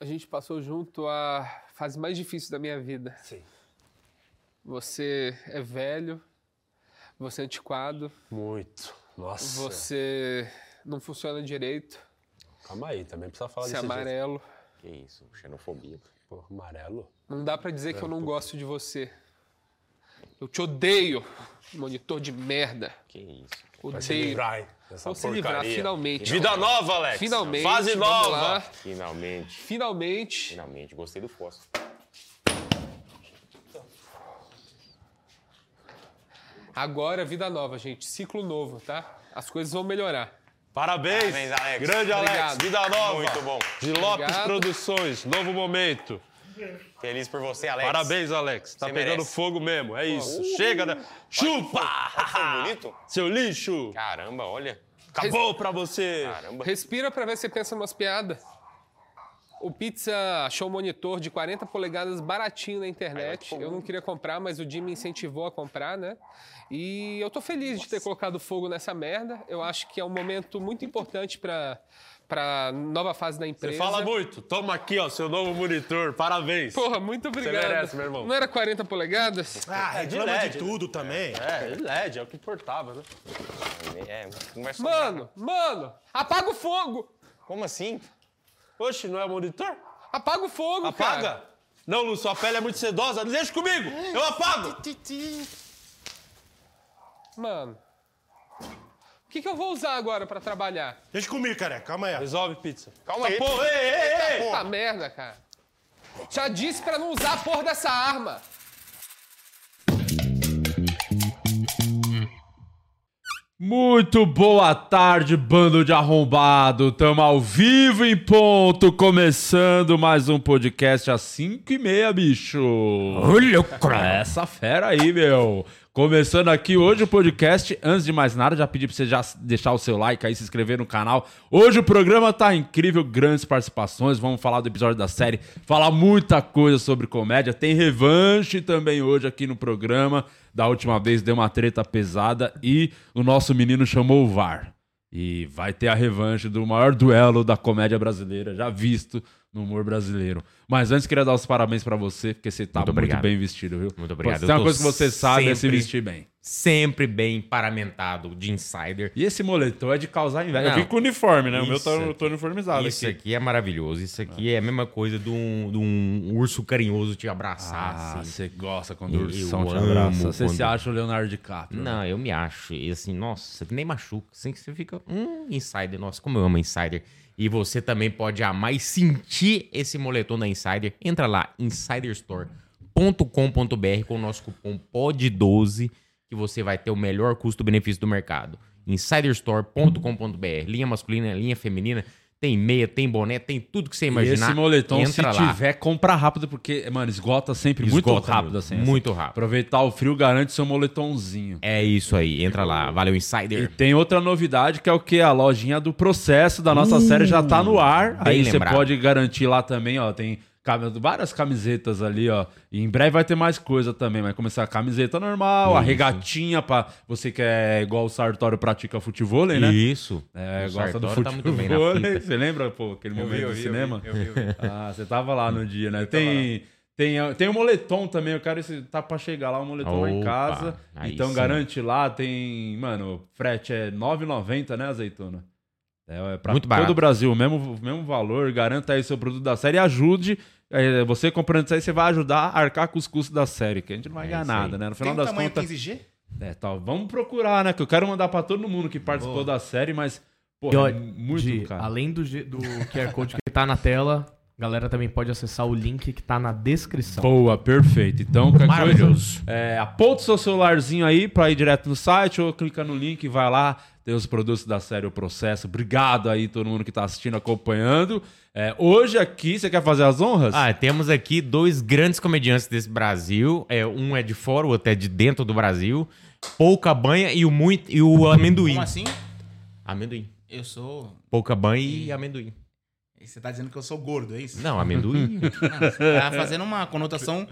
a gente passou junto a fase mais difícil da minha vida. Sim. Você é velho, você é antiquado, Muito. Nossa. você não funciona direito, Calma aí, também precisa falar você é desse jeito. amarelo. Que isso, xenofobia. Pô, amarelo? Não dá pra dizer que eu não gosto de você. Eu te odeio, monitor de merda. Que isso. Vai se Odeio. livrar, hein? Dessa Vamos se livrar, porcaria. finalmente. Vida nova, Alex. Finalmente. Fase vamos nova. lá. Finalmente, Finalmente. finalmente. Gostei do fósforo. Agora, vida nova, gente. Ciclo novo, tá? As coisas vão melhorar. Parabéns. Parabéns, Alex. Grande Alex. Obrigado. Vida nova. Muito bom. De Lopes Obrigado. Produções. Novo momento. Feliz por você, Alex. Parabéns, Alex. Tá Você pegando merece. fogo mesmo. É isso. Chega, né? Ah, Foi Chupa! bonito? Seu lixo. Caramba, olha. Acabou pra você. Caramba. Respira pra ver se você pensa umas piadas. O Pizza achou um monitor de 40 polegadas baratinho na internet. Aí é vai Eu não queria comprar, mas o Jimmy incentivou a comprar, né? E eu tô feliz de ter colocado fogo nessa merda. Eu acho que é um momento muito importante pra, pra nova fase da Você empresa. fala muito. Toma aqui, ó, seu novo monitor. Parabéns. Porra, muito obrigado. merece, meu irmão. Não era 40 polegadas? Ah, É de reclama de, LED, né? tudo também. É, LED, é o que importava, né? É, não vai sobrar. Mano, mano, apaga o fogo! Como assim? Oxe, não é monitor? Apaga o fogo, Apaga! cara! Não, Lu, sua pele é muito sedosa. Deixa comigo! Eu apago! Mano. O que, que eu vou usar agora pra trabalhar? Deixa comigo, careca. Calma aí. Resolve, pizza. Calma aí. Porra, ei, ei, ei! Puta merda, cara. Já disse pra não usar a porra dessa arma. Muito boa tarde, bando de arrombado. Tamo ao vivo em ponto, começando mais um podcast às 5 e meia, bicho. Olha essa fera aí, meu. Começando aqui hoje o podcast. Antes de mais nada, já pedi pra você já deixar o seu like aí, se inscrever no canal. Hoje o programa tá incrível, grandes participações. Vamos falar do episódio da série, falar muita coisa sobre comédia. Tem revanche também hoje aqui no programa. Da última vez deu uma treta pesada e o nosso menino chamou o VAR. E vai ter a revanche do maior duelo da comédia brasileira, já visto no humor brasileiro. Mas antes, queria dar os parabéns pra você, porque você Muito tava muito, obrigado. bem vestido, viu? Muito obrigado. Se tem Eu uma tô coisa que você sabe é se sempre- vestir bem. Sempre bem paramentado de insider. E esse moletom é de causar inveja. Não. Eu vim com uniforme, né? o meu Isso tá, aqui. eu tô uniformizado Isso aqui. aqui é maravilhoso. Isso aqui é a mesma coisa de um, de um urso carinhoso te abraçar. Ah, assim. você gosta quando Eu o ursão te amo abraça. Você quando- se acha o Leonardo DiCaprio. né? Não, eu me acho. E assim, nossa, nem machuca. Assim que você fica. Hum, insider. Nossa, como eu amo insider. E você também pode amar e sentir esse moletom da Insider. Entra lá, insiderstore.com.br com o nosso cupom POD12, que você vai ter o melhor custo-benefício do mercado. Insiderstore.com.br. Linha masculina, linha feminina. Tem meia, tem boné, tem tudo que você E imaginar. esse moletom, Entra se lá. tiver, compra rápido, porque, mano, esgota sempre muito Esgota rápido, muito, assim. muito assim. rápido. Aproveitar o frio garante seu moletomzinho. É isso aí. Entra lá. Valeu, E Insider. tem outra novidade que é o que? A lojinha do processo da nossa série já tá no ar. Hum, bem Aí você lembrado. pode garantir lá também, ó. Tem cam- várias camisetas ali, ó. E em breve vai ter mais coisa também. Vai começar a camiseta normal, a Isso. regatinha pra você que é igual o Sartório pratica futebol, né? Isso. É, O gosta do Sartori futebol. tá muito bem na fita. Você lembra, pô, aquele momento do cinema? Ah, você tava lá Uhum. no dia, né? Tem, tem, tem o moletom também, eu quero esse. Tá pra chegar lá o moletom lá em Opa, casa. aí Então sim. garante lá, tem. Mano, frete é R$ 9,90, né, azeitona? É, é pra Muito todo barato. o Brasil, o mesmo, o mesmo valor. Garanta aí seu produto da série e ajude. É, Você comprando isso aí, você vai ajudar a arcar com os custos da série, que a gente não vai É ganhar isso aí. nada, né? No Tem final um das tamanho contas. 15G? É, tá, vamos procurar, né? Que eu quero mandar pra todo mundo que participou da série, mas. Pô, E, ó, é muito Di, cara. Além do, G- do QR Code que tá na tela, a galera também pode acessar o link que tá na descrição. Boa, perfeito. Então, qualquer Maravilhoso. coisa, é, aponta o seu celularzinho aí pra ir direto no site ou clica no link e vai lá. Tem os produtos da série O Processo. Obrigado aí todo mundo que tá assistindo, acompanhando. É, hoje aqui, você quer fazer as honras? Ah, temos aqui dois grandes comediantes desse Brasil. É, um é de fora, o outro é de dentro do Brasil. Pouca banha e o muito e o amendoim. Como assim? Amendoim. Eu sou. Pouca banha e amendoim. Você tá dizendo que eu sou gordo, é isso? Não, amendoim. Não, você tá fazendo uma conotação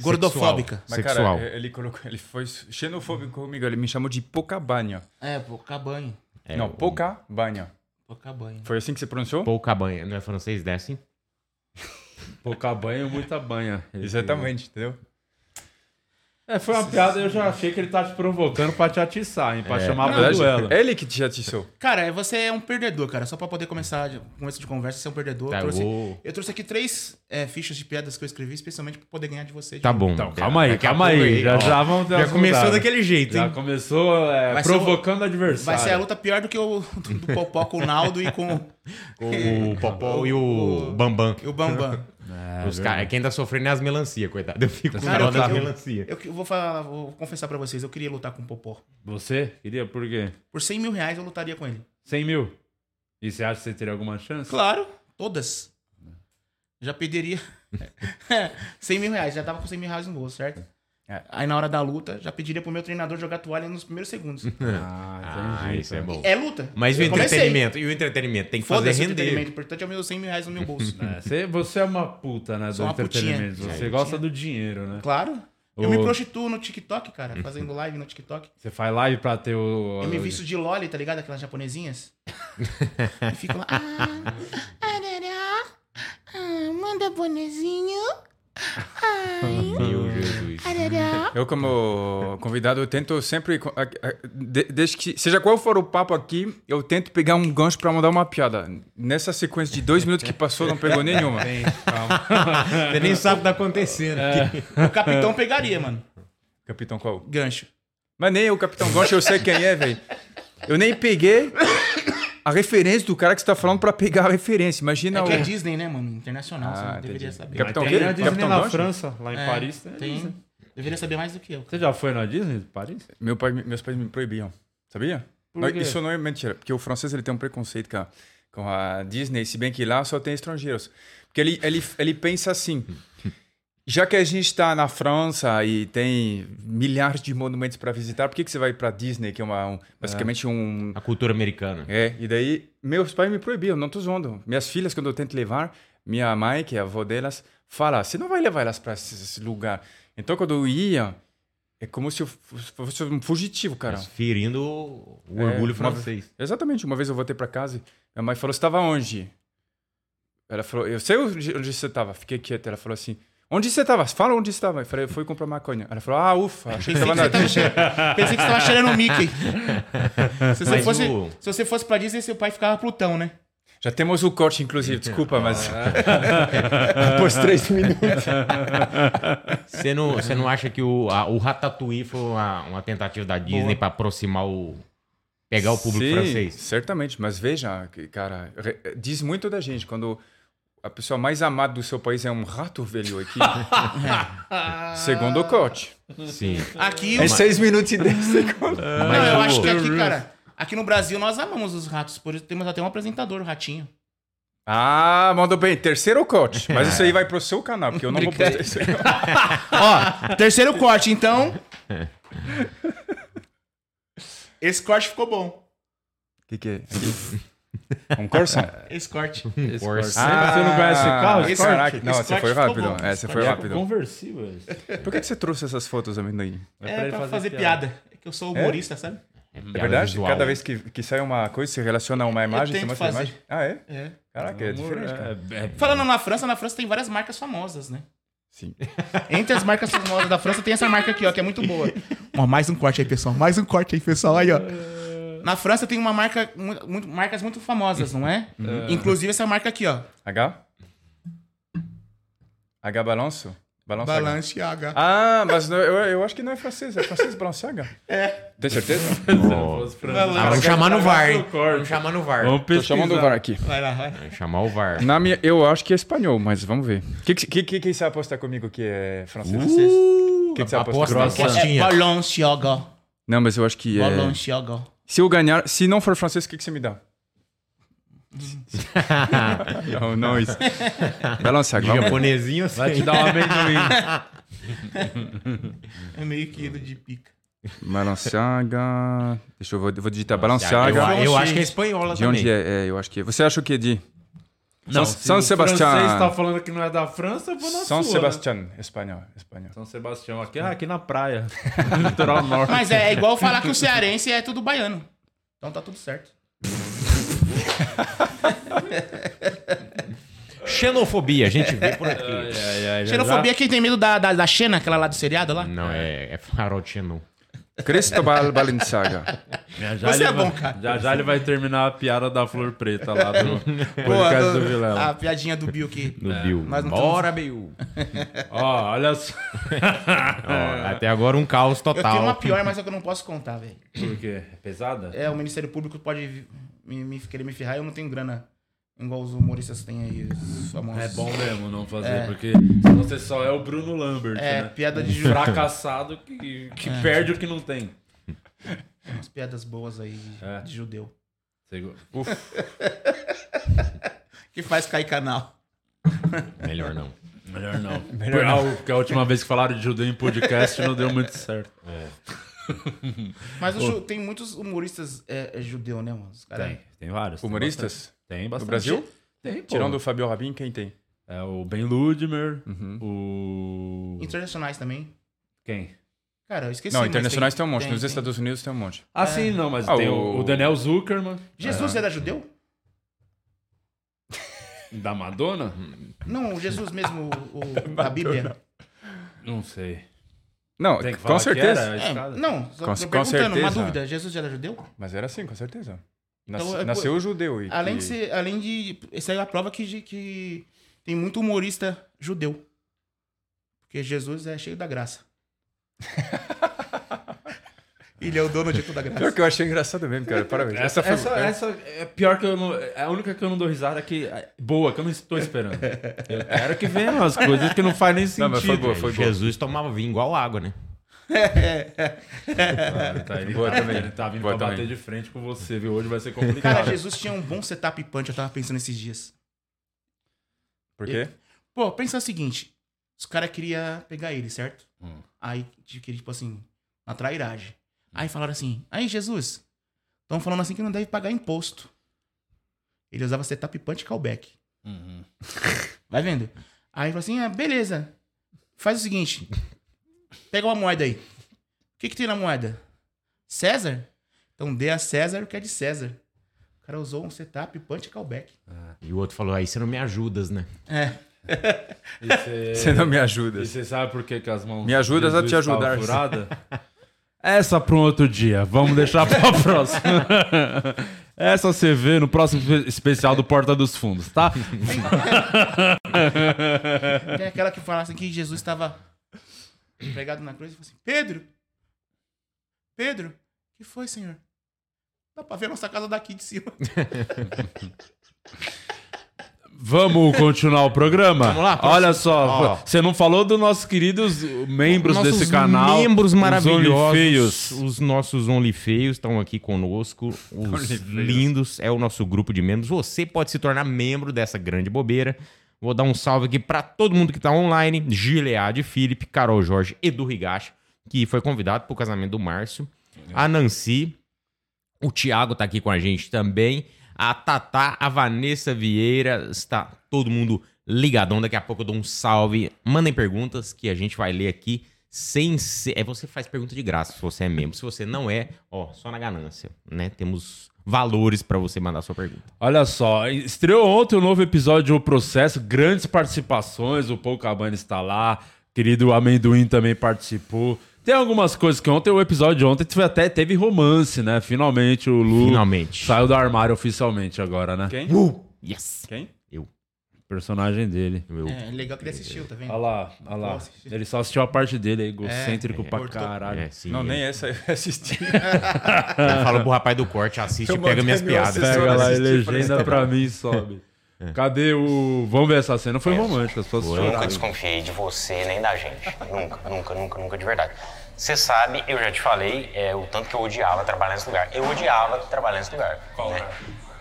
gordofóbica. Mas, sexual. é- é, ele colocou, ele foi xenofóbico comigo, ele me chamou de pouca banha. É, pouca banho. É, Não, o- pouca banha. Pouca banho. Foi assim que você pronunciou? Pouca banha, não é francês, né? Assim? Pouca banha, muita banha. Ele- Exatamente, entendeu? É, foi uma piada, eu já achei que ele tá te provocando pra te atiçar, hein? Pra chamar pro duelo. é ele que te atiçou. Cara, você é um perdedor, cara. Só pra poder começar de, começo de conversa, você é um perdedor. Tá, eu, trouxe, ô. eu trouxe aqui três é, fichas de piadas que eu escrevi, especialmente pra poder ganhar de você. Tá bom. Então, calma aí, Daqui a calma pouco aí. Já, ó. já vamos ter Já umas começou mudadas. daquele jeito, Já hein? começou é, Vai ser o- provocando adversário. Vai ser a luta pior do que o do, do Popó com o Naldo e com O Popó e o Bambam. e o Bambam. Os cara, quem tá sofrendo é as melancia, coitado. Eu fico com Cara, dó eu, das eu- melancia. eu, eu vou, falar, vou confessar pra vocês, eu queria lutar com o Popó. Você? Queria por quê? Por 100 mil reais eu lutaria com ele. 100 mil. E você acha que você teria alguma chance? Claro, todas. Já pediria 100 É, mil reais, já tava com 100 mil reais no bolso, certo? Aí na hora da luta, já pediria pro meu treinador jogar toalha nos primeiros segundos. Ah, Ah, entendi. isso é bom. É luta. Mas e o Eu comecei. entretenimento? E o entretenimento? Tem que fazer Foda-se o render. entretenimento. O importante é o meu 100 mil reais no meu bolso. É, você, você é uma puta, né? Do Sou uma entretenimento. putinha. Você gosta do dinheiro, né? Claro. Eu me Ô. prostituo no TikTok, cara, fazendo live no TikTok. Você faz live pra ter o. Eu me visto de loli, tá ligado? Aquelas japonesinhas. e fico lá. Ah, arará, ah, manda bonezinho. Ai, Meu Jesus. arará. Eu, como convidado, eu tento sempre. co- a- a- de- Desde que. Seja qual for o papo aqui, eu tento pegar um gancho pra mandar uma piada. Nessa sequência de dois minutos que passou, não pegou nenhuma. Você nem sabe o que tá acontecendo. "Ah, é." O capitão pegaria, mano. Capitão qual? Gancho. Mas nem o Capitão Gancho, eu sei quem é, velho. Eu nem peguei a referência do cara que você tá falando pra pegar a referência. Imagina É o. que é Disney, né, mano? Internacional, você deveria saber. Então, Capitão Tem quê? é na Disney Capitão na Gancho? França, lá em É, Paris. Tem. Disney. tem. Deveria saber mais do que eu. Você já foi na Disney de Paris? Meu pai, meus pais me proibiam, sabia? Por Não, quê? isso não é mentira, porque o francês ele tem um preconceito com a, com a Disney, se bem que lá só tem estrangeiros. Porque ele, ele, ele pensa assim, já que a gente está na França e tem milhares de monumentos para visitar, por que, que você vai para Disney, que é uma, um- basicamente um... A cultura americana. É, e daí meus pais me proibiam, não tô zoando. Minhas filhas, quando eu tento levar, minha mãe, que é a avó delas, fala, você não vai levar elas para esse, esse lugar. Então, quando eu ia... É como se eu f- fosse um fugitivo, cara. Mas ferindo o o É, orgulho uma- francês. Exatamente. Uma vez eu voltei pra casa e minha mãe falou: Você estava onde? Ela falou: Eu sei onde, onde você estava. Fiquei quieta. Ela falou assim: Onde você estava? Fala onde você estava. Eu falei: Eu fui comprar maconha. Ela falou: Ah, ufa, achei Pensei que, que estava você na tava cheirando, Disney." pensei que você tava cheirando o Mickey. Se você, Mas fosse, o- se você fosse pra Disney, seu pai ficava Plutão, né? Já temos o corte, inclusive. Desculpa, mas. Depois três minutos. Você não, você não acha que o, a- o Ratatouille foi uma, uma tentativa da Disney pra aproximar o. pegar o público Sim, francês? Certamente. Mas veja, que, cara, re- diz muito da gente quando. A pessoa mais amada do seu país é um rato velho aqui. Segundo o corte. Sim. Aqui É seis minutos e dez segundos. Não, eu o- acho que aqui, cara, aqui no Brasil nós amamos os ratos, por isso temos até um apresentador, o ratinho. Ah, mandou bem. Terceiro corte. Mas isso aí vai pro seu canal, porque eu não vou postar isso aí. Ó, terceiro corte, então. Esse corte ficou bom. O que, que é? Um Corsa? Esse corte. Corsa. você não conhece esse carro? esse Ah, Caraca, corte- não, esse você corte foi ficou rápido. bom. É, você foi É rápido. conversível. esse. Por que, que você trouxe essas fotos, amendoim? É, pra ele pra fazer, piada. É que eu sou humorista, sabe? É verdade? visual. Cada vez que, que sai uma coisa, se relaciona a uma imagem, você tento mostra a fazer. imagem? Ah, é? É. Caraca, é Humor, diferente, cara. é- é- Falando na França, na França tem várias marcas famosas, né? Sim. Entre as marcas famosas da França tem essa marca aqui, ó, que é muito boa. Ó, mais um corte aí, pessoal. Mais um corte aí, pessoal. Aí, ó. Na França tem uma marca, mu- muito- marcas muito famosas, não é? Inclusive essa marca aqui, ó. H? H balanço? Balanço H. Balenciaga. Ah, mas não- eu, eu acho que não é francês. É francês Balenciaga? É. Tem certeza? Ah, vamos chamar no VAR, hein? Corte. Vamos chamar no VAR. Vamos Tô pesquisar. chamando o VAR aqui. Vai lá, vai. Vamos chamar o VAR. Na minha, eu acho que é espanhol, mas vamos ver. O que, que, que, que você aposta comigo que é francês? Uh, que que você aposta? aposta, Grossa. É apostinha. Balenciaga. Não, mas eu acho que é. Balenciaga. Se eu ganhar, se não for francês, o que, que você me dá? não, não isso. Balenciaga, vamos. Japonesinho, assim. Vai te dar um amendoim. É meio quilo de pica. Balenciaga. Deixa eu vou, vou digitar Eu, Balenciaga. eu acho que é espanhola De também. onde é? É, Eu acho que é. Você acha o que é de? Não, São, se São o francês tá Sebastião. falando que não é da França, eu vou na São né? sua, Sebastião, espanhol, espanhol. né? São Sebastião, aqui, ah, aqui na praia. Litoral Norte. Mas é, é igual falar que o cearense é tudo baiano. Então tá tudo certo. xenofobia, a gente vê por aqui. É. Xenofobia é quem tem medo da, da, da Xena, aquela lá do seriado lá. Não, é, é farol de xenon. Cristobal Balenciaga. Já, já Você ele é vai- bom, cara. Já já ele vai terminar a piada da flor preta lá do Boa, podcast do do- Vilela. a piadinha do Bill que... No Bill. nós não Bora, Bill. É. Ó, olha só. É. Ó, até agora um caos Eu total. tenho uma pior, mas é que eu não posso contar, velho. Por quê? É pesada? É, o Ministério Público pode vi- me, me- querer me ferrar, eu não tenho grana. Igual os humoristas têm aí, os famosos. É bom né? mesmo não fazer, É. porque senão você só é o Bruno Lambert, É, né? piada de juros. Fracassado que, que perde o que não tem. Umas piadas boas aí de, É. de judeu. Você- Que faz cair canal. Melhor não. Melhor não. Melhor não. Porque a última vez que falaram de judeu em podcast não deu muito certo. Mas o ju- tem muitos humoristas é, é judeu, né, mano? Os caras- tem vários. tem Humoristas? bastante. Tem bastante. No Brasil? Tem, pô. Tirando o Fabio Rabin, quem tem? É o Ben Ludmer, Uhum. o... Internacionais também. Quem? Cara, eu esqueci. Não, mas internacionais tem um monte. tem- Nos tem. Estados Unidos tem um monte. Ah, sim, não, mas Ah, tem o- o... o Daniel Zuckerman, Jesus era judeu? da Madonna? Uhum. Não, o Jesus mesmo, o, o- da Bíblia. Não sei. Não, Tem que falar com certeza. Que era, a É, escada? não, só Com- tô com perguntando, uma certeza. dúvida. Jesus era judeu? Mas era assim, com certeza. Nas- Então, é, pô, nasceu judeu. E Além que- de ser, além de, essa é a prova que, de- que tem muito humorista judeu. Porque Jesus é cheio da graça. Ele é o dono de toda a Pior graça. que eu achei engraçado mesmo, cara. Parabéns. Essa foi. Essa, essa é pior que eu não. É a única que eu não dou risada que. é Boa, que eu não estou esperando. Eu quero que venham umas coisas que não faz nem sentido. Não, mas foi boa, foi boa. Jesus tomava vinho igual água, né? Cara, tá, ele, É. Boa tá, também. ele tá vindo Boa pra também. bater de frente com você, viu? Hoje vai ser complicado. Cara, Jesus tinha um bom setup punch, eu tava pensando esses dias. Por quê? Pô, pensa o seguinte: os caras queriam pegar ele, certo? Hum. Aí, tipo, que, tipo assim, na trairagem. Aí falaram assim: aí, Jesus, estão falando assim que não deve pagar imposto. Ele usava setup punch e callback. Vai vendo? Aí falou assim: ah, beleza, faz o seguinte: pega uma moeda aí. O que, que tem na moeda? César? Então dê a César o que é de César. O cara usou um setup punch e callback. E o outro falou, aí você não me ajudas, né? É. E você- Você não me ajuda. E você sabe por que, que as mãos. Me ajudas de a te Jesus estavam ajudar. furadas? Essa para um outro dia. Vamos deixar para a próxima. Essa você vê no próximo especial do Porta dos Fundos, tá? Tem aquela que fala assim que Jesus estava pregado na cruz e falou assim: Pedro, Pedro, o que foi, senhor? Dá pra ver a nossa casa daqui de cima. Vamos continuar o programa? Vamos lá, próximo. Olha só, Ó. você não falou dos nossos queridos membros Nossos desse canal. membros os maravilhosos. Onlyfeios. Os, nossos OnlyFeios estão aqui conosco. Os lindos. É o nosso grupo de membros. Você pode se tornar membro dessa grande bobeira. Vou dar um salve aqui para todo mundo que tá online. Gilead, Felipe, Carol Jorge, Edu Rigacho, que foi convidado pro casamento do Márcio. A Nancy. O Thiago tá aqui com a gente também. A Tatá, a Vanessa Vieira, está todo mundo ligadão. Daqui a pouco eu dou um salve. Mandem perguntas que a gente vai ler aqui sem ser. É, você faz pergunta de graça se você é membro. Se você não é, ó, só na ganância, né? Temos valores pra você mandar sua pergunta. Olha só, estreou ontem o novo episódio do Processo, grandes participações, o Paul Cabana está lá, querido Amendoim também participou. Tem algumas coisas que ontem, o episódio de ontem teve, até teve romance, né? Finalmente o Lu Finalmente. saiu do armário oficialmente agora, né? Quem? Yes! Quem? Personagem dele. Eu- É legal que ele assistiu, tá vendo? Olha lá, olha lá. Nossa. Ele só assistiu a parte dele, é egocêntrico É, é, pra cortou. caralho. É, sim. Não, eu, nem essa eu assisti. eu falo pro rapaz do corte, assiste e pega minhas piadas. Pega lá e assistir, legenda pra mim e sobe. Cadê o. Vamos ver essa cena? Foi romântica, as pessoas É. Foi. choraram. Nunca desconfiei de você nem da gente. Nunca, nunca, nunca, nunca de verdade. Você sabe, eu já te falei é, o tanto que eu odiava trabalhar nesse lugar. Eu odiava trabalhar nesse lugar. né?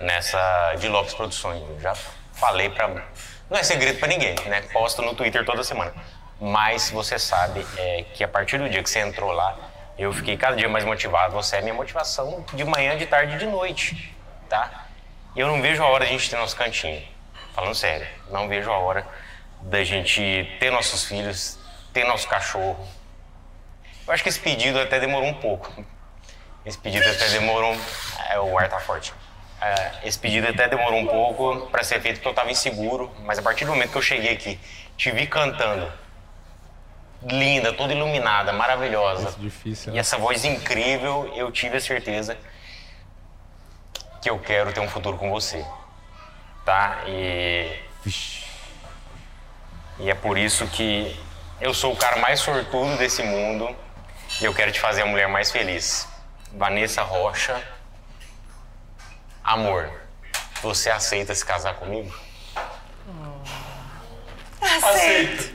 Nessa de Lopes Produções. Eu já falei pra. Não é segredo pra ninguém, né? Posto no Twitter toda semana. Mas você sabe é, que a partir do dia que você entrou lá, eu fiquei cada dia mais motivado. Você é minha motivação de manhã, de tarde e de noite, tá? E eu não vejo a hora de a gente ter nosso cantinho. Falando sério, não vejo a hora da gente ter nossos filhos, ter nosso cachorro. Eu acho que esse pedido até demorou um pouco. Esse pedido até demorou. um- É, o ar tá forte. É, esse pedido até demorou um pouco para ser feito porque eu estava inseguro, mas a partir do momento que eu cheguei aqui, te vi cantando, linda, toda iluminada, maravilhosa, Difícil. e essa voz incrível, eu tive a certeza que eu quero ter um futuro com você, tá? E e é por isso que eu sou o cara mais sortudo desse mundo e eu quero te fazer a mulher mais feliz. Vanessa Rocha, amor, você aceita se casar comigo? Aceito.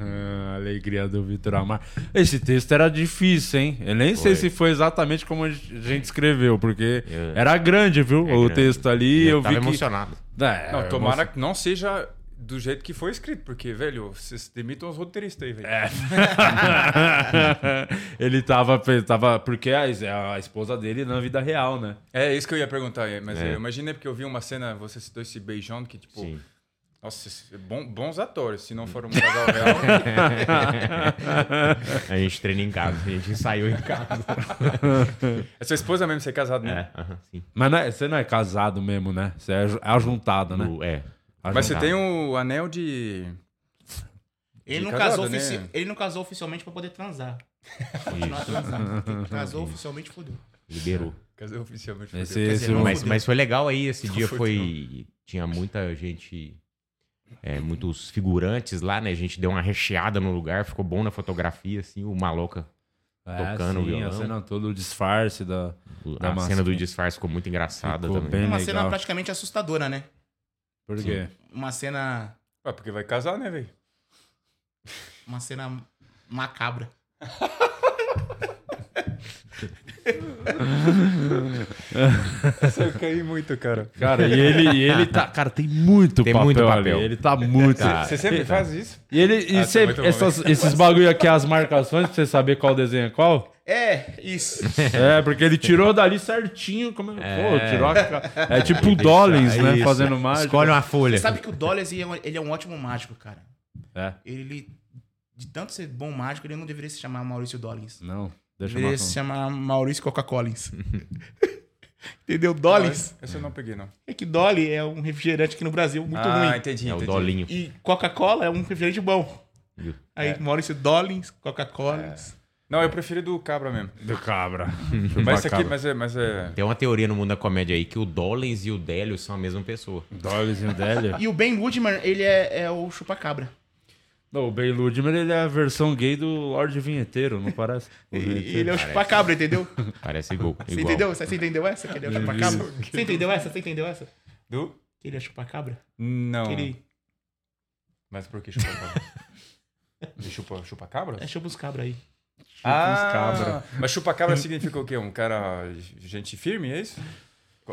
Ah, alegria do Vitor Amar. Esse texto era difícil, hein? Eu nem sei se foi exatamente como a gente escreveu, porque era grande, viu? o É. grande. texto ali, eu, tava vi que... emocionado. É, Não, eu tomara que não seja do jeito que foi escrito, porque, velho, vocês demitam os roteiristas aí, velho. É. ele tava, tava. Porque a, a esposa dele na vida real, né? isso que eu ia perguntar, é, mas eu imaginei porque eu vi uma cena, vocês dois se beijando, que tipo. Nossa, esse- bom- bons atores, se não for um casal real. A gente treina em casa, a gente ensaiou em casa. é sua esposa mesmo ser casada, né? aham, sim. Mas não é- você não é casado mesmo, né? Você é aju- é ajuntado, né? O- é. Mas você Ajuntado. tem o anel de. Ele não, casado, casou né? ofici- ele não casou oficialmente pra poder transar. Continuar transando. Porque Casou oficialmente, fodeu. Liberou. Casal oficialmente. Esse, fodeu. esse- não Mas, fudeu. mas foi legal aí, esse dia fudeu. foi. Tinha muita gente. é, muitos figurantes lá, né? A gente deu uma recheada no lugar, ficou bom na fotografia, assim, o maloca. é, tocando sim, violão. A cena toda, o disfarce da. o- Da a massa, cena do né? disfarce ficou muito engraçada Ficou também. bem Uma cena legal. praticamente assustadora, né? Por quê? Uma cena. Ué, porque vai casar, né, velho? Uma cena macabra. Essa eu caí muito, cara. Cara, e ele, e ele tá. Cara, tem muito Tem papel. muito ali, papel. Ele tá muito. Você sempre faz isso? E ele. E Ah, tá sempre- muito bom, essas- esses bagulho aqui, as marcações, pra você saber qual desenho é qual. É, isso. É, porque ele tirou dali certinho. Como... É. Pô, tirou a... ca- É tipo o Deixa- Dollins, né? isso. Fazendo mágica. Escolhe uma folha. Você sabe que o Dollars ele é um- ele é um ótimo mágico, cara. É. Ele, de tanto ser bom mágico, ele não deveria se chamar Maurício Dollins. Não, deixa eu Deveria se matar. chamar Maurício Coca-Collins. Entendeu? Dollins. Essa eu não peguei, não. É que Dolly é um refrigerante aqui no Brasil muito ah, ruim. entendi. É o entendi. dolinho. E Coca-Cola é um refrigerante bom. Viu? Aí Maurício Dollins, Coca-Collins. Não, eu preferi do cabra mesmo. Do cabra. Mas isso aqui, mas é. Mas é... Tem uma teoria no mundo da comédia aí que o Dollins e o Délio são a mesma pessoa. Dollins e o Délio. E o Ben Woodman, ele é, é o chupacabra. Não, o Ben Ludmer, ele é a versão gay do Lorde Vinheteiro, não parece? E- e ele é o chupacabra, entendeu? Parece igual. Você igual. entendeu? Você entendeu essa? Que ele é o chupacabra? Você entendeu essa? Você entendeu essa? Do? Que ele é chupacabra? Não. Que ele Mas por que chupa cabra? Ele chupa, chupa cabra? é chupa os cabra aí. Ah, Mas chupa cabra significa o quê? Um cara. gente firme, é isso?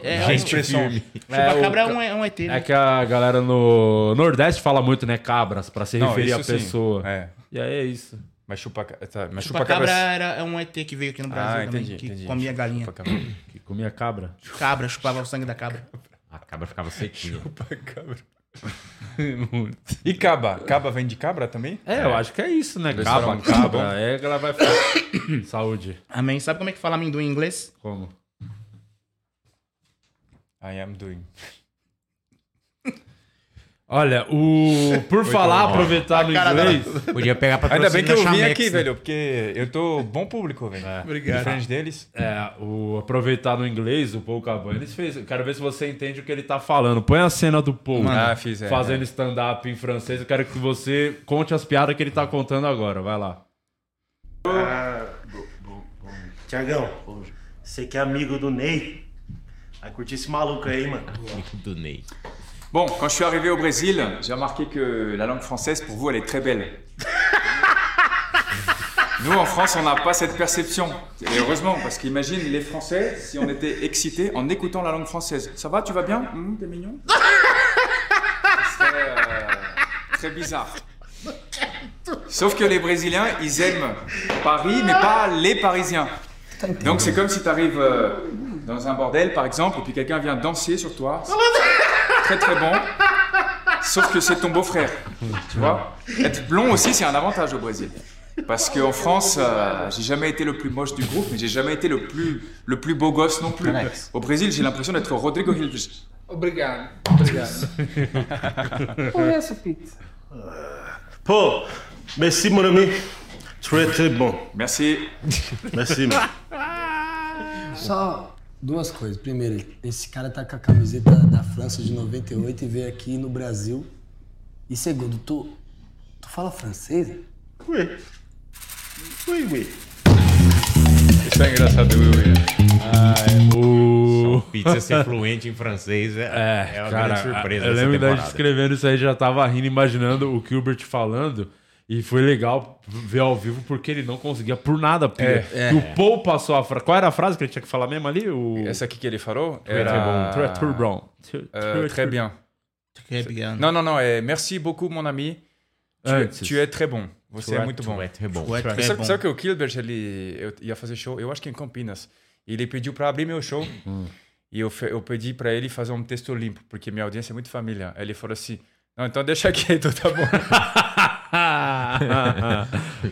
É, Uma gente expressão. Chupacabra é, um, é um ET, né? É que a galera no Nordeste fala muito, né? Cabras, pra se Não, referir à isso sim. pessoa. É. E aí é isso. Mas chupa, tá, mas chupa Chupacabra cabra. era é um ET que veio aqui no Brasil Ah, também, entendi, que entendi. comia galinha. Chupa cabra. Que comia cabra. Cabra, chupava o sangue da cabra. A cabra ficava sequinha. Chupa cabra. e caba? Caba vem de cabra também? É, eu acho que é isso, né? Eles Cabra, falam- cabra. É que ela vai falar. Saúde. Amém. Sabe como é que fala amendoim em inglês? Como? I am doing. Olha, o. Por falar, bom. aproveitar no inglês. Podia pegar pra Ainda bem que eu vim É. aqui, velho, porque eu tô bom público, velho. né? Obrigado. Diferente deles. É, o aproveitar no inglês, o Paul Cabanes fez. eu Quero ver se você entende o que ele tá falando. Põe a cena do Paul né? Ah, fiz, é, fazendo stand-up em francês. Eu quero que você conte as piadas que ele tá contando agora. Vai lá. Tiagão, você que é amigo do Ney, vai curtir esse maluco aí, mano. Do Ney. Bon, quand je suis arrivé au Brésil, j'ai remarqué que la langue française, pour vous, elle est très belle. Nous, en France, on n'a pas cette perception. Et heureusement, parce qu'imagine les Français, si on était excités en écoutant la langue française. Ça va, tu vas bien Hum, T'es mignon Ce serait, euh, très bizarre. Sauf que les Brésiliens, ils aiment Paris, mais pas les Parisiens. Donc c'est comme si t'arrives euh, dans un bordel, par exemple, et puis quelqu'un vient danser sur toi. C'est Très très bon. Sauf que c'est ton beau-frère. Tu vois Être blond aussi, c'est un avantage au Brésil. Parce qu'en France, euh, j'ai jamais été le plus moche du groupe, mais j'ai jamais été le plus, le plus beau gosse non plus. Au Brésil, j'ai l'impression d'être Rodrigo Hilbert. Obrigado. Obrigado. Conheço, Pete. Pô, merci, mon ami. Très, très bon. Merci. Merci, mano. Só duas coisas. Primeiro, esse cara tá com a camiseta da França de 98 e veio aqui no Brasil. E segundo, tu. Tu fala francês? Ui. Ui, ui. Isso é engraçado, Will. um O... Pizza ser fluente em francês é, é, uma Cara, grande surpresa. eu dessa lembro da gente temporada. escrevendo isso aí, já tava rindo, imaginando o Gilbert falando. E foi legal ver ao vivo porque ele não conseguia por nada. Porque É, é. o Paul passou a frase. Qual era a frase que ele tinha que falar mesmo ali? O... Essa é aqui que ele falou Très bon, très, très bon. Euh, très bien. Très bien. Non, non, non. eh, merci beaucoup, mon ami. Tu, É, tu é très bon. Você é Tu é- muito bom. tu é très bom. Tu é Sabe, très bom. sabe que o Kilbert ele eu ia fazer show, eu acho que em Campinas. E ele pediu para abrir meu show. Hum. e eu, fe- eu pedi para ele fazer um texto limpo, porque minha audiência é muito família. Aí Ele falou assim: Não, então deixa quieto, tá bom.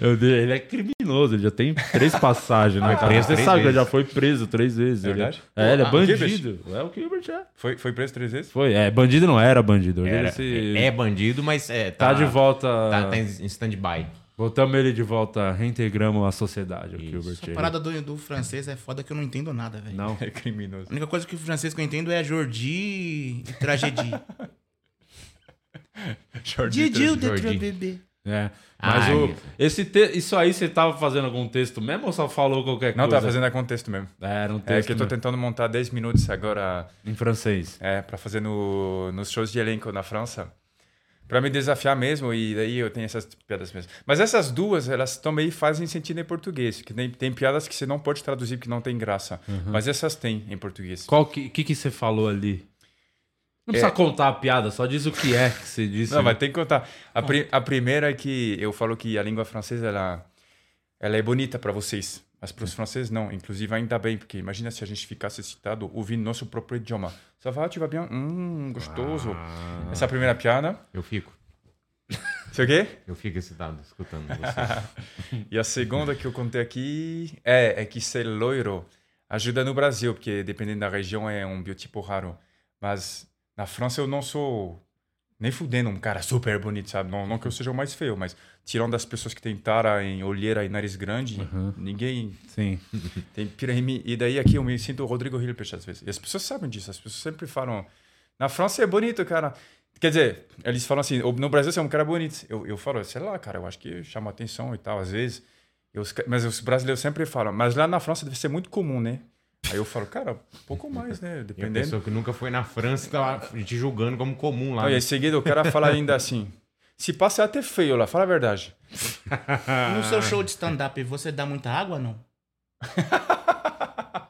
Meu Deus, ele é criminoso, ele já tem três passagens, né? Ah, Cara? preso Você três sabe que ele já vezes. foi preso três vezes. Ele é, Verdade? é, ele é Ah, bandido. Gilbert. É o Gilbert, é. Foi, foi preso três vezes? Foi, é, bandido não era bandido. Hoje Era- ele se- É bandido, mas é, Tá de volta. Tá, tá em em stand-by. Botamos ele de volta, reintegramos a sociedade, o Gilbert. A parada do, do francês é foda que eu não entendo nada, velho. Não. É criminoso. A única coisa que o francês que eu entendo é Jordi e tragédie. Didi, o Detro Bebê. É. Mas Ai, o, meu. esse te- isso aí você tava fazendo algum texto mesmo ou só falou qualquer Não, coisa? tava fazendo algum texto mesmo. É, era um É texto que eu tô mesmo. tentando montar 10 minutos agora. Em francês. É, pra fazer no, nos shows de elenco na França. Pra me desafiar mesmo, e daí eu tenho essas piadas mesmo. Mas essas duas, elas também fazem sentido em português. Que tem, tem piadas que você não pode traduzir porque não tem graça. Uhum. Mas essas tem em português. Qual que, que, que você falou ali? Não precisa É. contar a piada, só diz o que é que você disse. Não, mas tem que contar. A, pri- a primeira é que eu falo que a língua francesa ela, ela é bonita para vocês, mas para os franceses não. Inclusive, ainda bem, porque imagina se a gente ficasse citado ouvindo nosso próprio idioma. Ça va, tu vas bien? Hum, gostoso. Essa é a primeira piada. Eu fico. Sei o quê? Eu fico excitado escutando você. e a segunda que eu contei aqui é, é que ser loiro ajuda no Brasil, porque dependendo da região é um biotipo raro. Mas na França eu não sou nem fudendo um cara super bonito, sabe? Não, não que eu seja o mais feio, mas tirando as pessoas que têm tara em olheira e nariz grande, Uhum. ninguém Sim. tem pira em mim. E daí aqui eu me sinto o Rodrigo Hilbert às vezes. E as pessoas sabem disso, as pessoas sempre falam. Na França é bonito, cara. Quer dizer, eles falam assim, "O- no Brasil você é um cara bonito. Eu, eu falo, sei lá, cara, eu acho que chama atenção e tal, às vezes. E os ca- mas os brasileiros sempre falam, mas lá na França deve ser muito comum, né? Aí eu falo, cara, um pouco mais, né? E a Dependendo. pessoa que nunca foi na França tá lá te julgando como comum lá. Não, e né? em seguida o cara fala ainda assim, se passa é até feio lá, fala a verdade. No seu show de stand-up, você dá muita água ou não?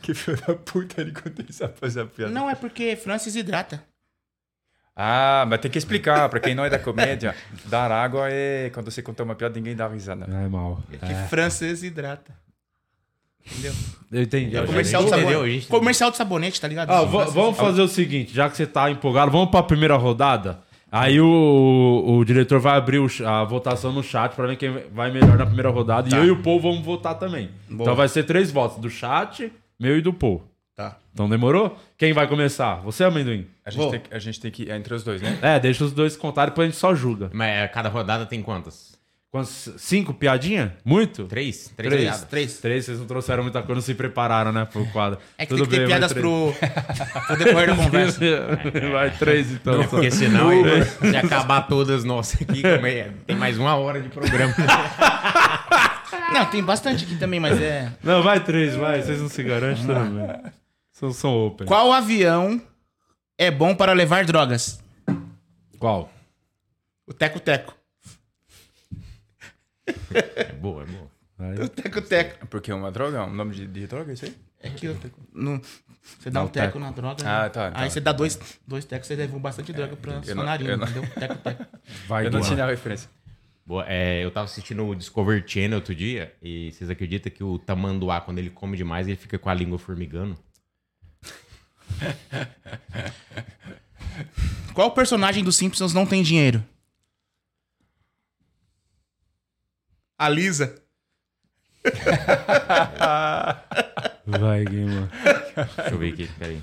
que filho da puta ele conta essa essa piada. Não, é porque Francis hidrata. Ah, mas tem que explicar, pra quem não é da comédia, dar água é quando você conta uma piada, ninguém dá risada. É mal. Que francês hidrata. Entendeu? Eu entendi. É comercial, do sabonete. comercial de sabonete, tá ligado? Ah, va- vamos fazer o seguinte, já que você tá empolgado, vamos pra primeira rodada? Aí o, o diretor vai abrir o ch- a votação no chat pra ver quem vai melhor na primeira rodada. Tá. E eu e o Paul vamos votar também. Boa. Então vai ser três votos, do chat, meu e do Paul. Tá. Então demorou? Quem vai começar? Você, amendoim? A gente, tem, que- a gente tem que. É entre os dois, né? É, deixa os dois contar, depois a gente só julga. Mas é, cada rodada tem quantas? Quantas? Cinco piadinha? Muito? Três. Três Três. piadas. Três. Três. Vocês não trouxeram muita coisa, não se prepararam, né, pro quadro. É que tem que ter piadas pro- pro decorrer da conversa. Vai três, então. Não, porque senão, se acabar todas nossas aqui, como é- tem mais uma hora de programa. Não, tem bastante aqui também, mas é. Não, vai três, vai. Vocês não se garantem também. São, são open. Qual avião é bom para levar drogas? Qual? O teco-teco. É boa, é boa. O teco-teco. Porque é uma droga? É um nome de, de droga isso aí? É que eu- no- você dá Dá um o teco, teco. na droga. Ah, né? tá, tá. É, Aí você dá dois, dois tecos, você levou bastante droga pra eu sua não- narina, eu não- entendeu? Teco-teco. Vai, Eu não Duan. tinha a referência. Boa, é, eu tava assistindo o Discovery Channel outro dia e vocês acreditam que o tamanduá, quando ele come demais, ele fica com a língua formigando? Qual personagem dos Simpsons não tem dinheiro? A Lisa. Vai, Guima. Deixa eu ver aqui, peraí.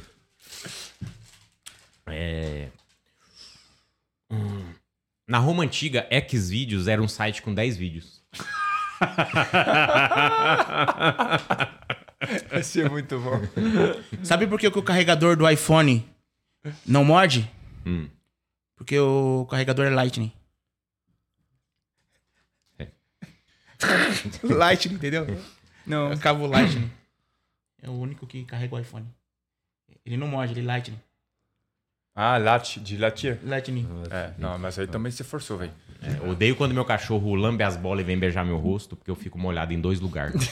É... Hum. Na Roma Antiga, Xvideos era um site com 10 vídeos. Esse é muito bom. Sabe por que que o carregador do iPhone não morde? Hum. Porque o carregador é Lightning. Lightning, entendeu? Não. Eu cavo Lightning. É o único que carrega o iPhone. Ele não morde, ele é Lightning. Ah, late, de latir. Lightning. É, não, mas aí também se forçou, velho. É, odeio quando meu cachorro lambe as bolas e vem beijar meu rosto, porque eu fico molhado em dois lugares.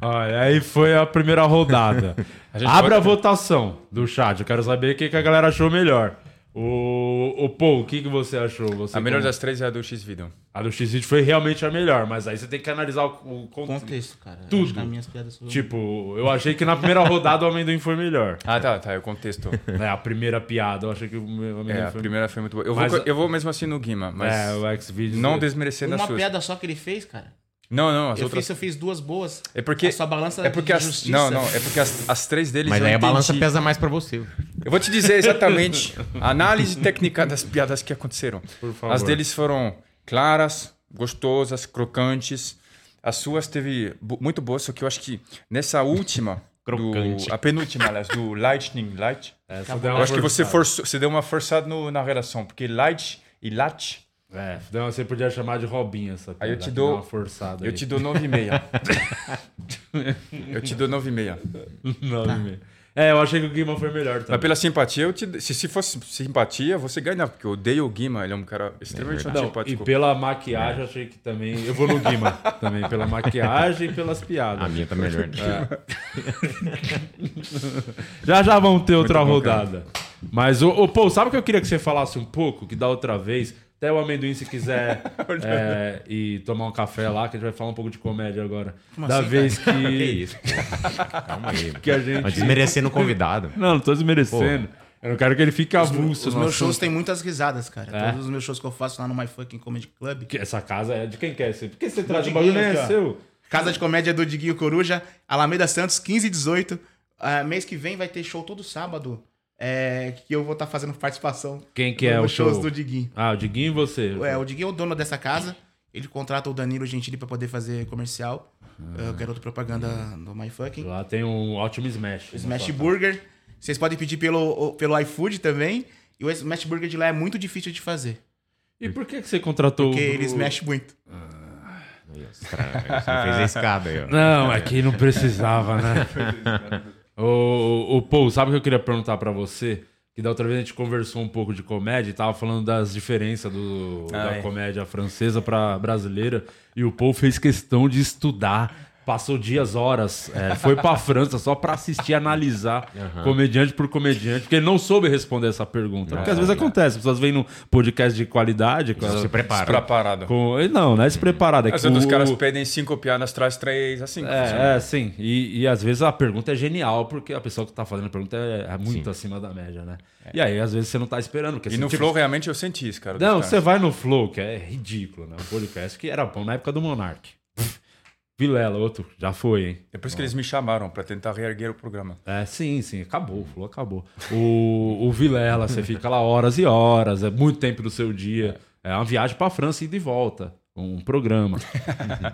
Olha, aí foi a primeira rodada. A gente Abra pode- a votação do chat. Eu quero saber o que, que a galera achou melhor. O, o Paul, o que, que você achou? Você A melhor como- das três é a do X-Video. A do X-Video foi realmente a melhor, mas aí você tem que analisar o, o contexto. cara. Tudo. Acho que as minhas piadas foram- Tipo, eu achei que na primeira rodada o amendoim foi melhor. Ah, tá, tá, eu contexto. É, a primeira piada, eu achei que o meu- o amendoim É, a foi... primeira foi muito boa. Eu, Mas- vou, co- eu vou mesmo assim no Guima, mas. É, o Xvideos- Não desmerecendo Uma as suas. piada só que ele fez, cara. Não, não, as eu outras. Fiz, eu fiz duas boas. É porque. A sua balança é porque de as, justiça. Não, não, é porque as, as três deles. Mas eu aí a entendi. balança pesa mais pra você. Eu vou te dizer exatamente a análise técnica das piadas que aconteceram. Por favor. As deles foram claras, gostosas, crocantes. As suas teve bo- muito boa, só que eu acho que nessa última. do- a penúltima, aliás, do Lightning Light. Essa deu eu É, uma acho que você, forçada. forçou, você deu uma forçada no- na relação, porque Light e Lat. É, então você podia chamar de Robinho essa Aí eu piada, te deu dou. uma forçada eu aí. te dou 9,5. eu te dou 9,5. Tá. 9,5. É, eu achei que o Guima foi melhor também. Mas pela simpatia, eu te... se, se fosse simpatia, você ganha, porque eu odeio o Guima, ele é um cara extremamente Não, Tipo, e antipático. pela maquiagem, eu achei que também. Eu vou no Guima também, pela maquiagem e pelas piadas. A minha tá melhor. É. já já vamos ter outra bom, cara. rodada. Mas, o, Paul, sabe o que eu queria que você falasse um pouco? Que da outra vez, até o amendoim, se quiser é, e tomar um café lá, que a gente vai falar um pouco de comédia agora. Como da assim, vez cara? que. Que isso? Calma aí. Que a gente. Mas desmerecendo o convidado. Não, não tô desmerecendo. Eu não quero que ele fique avulso. Os no meus shows assunto. têm muitas risadas, cara. É? Todos os meus shows que eu faço lá no My Fucking Comedy Club. Que essa casa é de quem quer ser? Por que você traz o bagulho? Nem é seu. Casa de Comédia do Diguinho Coruja, Alameda Santos, 15 e 18. Ah, mês que vem vai ter show todo sábado. é, que eu vou estar fazendo participação. Quem que é nos o show? shows do Diguinho. Ah, o Diguinho e você. É, o Diguinho é o dono dessa casa. Ele contrata o Danilo Gentili pra poder fazer comercial. Ah. Ah. o garoto propaganda do My Fucking. Lá tem um ótimo Smash. Smash Burger. Vocês podem pedir pelo, o- pelo iFood também. E o Smash Burger de lá é muito difícil de fazer. E por que, que você contratou Porque o- eles mexem muito. Você fez a escada aí, ó. Não, é que não precisava, né? ô, ô, ô, Paul, sabe o que eu queria perguntar pra você? Que da outra vez a gente conversou um pouco de comédia e tava falando das diferenças do, da Ah, é. comédia francesa pra brasileira. E o Paul fez questão de estudar. Passou dias, horas, é, foi pra França só pra assistir, analisar Aham. comediante por comediante, porque ele não soube responder essa pergunta. Porque às vezes acontece, as pessoas vêm num podcast de qualidade. com- Se prepara. Despreparado. Com, não, não é despreparado. É Às que vezes os o- caras pedem cinco piadas, traz três, assim. é, é, sim. E, e às vezes a pergunta é genial, porque a pessoa que tá fazendo a pergunta é, é muito Sim. É. acima da média, né? E aí, às vezes, você não tá esperando. Porque E você, no tipo, Flow, realmente, eu senti isso, cara. dos Não, caras. você vai no Flow, que é ridículo, né? Um podcast que era bom na época do Monark. Vilela, outro, já foi, hein? É por isso que eles me chamaram, pra tentar reerguer o programa. É, sim, sim, acabou, o Flow acabou. O, o Vilela, você fica lá horas e horas, é muito tempo do seu dia. É uma viagem pra França e de volta. Um programa.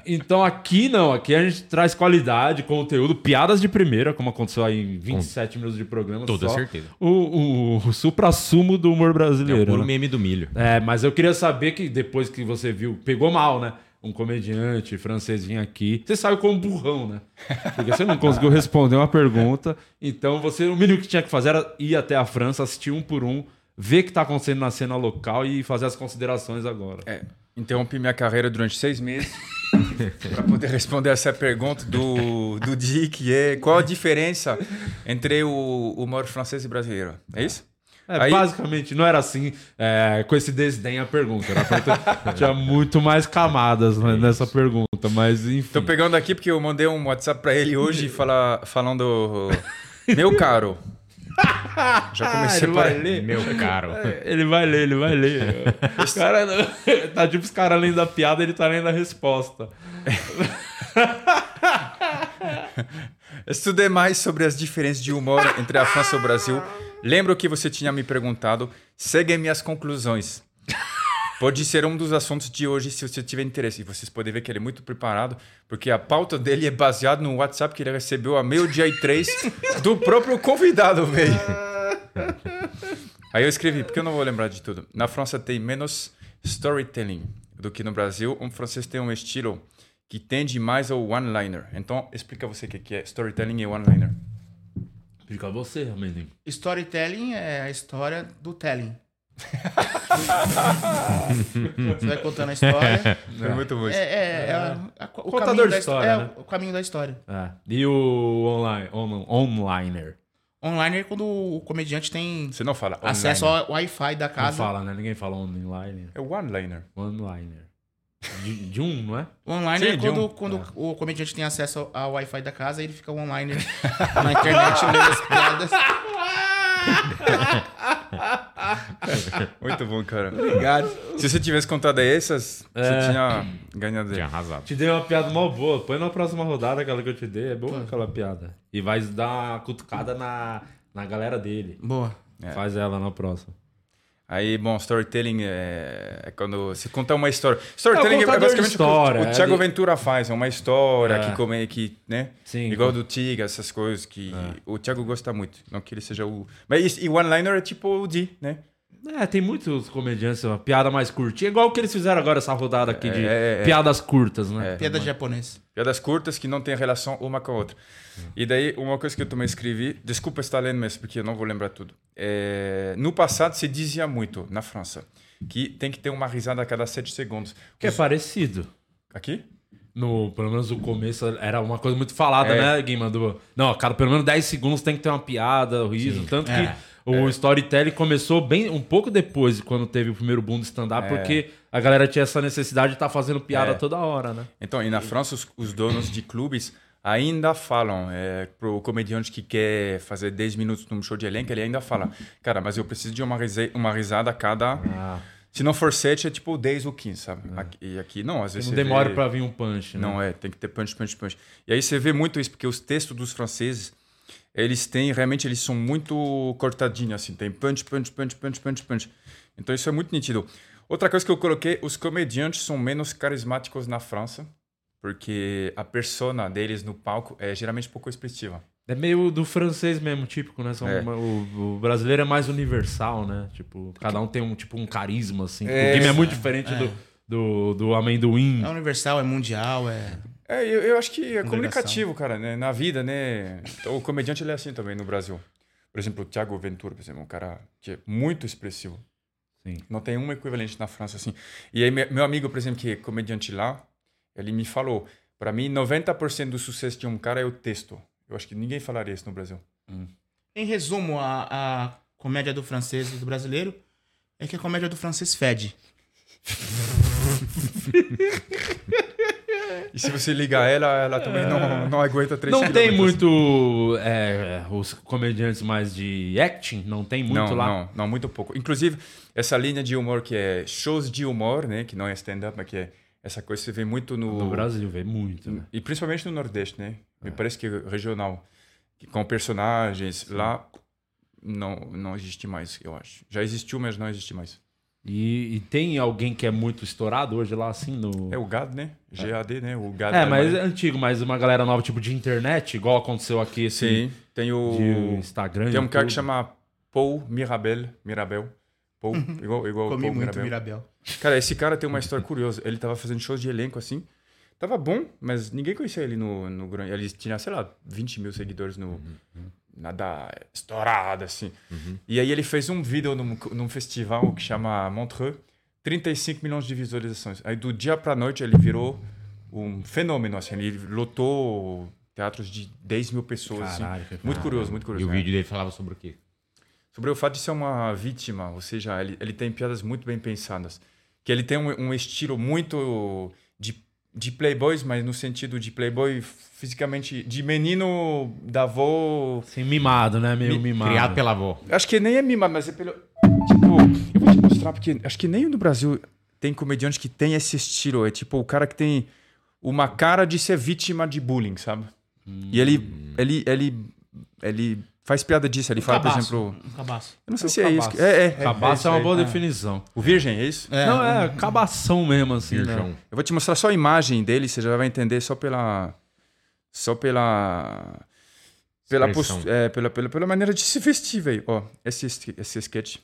então aqui não, aqui a gente traz qualidade, conteúdo, piadas de primeira, como aconteceu aí em 27 minutos de programa. toda só. é certeza. O, o, o supra-sumo do humor brasileiro. É o puro né? meme do milho. É, mas eu queria saber que depois que você viu, pegou mal, né? Um comediante francês vinha aqui. Você saiu como burrão, né? Porque você não conseguiu responder uma pergunta. Então, você, o mínimo que tinha que fazer era ir até a França, assistir um por um, ver o que tá acontecendo na cena local e fazer as considerações agora. É, interrompi minha carreira durante seis meses para poder responder essa pergunta do, do Di, que é qual a diferença entre o humor francês e brasileiro? É isso? É, Basicamente, não era assim, é, com esse desdém a pergunta. Era a pergunta- tinha muito mais camadas né, nessa pergunta, mas enfim. Tô pegando aqui porque eu mandei um WhatsApp para ele hoje fala, falando... Meu caro, Já comecei Ele por vai aí. É ler. Meu caro. É, Ele vai ler, ele vai ler. Os cara, tá tipo os caras lendo a piada, ele tá lendo a resposta. Estudei mais sobre as diferenças de humor entre a França e o Brasil. Lembro que você tinha me perguntado. Seguem minhas conclusões. Pode ser um dos assuntos de hoje se você tiver interesse. E vocês podem ver que ele é muito preparado, porque a pauta dele é baseada no WhatsApp que ele recebeu a meio-dia e três do próprio convidado, velho. Aí eu escrevi, porque eu não vou lembrar de tudo. Na França tem menos storytelling do que no Brasil. Um francês tem um estilo que tende mais ao one-liner. Então, explica você o que que é storytelling e one-liner. Explica você, Armandinho. Storytelling é a história do telling. Você vai contando a história. É muito bom É, isso. é, é a- a- o Contador caminho de da história, É né? o caminho da história. Ah, E o online, on- onliner? Online é quando o comediante tem Você não fala online. acesso ao Wi-Fi da casa. Não fala, né? Ninguém fala online. É one-liner. One-liner. De, de um, não é? O online Sim, é de quando, um. quando É. o comediante tem acesso ao Wi-Fi da casa e ele fica online na internet lendo as piadas. Muito bom, cara. Ah, Obrigado. Se você tivesse contado essas, É. você tinha ganhado. Tinha arrasado. Te dei uma piada mó boa. Põe na próxima rodada aquela que eu te dei. É boa aquela piada. E vai dar uma cutucada na, na galera dele. Boa. É. Faz ela na próxima. Aí, bom, storytelling é é quando você conta uma história. Storytelling é, um contador de basicamente história, o que o é Thiago de- Ventura faz, é uma história É. que come, que, né? Sim. É. Igual do Tiga, essas coisas que o Thiago gosta muito. Não que ele seja o. Mas isso- e one-liner é tipo o D, né? É, tem muitos comediantes, uma piada mais curtinha, igual o que eles fizeram agora essa rodada aqui de É, é, é. piadas curtas, né? É. Piada japonesa. Piadas curtas que não têm relação uma com a outra. Hum. E daí, uma coisa que eu também escrevi, desculpa estar lendo, mas porque eu não vou lembrar tudo. É, no passado, se dizia muito, na França, que tem que ter uma risada a cada sete segundos. Que é parecido. Aqui? No, pelo menos o começo era uma coisa muito falada, É. né, Guima? Do, não, cara, pelo menos 10 segundos tem que ter uma piada, o riso. Sim. Tanto É. que o storytelling começou bem um pouco depois, quando teve o primeiro boom do stand-up, É. porque a galera tinha essa necessidade de estar fazendo piada É. toda hora, né? Então, e na França, os, os donos de clubes ainda falam é, para o comediante que quer fazer 10 minutos num show de elenco, ele ainda fala, cara, mas eu preciso de uma, risa- uma risada a cada... Ah. Se não for 7, é tipo 10 ou 15, sabe? Aqui- e aqui não, às Que É. vezes não você demore pra vir um punch, né? Não é, tem que ter punch, punch, punch. E aí você vê muito isso, porque os textos dos franceses, eles têm, realmente, eles são muito cortadinhos, assim. Tem punch, punch, punch, punch, punch, punch. Então isso é muito nítido. Outra coisa que eu coloquei, os comediantes são menos carismáticos na França, porque a persona deles no palco é geralmente pouco expressiva. É meio do francês mesmo, típico, né? São É. uma- o, o brasileiro é mais universal, né? Tipo, cada um tem um tipo um carisma, assim. É. o game é muito diferente É. do, do, do amendoim. É universal, é mundial, é. É, eu, eu acho que é Congregação. comunicativo, cara, né? Na vida, né? Então, o comediante ele é assim também no Brasil. Por exemplo, o Thiago Ventura, por exemplo, um cara que é muito expressivo. Sim. Não tem um equivalente na França assim. E aí, me- meu amigo, por exemplo, que é comediante lá, ele me falou: para mim, 90% do sucesso de um cara é o texto. Eu acho que ninguém falaria isso no Brasil. Em resumo, a, a comédia do francês e do brasileiro é que a comédia do francês fede. E se você ligar ela, ela também não, não aguenta três É. Não tem quilômetros. assim. muito. é, é, os comediantes mais de acting, não tem muito não, lá. Não, não, muito pouco. Inclusive, essa linha de humor que é shows de humor, né? Que não é stand-up, mas que é essa coisa que você vê muito no... No Brasil, vê muito, né? E principalmente no Nordeste, né? Me parece que é regional. que Com personagens lá, não, não existe mais, eu acho. Já existiu, mas não existe mais. E, e tem alguém que é muito estourado hoje lá, assim, no. É o GAD, né? GAD, né? O GAD. É, mas é antigo, mas uma galera nova, tipo de internet, igual aconteceu aqui, assim. Sim, tem o... de Instagram. Tem um cara YouTube. que chama Paul Mirabel. Mirabel. Paul, Uhum. igual, igual Comi Paul muito Mirabel. Cara, esse cara tem uma história curiosa. Ele tava fazendo shows de elenco assim. Tava bom, mas ninguém conhecia ele no, no grande. Ele tinha, sei lá, 20 mil seguidores no. Uhum, Nada estourado assim. E aí ele fez um vídeo num, num festival que chama Montreux. 35 milhões de visualizações. Aí do dia pra noite ele virou um fenômeno, assim. Ele lotou teatros de 10 mil pessoas, assim. Caralho, que Muito foda. curioso, muito E curioso. o né? vídeo dele falava sobre o quê? Sobre o fato de ser uma vítima, ou seja, ele, ele tem piadas muito bem pensadas. Que ele tem um, um estilo muito de, de playboys, mas no sentido de playboy fisicamente de menino da avó. Assim, Sim, mimado, né? Meio mimado. Criado pela avó. Acho que nem é mimado, mas é pelo. Tipo, eu vou te mostrar, porque acho que nem no Brasil tem comediante que tem esse estilo. É tipo o cara que tem uma cara de ser vítima de bullying, sabe? E ele, ele, ele, ele faz piada disso. Ele fala, por cabaço, exemplo. um cabaço. Eu não sei É o se é isso. cabaço. que- É, é. Cabaço isso é uma aí. boa definição. O virgem, é isso? Não, é cabação mesmo, assim. né? Não. Eu vou te mostrar só a imagem dele, você já vai entender só pela. Só pela. Pela, Expressão. postu- é, pela, pela, pela maneira de se vestir, velho. Ó, esse, sk- esse sketch.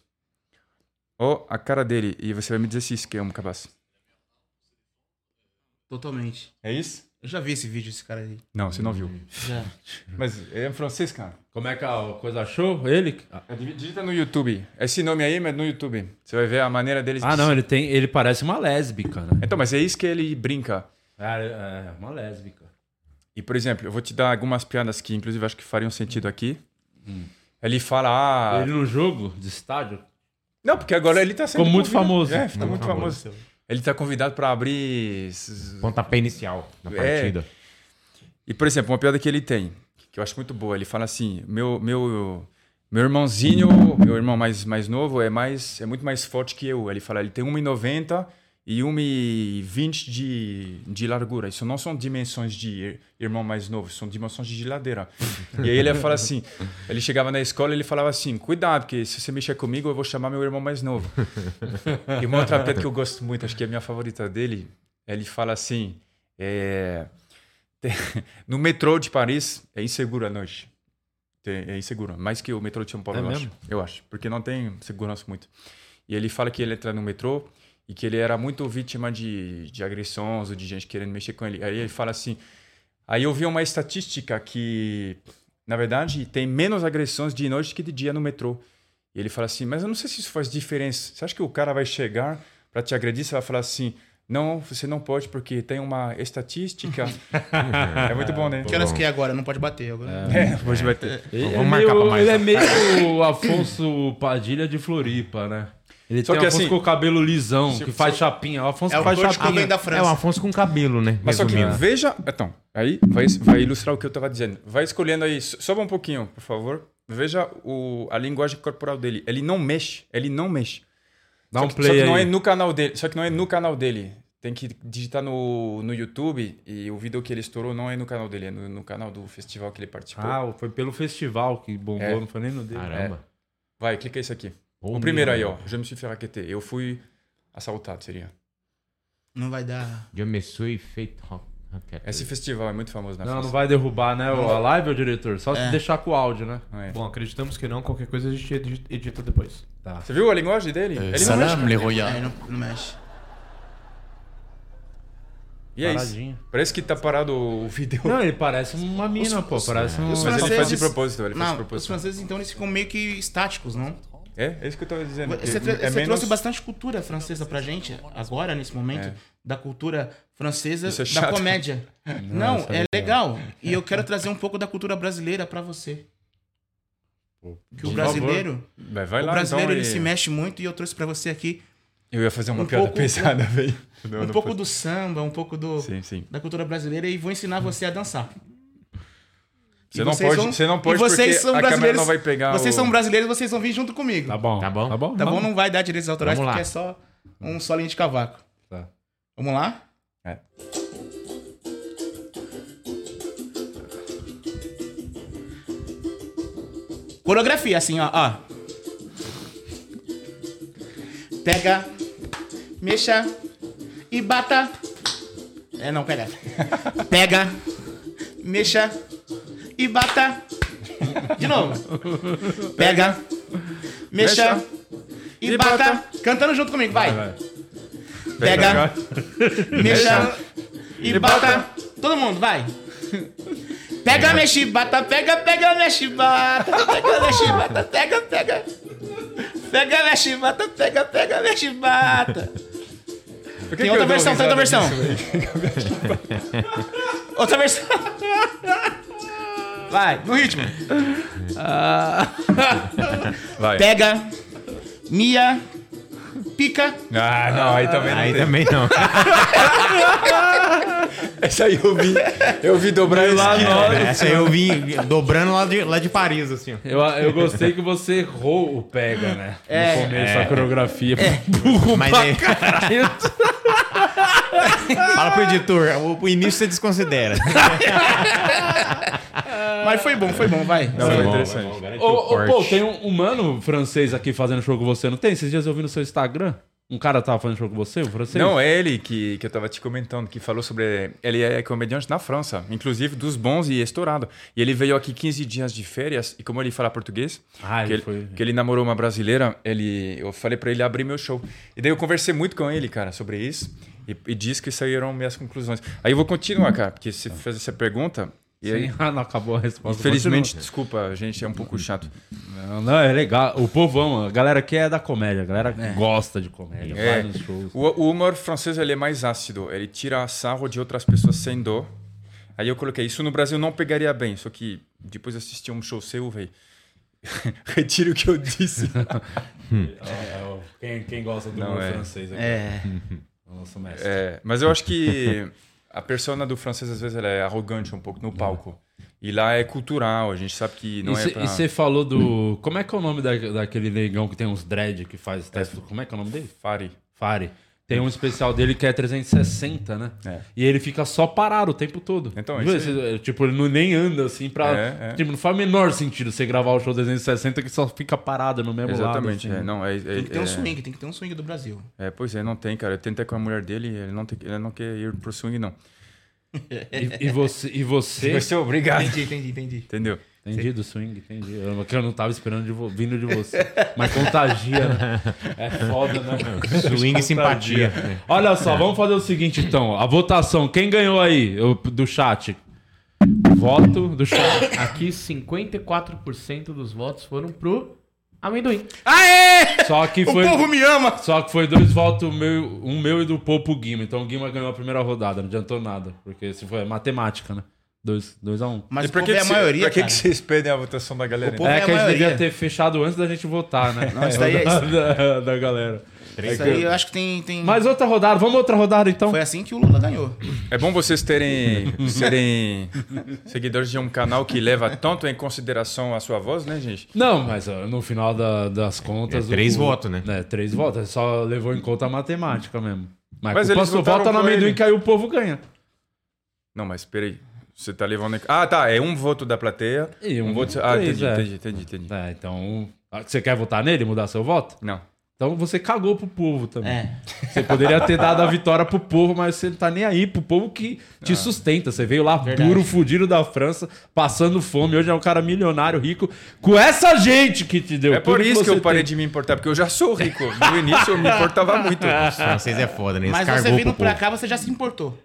Ó, a cara dele. E você vai me dizer se isso que é um cabaço. Totalmente. É isso? Eu já vi esse vídeo, esse cara aí. Não, você não viu. Hum. Já. Mas é em francês, cara. É, Como é que a coisa achou? Ele? Digita no YouTube. Esse nome aí, mas no YouTube. Você vai ver a maneira dele Ah, não, ele tem. Ele parece uma lésbica, né? Então, mas é isso que ele brinca. É, é uma lésbica. E, por exemplo, eu vou te dar algumas piadas que, inclusive, acho que fariam sentido aqui. Ele fala. ah, Ele no jogo de estádio? Não, porque agora ele tá sendo. Ficou muito convidado. famoso. É, ficou muito Muito famoso. Ele tá convidado pra abrir. esses- Pontapé inicial na É. partida. E, por exemplo, uma piada que ele tem, que eu acho muito boa, ele fala assim: meu, meu, meu irmãozinho, meu irmão mais, mais novo, é, mais, é muito mais forte que eu. Ele fala: ele tem 1,90 e 1,20 de, de largura. Isso não são dimensões de ir- irmão mais novo, são dimensões de geladeira. e aí ele fala assim: ele chegava na escola e ele falava assim: cuidado, porque se você mexer comigo, eu vou chamar meu irmão mais novo. e uma outra piada que eu gosto muito, acho que é a minha favorita dele, ele fala assim. É, tem- no metrô de Paris é inseguro à noite. Tem- É inseguro, mais que o metrô de São Paulo, É eu, acho, mesmo? eu acho. Porque não tem segurança muito. E ele fala que ele entra no metrô e que ele era muito vítima de, de agressões ou de gente querendo mexer com ele. Aí ele fala assim. Aí eu vi uma estatística que, na verdade, tem menos agressões de noite que de dia no metrô. E ele fala assim, mas eu não sei se isso faz diferença. Você acha que o cara vai chegar para te agredir? Você vai falar assim, não, você não pode porque tem uma estatística. é muito bom, né? Que horas que é agora? Não pode bater agora. É, hoje vai ter. Ele, Vamos é marcar meio, pra mais ele é um. meio Afonso Padilha de Floripa, né? Ele Só tem que um Afonso assim- com o cabelo lisão, Se- que faz se- chapinha. O Afonso É que o faz Kurt Cobain chapinha. da É o França. Afonso com cabelo, né? Mas só que Resumindo. veja. Então, aí vai, vai ilustrar o que eu tava dizendo. Vai escolhendo aí, so- sobe um pouquinho, por favor. Veja o, a linguagem corporal dele. Ele não mexe, ele não mexe. Dá só um que, play só que não aí. é no canal dele. Só que não é no canal dele. Tem que digitar no, no YouTube e o vídeo que ele estourou não é no canal dele, é no, no canal do festival que ele participou. Ah, foi pelo festival que bombou, É. não foi nem no dele. Caramba. Vai, clica isso aqui. Ô, o primeiro aí, meu. ó. Je me suis fait raqueter. Eu fui assaltado, seria. Não vai dar. Já começou e feito. Esse festival é muito famoso na Não, França. não vai derrubar, né? A live, o diretor? Só se deixar com o áudio, né? É. Bom, acreditamos que não. Qualquer coisa a gente edi- edita depois. Você viu a linguagem dele? ele não mexe. Salam, les É, royas. não, não mexe. E é isso. Paradinho. Parece que tá parado o vídeo. Não, ele parece uma mina, pô. Parece um... Mas ele faz de propósito, ele faz de Não, os propósito. franceses então eles ficam meio que estáticos, não? É, é isso que eu tava dizendo. que Você, tra- é você menos- trouxe bastante cultura francesa pra gente, agora, nesse momento, da cultura francesa É. Isso é da chato. comédia. Não, é legal. E eu quero trazer um pouco da cultura brasileira pra você. Que o Por brasileiro, Vai, vai o lá, brasileiro então, ele e- se mexe muito e eu trouxe pra você aqui Eu ia fazer uma um piada pouco- pesada, velho. Não, um não pouco pode. do samba, um pouco do, Sim, sim. da cultura brasileira e vou ensinar você a dançar. E Hum. Você não, vocês pode, vão- você não pode e vocês porque são a câmera brasileiros. não vai pegar vocês o... são brasileiros, vocês vão vir junto comigo. Tá bom. Tá bom. Tá bom? Tá bom, não vai dar direitos autorais Vamos lá. porque é só um solinho de cavaco. Tá. Vamos lá? É. Coreografia, assim, ó, ó. Pega, mexa e bata. É, não, pega. Pega, mexa e bata. De novo. Pega, mexa, Mexa e, bata. Cantando junto comigo, vai. Pega, mexa e bata. Todo mundo, vai. Pega, mexe e bata, pega, pega, mexe e bata. Pega, mexe e bata, pega, pega. Pega, mexe e bata, pega, pega, mexe e bata. Por que Tem outra que eu dou versão, tem outra risada versão. disso, velho? Outra versão. Vai, no ritmo. Ah. Vai. Pega, mia, pica. Ah, não, aí também não Aí tem. também não. Essa aí eu vi. Eu vi dobrar Meu lado, esquina. olha. Essa aí eu vim dobrando lá de, lá de Paris, assim. Eu, eu gostei que você errou o pega, né? É. no começo, a É. coreografia. Burro Mas pra aí- caralho. Fala pro editor, o, o início você desconsidera. Mas foi bom, foi bom, vai. é Não, foi interessante. Ô, ô, pô, tem um, um mano francês aqui fazendo show com você, não tem? Esses dias eu vi no seu Instagram. Um cara tava fazendo show com você, um francês? Não, é ele que, que eu estava te comentando, que falou sobre. Ele é comediante na França, inclusive dos bons e estourado. E ele veio aqui 15 dias de férias, e como ele fala português, Ah, que, ele ele, foi- que ele namorou uma brasileira, ele, eu falei para ele abrir meu show. E daí eu conversei muito com ele, cara, sobre isso, e, e disse que saíram minhas conclusões. Aí eu vou continuar, cara, porque você fez essa pergunta. E Sim, aí, ah, não acabou a resposta. Infelizmente, Continua. desculpa, gente, é um pouco chato. Não, não, é legal. O povão, a galera aqui é da comédia, a galera gosta de comédia, É. vai nos shows. O, o humor francês ele é mais ácido, ele tira sarro de outras pessoas sem dor. Aí eu coloquei, isso no Brasil não pegaria bem, só que depois assisti um show seu, velho. Retiro o que eu disse. É, quem, gosta do Não, humor é. francês aqui? É. Nossa, mestre. É, mas eu acho que a persona do francês às vezes ela é arrogante um pouco no palco. E lá é cultural, a gente sabe que não e é pra... você falou do. Como é que é o nome da, daquele negão que tem uns dread que faz teste? Como é que é o nome dele? Fari. Fari. Tem um especial dele que é 360, né? É. E ele fica só parado o tempo todo. Então, é Viu? isso aí. Esse- Tipo, ele não, nem anda assim pra. É, é. Tipo, não faz o menor sentido você gravar o show 360 que só fica parado no mesmo Exatamente, lado. assim. é, não, é, é, Tem que ter é- um swing, tem que ter um swing do Brasil. É, pois é, não tem, cara. Eu tentei com a mulher dele, ele não, tem, ele não quer ir pro swing, não. E, e você. E você... Gostou? Obrigado. Entendi, entendi, entendi. Entendeu? Entendi do swing, entendi. Eu, que eu não tava esperando de vo- vindo de você. Mas contagia, né? É foda, né? Swing e simpatia. Contagia. Olha só, vamos fazer o seguinte então. A votação, quem ganhou aí eu- do chat? Voto do chat. Aqui 54% dos votos foram pro amendoim. Aê! Só que foi. O povo me ama! Só que foi dois votos, meu, um meu e do Popo Guima. Então o Guima ganhou a primeira rodada, não adiantou nada. Porque se foi é matemática, né? 2 a 1. Um. Mas E o pra povo que, é que a cê- maioria, pra que, cara. que vocês pedem a votação da galera? O então? povo É, é que a a gente devia maioria. ter fechado antes da gente votar, né? Não, isso daí é da, isso. da- da galera. Isso É aí eu acho que tem. tem... Mais outra rodada, vamos outra rodada um- então. Foi assim que o Lula ganhou. É bom vocês terem serem seguidores de um canal que leva tanto em consideração a sua voz, né, gente? Não, mas ó, no final da- das contas. É três o- votos, né? É, três votos. Só levou em conta a matemática mesmo. Mas, Mas culpa é eles sua, votaram vota no com amendoim ele. que aí o povo ganha. Não, mas peraí. Você tá levando. em- Ah, tá. É um voto da plateia. E um voto. de Ah, três, entendi, é. entendi, entendi, entendi. É, então. ah, Você quer votar nele, mudar seu voto? Não. Então você cagou pro povo também. É. Você poderia ter dado a vitória pro povo, mas você não tá nem aí pro povo que te Ah. sustenta. Você veio lá duro, fudido da França, passando fome. Hoje é um cara milionário, rico, com essa gente que te deu. É por tudo isso que eu você parei tem. de me importar, porque eu já sou rico. No início eu me importava muito. Francês é foda, né? Mas você Escargou vindo pro pra povo. cá, você já se importou.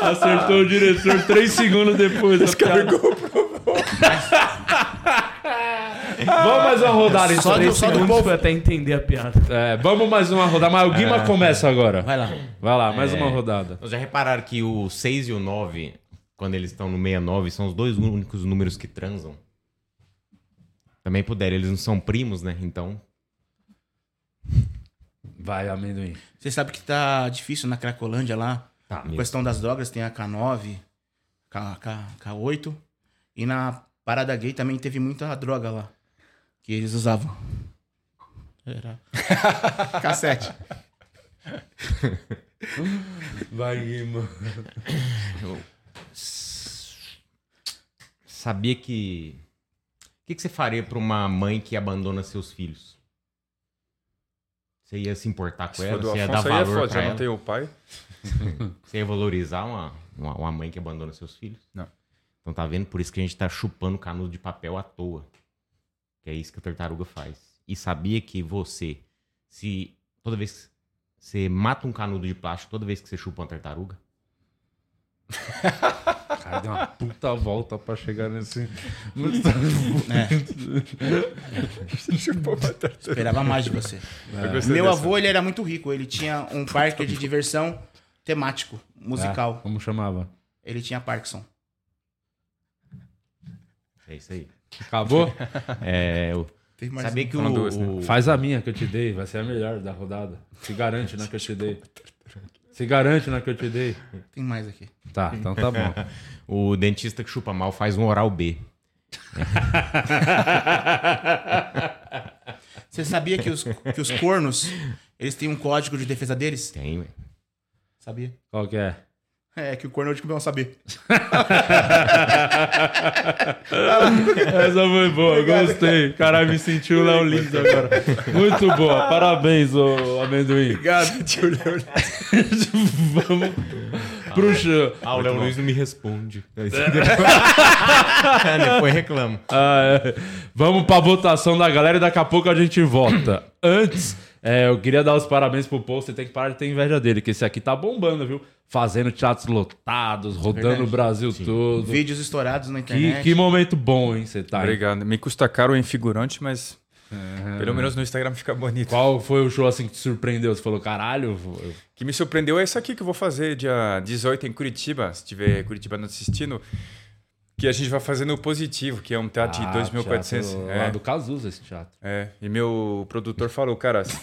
Acertou o diretor três segundos depois. da piada. Vamos mais uma rodada, então. É, Só do, Três só do segundos. povo até entender a piada. É, vamos mais uma rodada, mas o É. Guima começa agora. Vai lá. Vai lá, mais uma rodada. Já repararam que o 6 e o 9, quando eles estão no 69, são os dois únicos números que transam? Também puderam, eles não são primos, né? Então. Vai, amendoim. Você sabe que tá difícil na Cracolândia lá. Tá, A questão das drogas tem a K9, K, K, K8. E na Parada Gay também teve muita droga lá. Que eles usavam. Era. Cassete. Vai, Guima. Sabia que. O que, que você faria pra uma mãe que abandona seus filhos? Você ia se importar com Se ela? for do Você ia dar Afonso, aí é valor foda. pra Já não ela? tem o pai. Você ia valorizar uma, uma, uma mãe que abandona seus filhos? Não. Então tá vendo? Por isso que a gente tá chupando canudo de papel à toa. Que é isso que a tartaruga faz. E sabia que você, se toda vez que você mata um canudo de plástico, toda vez que você chupa uma tartaruga, Cara, deu uma puta volta pra chegar nesse. Esperava mais de você. Eu gostei Meu dessa. avô, ele era muito rico. Ele tinha um parque de diversão temático, musical. Ah. Como chamava? Ele tinha Parkinson. é isso aí. Acabou? É, o- Tem mais Saber um. que o, né? o- Faz a minha que eu te dei, vai ser a melhor da rodada. Se garante na que eu te dei. Se garante na que eu te dei. Tem mais aqui. Tá, então tá bom. o dentista que chupa mal faz um oral B. Você sabia que os, que os cornos, eles têm um código de defesa deles? Tem, velho. Sabia? Qual que é? É, que o corno é o último que vão saber. Essa foi boa, gostei. Caralho, me senti o Léo Lins agora. Muito boa, parabéns, ô amendoim. Obrigado, tio Léo. Vamos pro show. Ah, o Léo Muito bom. Luiz não me responde. É. Depois reclamo. Ah, é. Vamos pra votação da galera e daqui a pouco a gente vota. Antes, é, eu queria dar os parabéns pro post. Você tem que parar de ter inveja dele, que esse aqui tá bombando, viu? Fazendo teatros lotados, rodando Verdade. o Brasil todo. Vídeos estourados na Que, internet. que momento bom, hein, você tá? hein? Obrigado. Me custa caro em figurante, mas pelo menos no Instagram fica bonito. Qual foi o show assim que te surpreendeu? Você falou, caralho, eu- que me surpreendeu é isso aqui que eu vou fazer dia 18 em Curitiba, se tiver Curitiba nos assistindo, que a gente vai fazer no Positivo, que é um teatro Ah, de 2.400. teatro é. lá do Cazuza, esse teatro. É, e meu produtor falou, cara, se-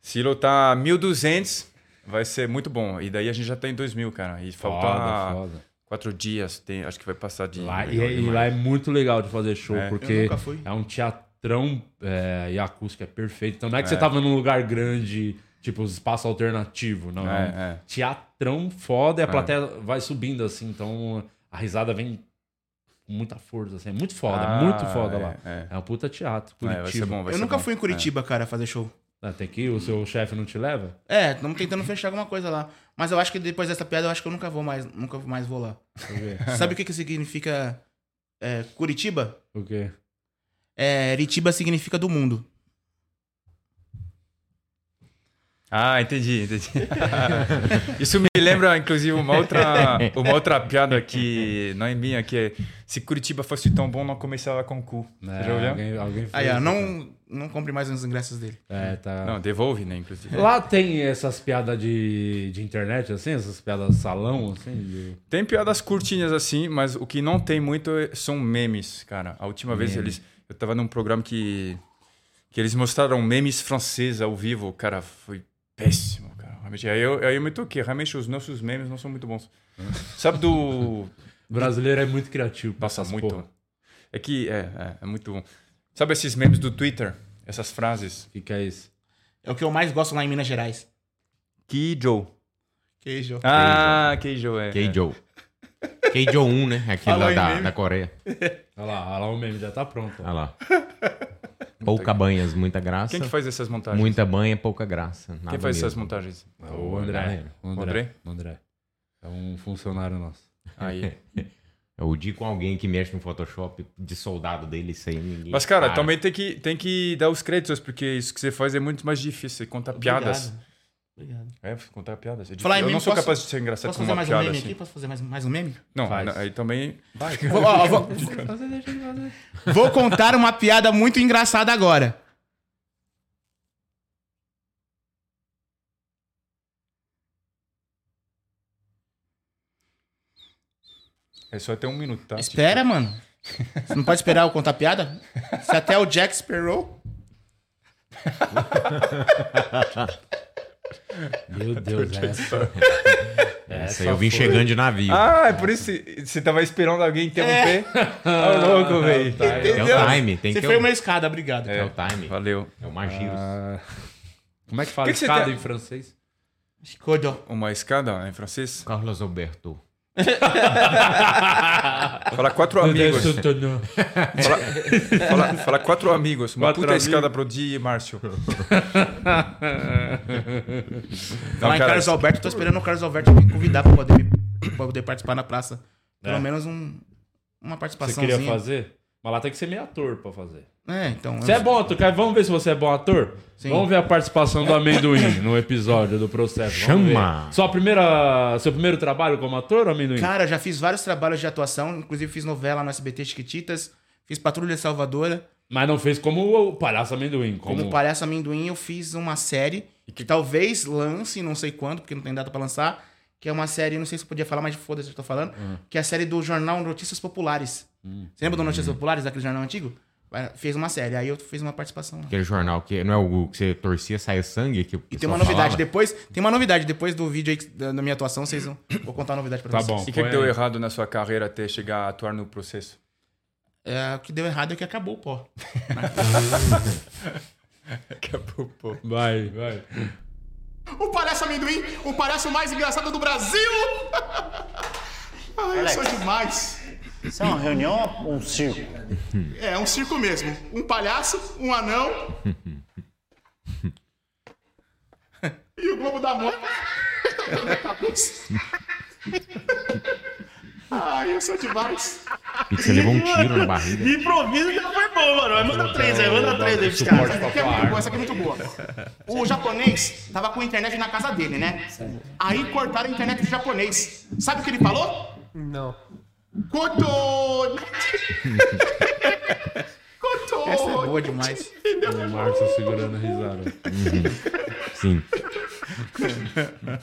se lotar 1.200, vai ser muito bom. E daí a gente já tá em 2.000, cara. E falta Foda, foda. quatro dias, tem, acho que vai passar de... Lá, e, é- e lá é muito legal de fazer show, É. Eu porque nunca fui. é um teatrão é, e a acústica é perfeita. Então não é que É. você tava num lugar grande, tipo, espaço alternativo, não. É, É, um é. teatrão foda e a É. plateia vai subindo, assim. Então a risada vem com muita força, assim. É muito foda, Ah, muito foda é, lá. É. é. um puta teatro, É, vai ser Curitiba. bom, É. vai Eu nunca fui em Curitiba, cara, fazer show. Ah, tem que ir, o seu chefe não te leva? É, estamos tentando fechar alguma coisa lá. Mas eu acho que depois dessa piada, eu acho que eu nunca vou mais, nunca mais vou lá. quê? Sabe o que, que significa é, Curitiba? O quê? É, Eritiba significa do mundo. Ah, entendi, entendi. Isso me lembra, inclusive, uma outra, uma outra piada que não é minha, que é se Curitiba fosse tão bom, não começava com cu. É, Já ouviu? alguém- alguém Aí, ó, não, não compre mais os ingressos dele. É, tá. Não, devolve, né, inclusive. Lá tem essas piadas de, de internet, assim, essas piadas salão, assim. de- Tem piadas curtinhas assim, mas o que não tem muito é- são memes, cara. A última vez Meme. eles, eu tava num programa que que eles mostraram memes franceses ao vivo, cara, foi péssimo, cara. Realmente, aí eu, aí eu me toquei, realmente os nossos memes não são muito bons. Hum? Sabe do O brasileiro é muito criativo, passa muito. É que é, é, é muito bom. Sabe esses memes do Twitter, essas frases? O que, que é isso? É o que eu mais gosto lá em Minas Gerais. Kijo. Queijo. Ah, Keijo é. K-Joe. K-Joe 1, né? Aquele Fala lá aí, da, meme. da Coreia. Olha lá, olha lá o meme, já tá pronto. ó. Olha lá. Pouca banhas, muita graça. Quem que faz essas montagens? Muita banha, pouca graça. Nada Quem faz essas mesmo. montagens? É O André. O André. André? o André. É um funcionário nosso. Aí. É o dia com alguém que mexe no Photoshop de soldado dele sem ninguém. Mas, cara, para. também tem que, tem que dar os créditos, porque isso que você faz é muito mais difícil. Você conta piadas. Obrigado. É, contar piadas. É difícil. Falar em eu meme, não sou posso- capaz de ser engraçado Posso com fazer uma mais um piada meme assim. aqui? Posso fazer mais, mais um meme? Não, não, aí também. Vai, cara. Vou, ó, vou- vou contar uma piada muito engraçada agora. É só até um minuto, tá? Espera, mano. Você não pode esperar eu contar piada? Se até o Jack esperou. Meu Deus, essa. Essa eu vim chegando de navio. Ah, é por isso que você tava esperando alguém interromper? Ah, tá. louco, velho. É o time. Tem que Você Então- foi ter uma escada, obrigado. É o time. Valeu. É o Magiros. Como é que fala Que que você escada tem- em francês? Escodo. Então, Uma escada em francês? Carlos Alberto. Fala quatro Meu amigos. Deus, Antônio. Fala, fala- fala quatro amigos. Uma Quatro puta amigos. escada pro Di e Márcio. Falar em cara, Carlos Alberto, tô esperando o Carlos Alberto me convidar pra poder, me- pra poder participar na praça. Pelo É. menos um, uma Você participaçãozinha. queria fazer? Mas lá tem que ser meio ator pra fazer. É, então. Você eu- é bom ator? Quer- Vamos ver se você é bom ator? Vamos ver a participação do amendoim no episódio do processo. Vamos Chama. ver. Sua primeira, seu primeiro trabalho como ator, amendoim? Cara, já fiz vários trabalhos de atuação, inclusive fiz novela no SBT Chiquititas, fiz Patrulha Salvadora, Mas não fez como o palhaço amendoim. Como, como Palhaço Amendoim eu fiz uma série que talvez lance, não sei quando, porque não tem data pra lançar, que é uma série, não sei se eu podia falar, mas foda-se eu tô falando, que é a série do jornal Notícias Populares. Você lembra do Notícias Populares, daquele jornal antigo? Era- Fez uma série, aí eu fiz uma participação lá. Aquele jornal que não é o que você torcia, saia sangue. Que E tem uma novidade depois. Tem uma novidade depois do vídeo aí que- da, da minha atuação, vocês vão. Vou contar a novidade pra Tá vocês. bom. E o que, que deu errado na sua carreira até chegar a atuar no processo? É, o que deu errado é que acabou o pó. Acabou, pô. Vai, vai. o palhaço amendoim, o palhaço mais engraçado do Brasil! Ai, eu Alex. sou demais. Isso é uma reunião ou um circo? É, um circo mesmo. Um palhaço, um anão e o Globo da Morte. Ai, eu sou demais. Pizza levou um tiro na barriga. Improviso já foi bom, mano. Vai mandar três aí, manda três aí, Essa cara. aqui é muito boa, essa aqui é muito boa. O japonês tava com internet na casa dele, né? Aí cortaram a internet do japonês. Sabe o que ele falou? Não. Cortou! Cortou! Essa é boa demais. Hum. O Márcio segurando a risada. Sim.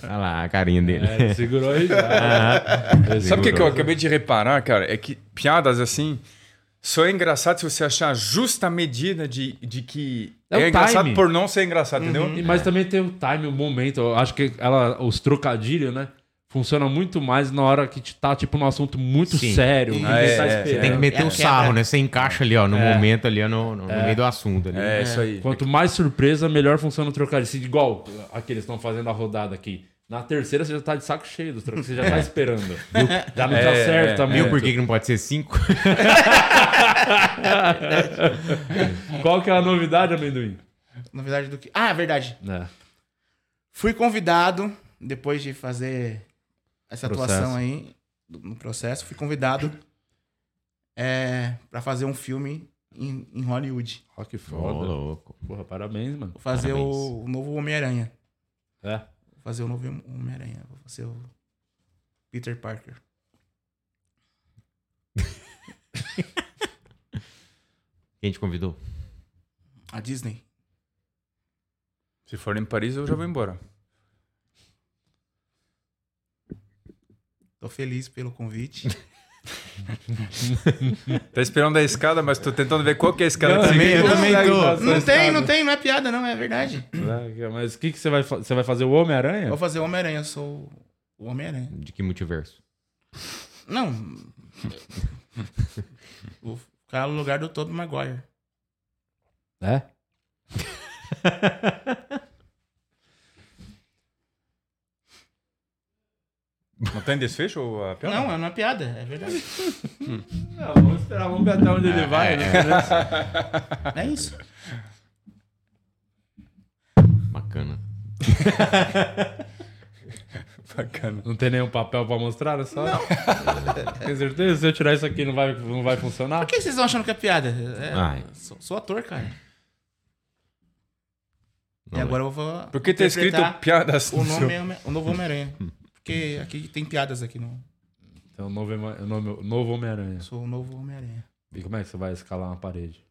Olha lá a carinha dele. É, ele segurou a risada. Aham. Ele Sabe o que, que eu segurou. acabei de reparar, cara? É que piadas assim só é engraçado se você achar a justa medida de, de que É é, o engraçado time. Uhum. por não ser engraçado, E- entendeu? Mas também tem o time, o momento. Eu acho que ela, os trocadilhos, né? Funciona muito mais na hora que te tá, tipo, num assunto muito Sim. sério. Sim. ninguém tá Você esperando. tem que meter o sarro, né? Você encaixa ali, ó, no É. momento ali, ó, no, no- no É. meio do assunto ali. É. Quanto mais surpresa, melhor funciona o trocadilho. Se Igual aqueles estão fazendo a rodada aqui. Na terceira você já tá de saco cheio do trocadilho, você já tá É. esperando. Viu? Já não tá É, certo é, também. Viu por que que não pode ser cinco? Qual que é a novidade, amendoim? Novidade do que? Ah, verdade. É. Fui convidado, depois de fazer essa Processo. atuação aí, do- no processo, fui convidado é, para fazer um filme em, em Hollywood. Ó, que foda. Ô, louco. Porra, parabéns, mano. Vou fazer Parabéns. o, o novo Homem-Aranha. É? Vou fazer o novo Homem-Aranha. Vou fazer o Peter Parker. Quem te convidou? A Disney. Se for em Paris, eu já vou embora. Tô feliz pelo convite. tá esperando a escada, mas tô tentando ver qual que é a escada. de seguir. Não tem, não tem, não é piada, não, é verdade. É, Mas o que, que você vai fazer? Você vai fazer o É. Homem-Aranha? Vou fazer o Homem-Aranha, eu sou o Homem-Aranha. De que multiverso? Não. Vou ficar no lugar do Tobey Maguire. É? Não tem desfecho ou a piada? Não, é uma piada, é verdade. Não, Ah, vamos esperar, vamos ver até onde ele é. vai, né? É isso. Bacana. Bacana. Não tem nenhum papel pra mostrar, é só? Não. Tem certeza? Se eu tirar isso aqui, não vai, não vai funcionar? Por que vocês estão achando que é piada? É, Ah. Ai. sou, sou ator, cara. Não, e agora é. eu vou. Por que tá escrito interpretar piadas O, no nome seu- é Home- o novo Homem-Aranha. Porque aqui tem piadas aqui no. Então, o novo, Ema- o nome- o novo Homem-Aranha. Sou o novo Homem-Aranha. E como é que você vai escalar uma parede?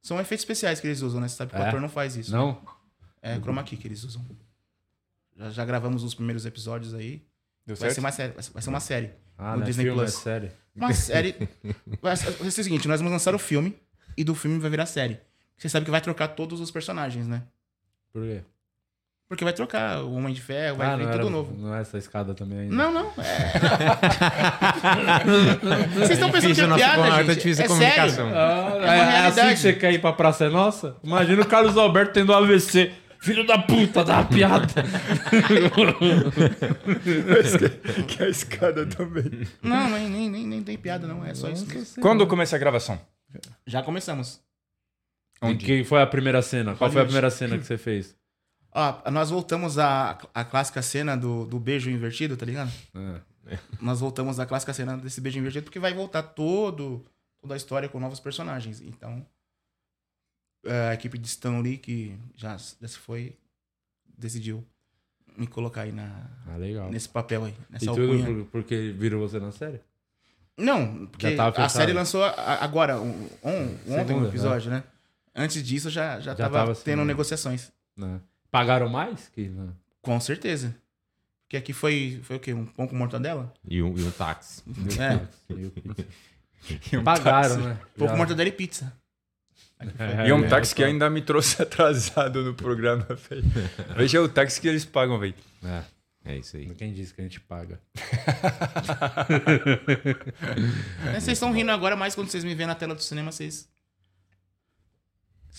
São efeitos especiais que eles usam, né? Você sabe que É? o ator não faz isso. Não? É chroma key que eles usam. Já, já gravamos os primeiros episódios aí. Deu vai certo? ser uma série. Vai ser- vai ser uma série. Ah, no não é Disney filme, Plus. é série. Uma série. Vai ser vai ser o seguinte: nós vamos lançar o filme e do filme vai virar série. Você sabe que vai trocar todos os personagens, né? Por quê? Ah, Porque vai trocar o Homem de Ferro, vai vir não tudo era- novo. Não é essa escada também ainda. Não, não. É... Vocês estão pensando que Difícil a é nossa piada, com- gente. difícil a é comunicação. sério. Ah, é uma é assim que realidade. você quer ir pra Praça é Nossa? Imagina o Carlos Alberto tendo um AVC. Filho da puta, da piada. que a escada também. Não, nem, nem, nem, nem tem piada, não. É só isso. mesmo. Quando começa a gravação? Já começamos. E que foi a primeira cena? Qual foi a Hollywood. primeira cena que você fez? Ó, nós voltamos à, à clássica cena do, do beijo invertido, tá ligado? É. Nós voltamos à clássica cena desse beijo invertido, porque vai voltar todo, toda a história com novos personagens. Então, é, a equipe de Stan Lee, que já, já se foi, decidiu me colocar aí na, Ah, legal. nesse papel aí, nessa e alcunha. tudo por- porque virou você na série? Não, porque Já tava a fechado. É, série lançou a- a- agora, um- um- ontem um Segunda, episódio, né? Antes disso, eu já, já, Já tava, tava tendo assim, negociações. Né? Pagaram mais? Que, né? Com certeza. Porque aqui foi, foi o quê? Um pão com mortadela? E um, e um táxi. É. Pagaram, né? Já. Pão né? com mortadela e pizza. E é um táxi que ainda me trouxe atrasado no programa, velho. Veja o táxi que eles pagam, velho. É, é isso aí. Quem disse que a gente paga? É, Né, Vocês estão rindo agora, mas quando vocês me veem na tela do cinema, vocês.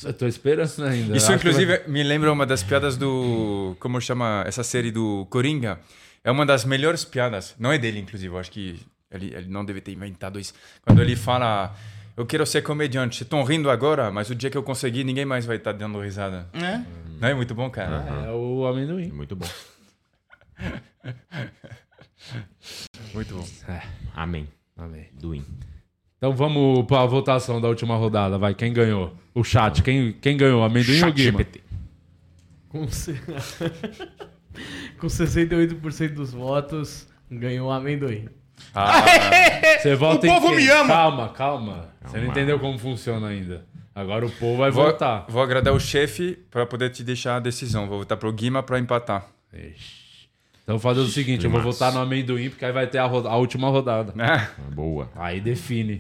Eu tô esperando né, ainda. Isso, Acho que vai- inclusive, é- me lembra uma das piadas do. Como chama essa série do Coringa? É uma das melhores piadas. Não é dele, inclusive. Eu acho que ele, ele não deve ter inventado isso. Quando ele fala. Eu quero ser comediante. Estão rindo agora, mas o dia que eu conseguir, ninguém mais vai estar dando risada. É. Não é muito bom, cara? É, é o amendoim. Muito bom. Muito bom. É. Amém. Amém. Doim. Então vamos pra votação da última rodada, vai. Quem ganhou? O chat. Quem, quem ganhou? Amendoim Chat ou Guima? GPT. Com, se- Com 68% dos votos, ganhou o amendoim. Você vota em quem? Calma, calma. Você não Calma. entendeu como funciona ainda. Agora o povo vai votar. Vou, vou agradar o chefe pra poder te deixar a decisão. Vou votar pro Guima pra empatar. Então vou fazer o seguinte, eu vou votar no amendoim, porque aí vai ter a, ro- a última rodada. Ah, Boa. Aí define.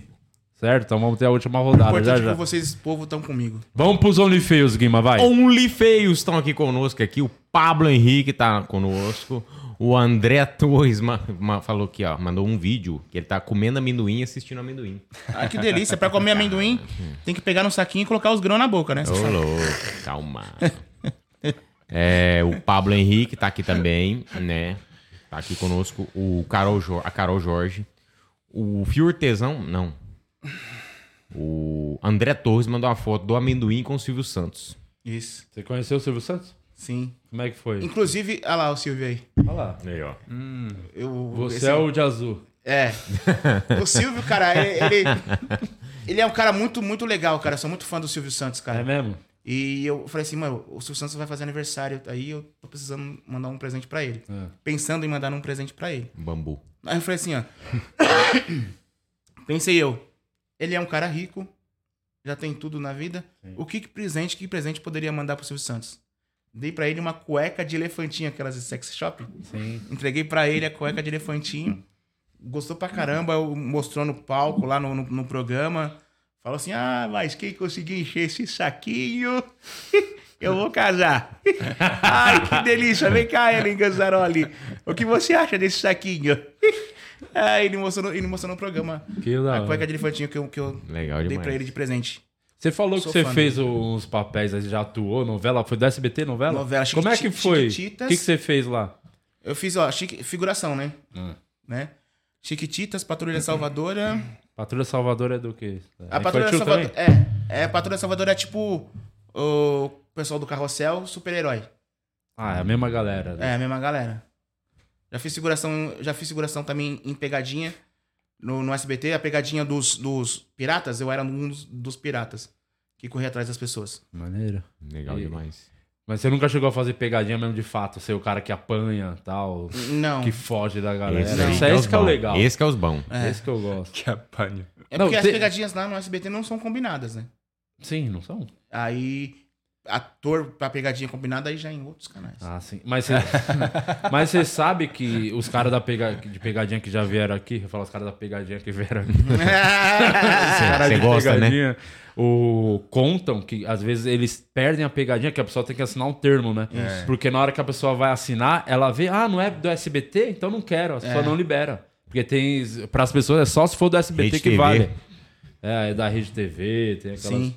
Certo? Então vamos ter a última rodada. Já, Importante já. que vocês, povo, estão comigo. Vamos pros OnlyFeios, Guima, vai. Only Feios estão aqui conosco aqui. O Pablo Henrique tá conosco. O André Torres ma- ma- falou aqui, ó. Mandou um vídeo que ele tá comendo amendoim e assistindo amendoim. Ah, que delícia. Pra comer amendoim, tem que pegar no saquinho e colocar os grãos na boca, né? Você Ô, sabe. louco, calma. É, o Pablo Henrique tá aqui também, né? Tá aqui conosco. O Carol, Jo- a Carol Jorge. O Fior Tesão, não. O André Torres mandou uma foto do amendoim com o Silvio Santos. Isso. Você conheceu o Silvio Santos? Sim. Como é que foi? Inclusive, olha lá o Silvio aí. Olha lá. Aí, ó. Eu, Você esse- é o de azul. É. O Silvio, cara, ele, ele, ele é um cara muito, muito legal, cara. Eu sou muito fã do Silvio Santos, cara. É mesmo? E eu falei assim, mano, o Silvio Santos vai fazer aniversário, aí eu tô precisando mandar um presente pra ele. É. Pensando em mandar um presente pra ele. Bambu. Aí eu falei assim, ó. Pensei eu, ele é um cara rico, já tem tudo na vida. O que, que presente, que presente poderia mandar pro Silvio Santos? Dei pra ele uma cueca de elefantinho, aquelas de sex shop. Sim. Entreguei pra ele a cueca de elefantinho. Gostou pra caramba, eu- mostrou no palco lá no, no, no programa. Falou assim: ah, mas quem conseguir encher esse saquinho, eu vou casar. Ai, que delícia! Vem cá, Ellen Ganzaroli. O que você acha desse saquinho? Ah, ele mostrou, ele mostrou no programa. Que da a hora. cueca de elefantinho que eu, que eu Legal dei demais. pra ele de presente. Você falou Sou que você fã fez uns papéis, aí, já atuou, novela? Foi do SBT, novela? Novela, Como é Chiqui- que foi? O que, Chiquititas. que você fez lá? Eu fiz, ó, chique- figuração, né? Ah. né? Chiquititas, Patrulha Salvadora. Patrulha Salvador é do quê? É A Patrulha infantil Salvador. também? É, é, a Patrulha Salvador é tipo o pessoal do carrossel, super-herói. Ah, é a mesma galera. né? É, a mesma galera. Já fiz figuração, já fiz figuração também em pegadinha no, no SBT, a pegadinha dos, dos piratas, eu era um dos, dos piratas que corria atrás das pessoas. Maneiro. Legal E- demais. Mas você nunca chegou a fazer pegadinha mesmo de fato, ser o cara que apanha tal. Não. Que foge da galera. Esse aí Isso que é é os esse que é o bons. legal. Esse que é os bons. É. Esse que eu gosto. Que apanho. É Não, porque te- as pegadinhas lá no SBT não são combinadas, né? Sim, não são? Aí ator pra pegadinha combinada aí já é em outros canais. Ah, sim. Mas você, mas você sabe que os caras da pega, de pegadinha que já vieram aqui, eu falo os caras da pegadinha que vieram aqui. os caras Você de gosta, né? pegadinha, o, contam que às vezes eles perdem a pegadinha, que a pessoa tem que assinar um termo, né? Isso. Porque na hora que a pessoa vai assinar, ela vê, ah, não é do SBT? Então não quero, a pessoa É. não libera. Porque tem. Para as pessoas é só se for do SBT Rede que TV. vale. É, é da Rede TV, tem aquelas. Sim.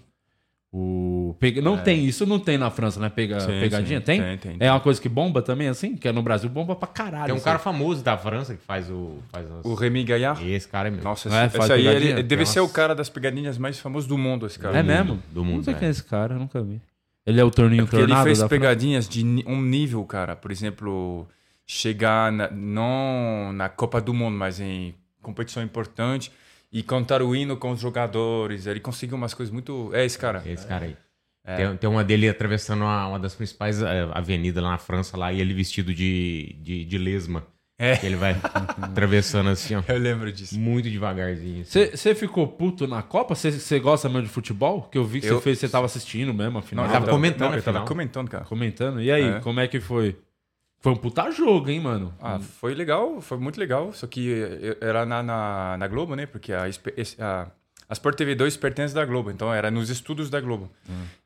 O pega- Não tem, isso não tem na França, né? Pega... É. Sim, Pegadinha? sim. Tem? Tem, tem, É uma coisa que bomba também, assim? Que é no Brasil bomba pra caralho. assim. Tem um isso cara aí. famoso da França que faz o. Faz as- O Remy Gaillard? Esse cara é meu. Nossa, É, esse faz aí pegadinha? ele deve Nossa. ser o cara das pegadinhas mais famoso do mundo, esse cara. É mesmo? Do mundo, Não sei é. quem é esse cara, eu nunca vi. Ele é o torninho Porque ele tornado fez da França? pegadinhas de ni- um nível, cara. Por exemplo, chegar na- não na Copa do Mundo, mas em competição importante e cantar o hino com os jogadores. Ele conseguiu umas coisas muito. É esse cara. Esse cara aí. É. Tem, tem uma dele atravessando uma, uma das principais eh, avenidas lá na França, lá, e ele vestido de, de, de lesma. É. Que ele vai atravessando assim, ó. Eu lembro disso. Muito devagarzinho. assim. Você você ficou puto na Copa? Você- Você gosta mesmo de futebol? Que eu vi que você Eu- fez, você tava assistindo mesmo, afinal. eu tava comentando eu a tava final. comentando, cara. Comentando. E aí, É. como é que foi? Foi um puta jogo, hein, mano? Ah, eh, foi legal, foi muito legal. Só que eh, era na, na, na Globo, né? Porque a, espe- es- a, A Sport TV 2 pertence da Globo, então era nos estudos da Globo.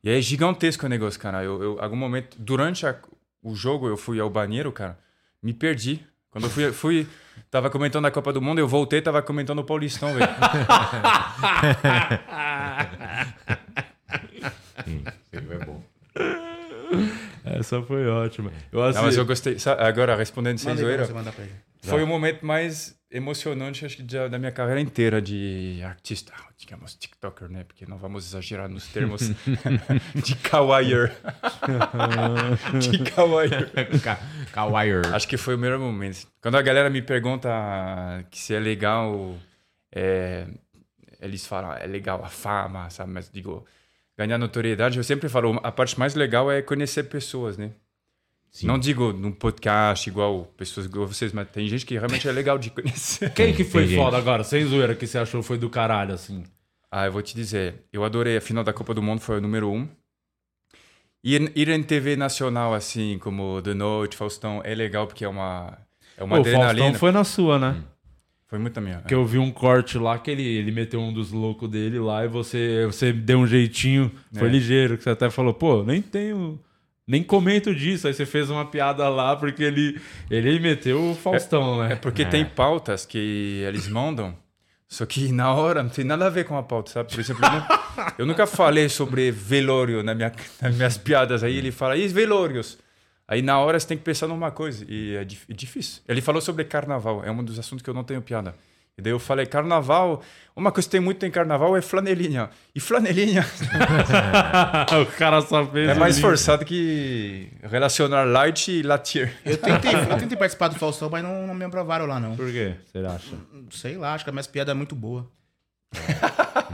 E é gigantesco o negócio, cara. Eu, eu algum momento, durante a- o jogo, eu fui ao banheiro, cara, me perdi. Quando eu fui, fui, tava comentando a Copa do Mundo, eu voltei, tava comentando o Paulistão, velho. é bom. Essa foi ótima. Eu Não, mas assi- eu gostei. Sa- Agora, respondendo sem Manda aí pra zoeira, você mandar pra ele. foi Tá. o momento mais emocionante, acho que, da da minha carreira inteira de artista, digamos, TikToker, né? Porque não vamos exagerar nos termos de kawaiier. de kawaiier. Ka- kawaiier. Acho que foi o melhor momento. Quando a galera me pergunta que se é legal, é, eles falam, é legal a fama, sabe? Mas digo, ganhar notoriedade, eu sempre falo, a parte mais legal é conhecer pessoas, né? Não digo num podcast igual pessoas igual vocês, mas tem gente que realmente é legal de conhecer. Quem que foi foda agora, sem zoeira, que você achou foi do caralho, assim? Ah, eu vou te dizer, eu adorei a final da Copa do Mundo, foi o número um. Ir, ir em TV nacional, assim, como The Noite, Faustão, é legal porque é uma, é uma Pô, o adrenalina. Hum. Faustão foi na sua, né? Foi muito é. a minha. Que eu vi um corte lá que ele, ele meteu um dos loucos dele lá e você, você deu um jeitinho, foi É. ligeiro, que você até falou, pô, nem tenho. Nem comento disso. Aí você fez uma piada lá porque ele, ele meteu o Faustão, é, né? É porque tem pautas que eles mandam, só que na hora não tem nada a ver com a pauta, sabe? Por exemplo, eu, nu- eu nunca falei sobre velório na minha, nas minhas piadas. Aí ele fala, e velórios? Aí na hora você tem que pensar numa coisa, e é, dif- é difícil. Ele falou sobre carnaval, é um dos assuntos que eu não tenho piada. E daí eu falei, carnaval, uma coisa que tem muito em carnaval é flanelinha. E flanelinha... o cara só fez É mais ali. forçado que relacionar light e latir. Eu tentei, eu tentei participar do Faustão, mas não, não me aprovaram lá, não. Por quê? Você acha? Sei lá, acho que a minha piada é muito boa.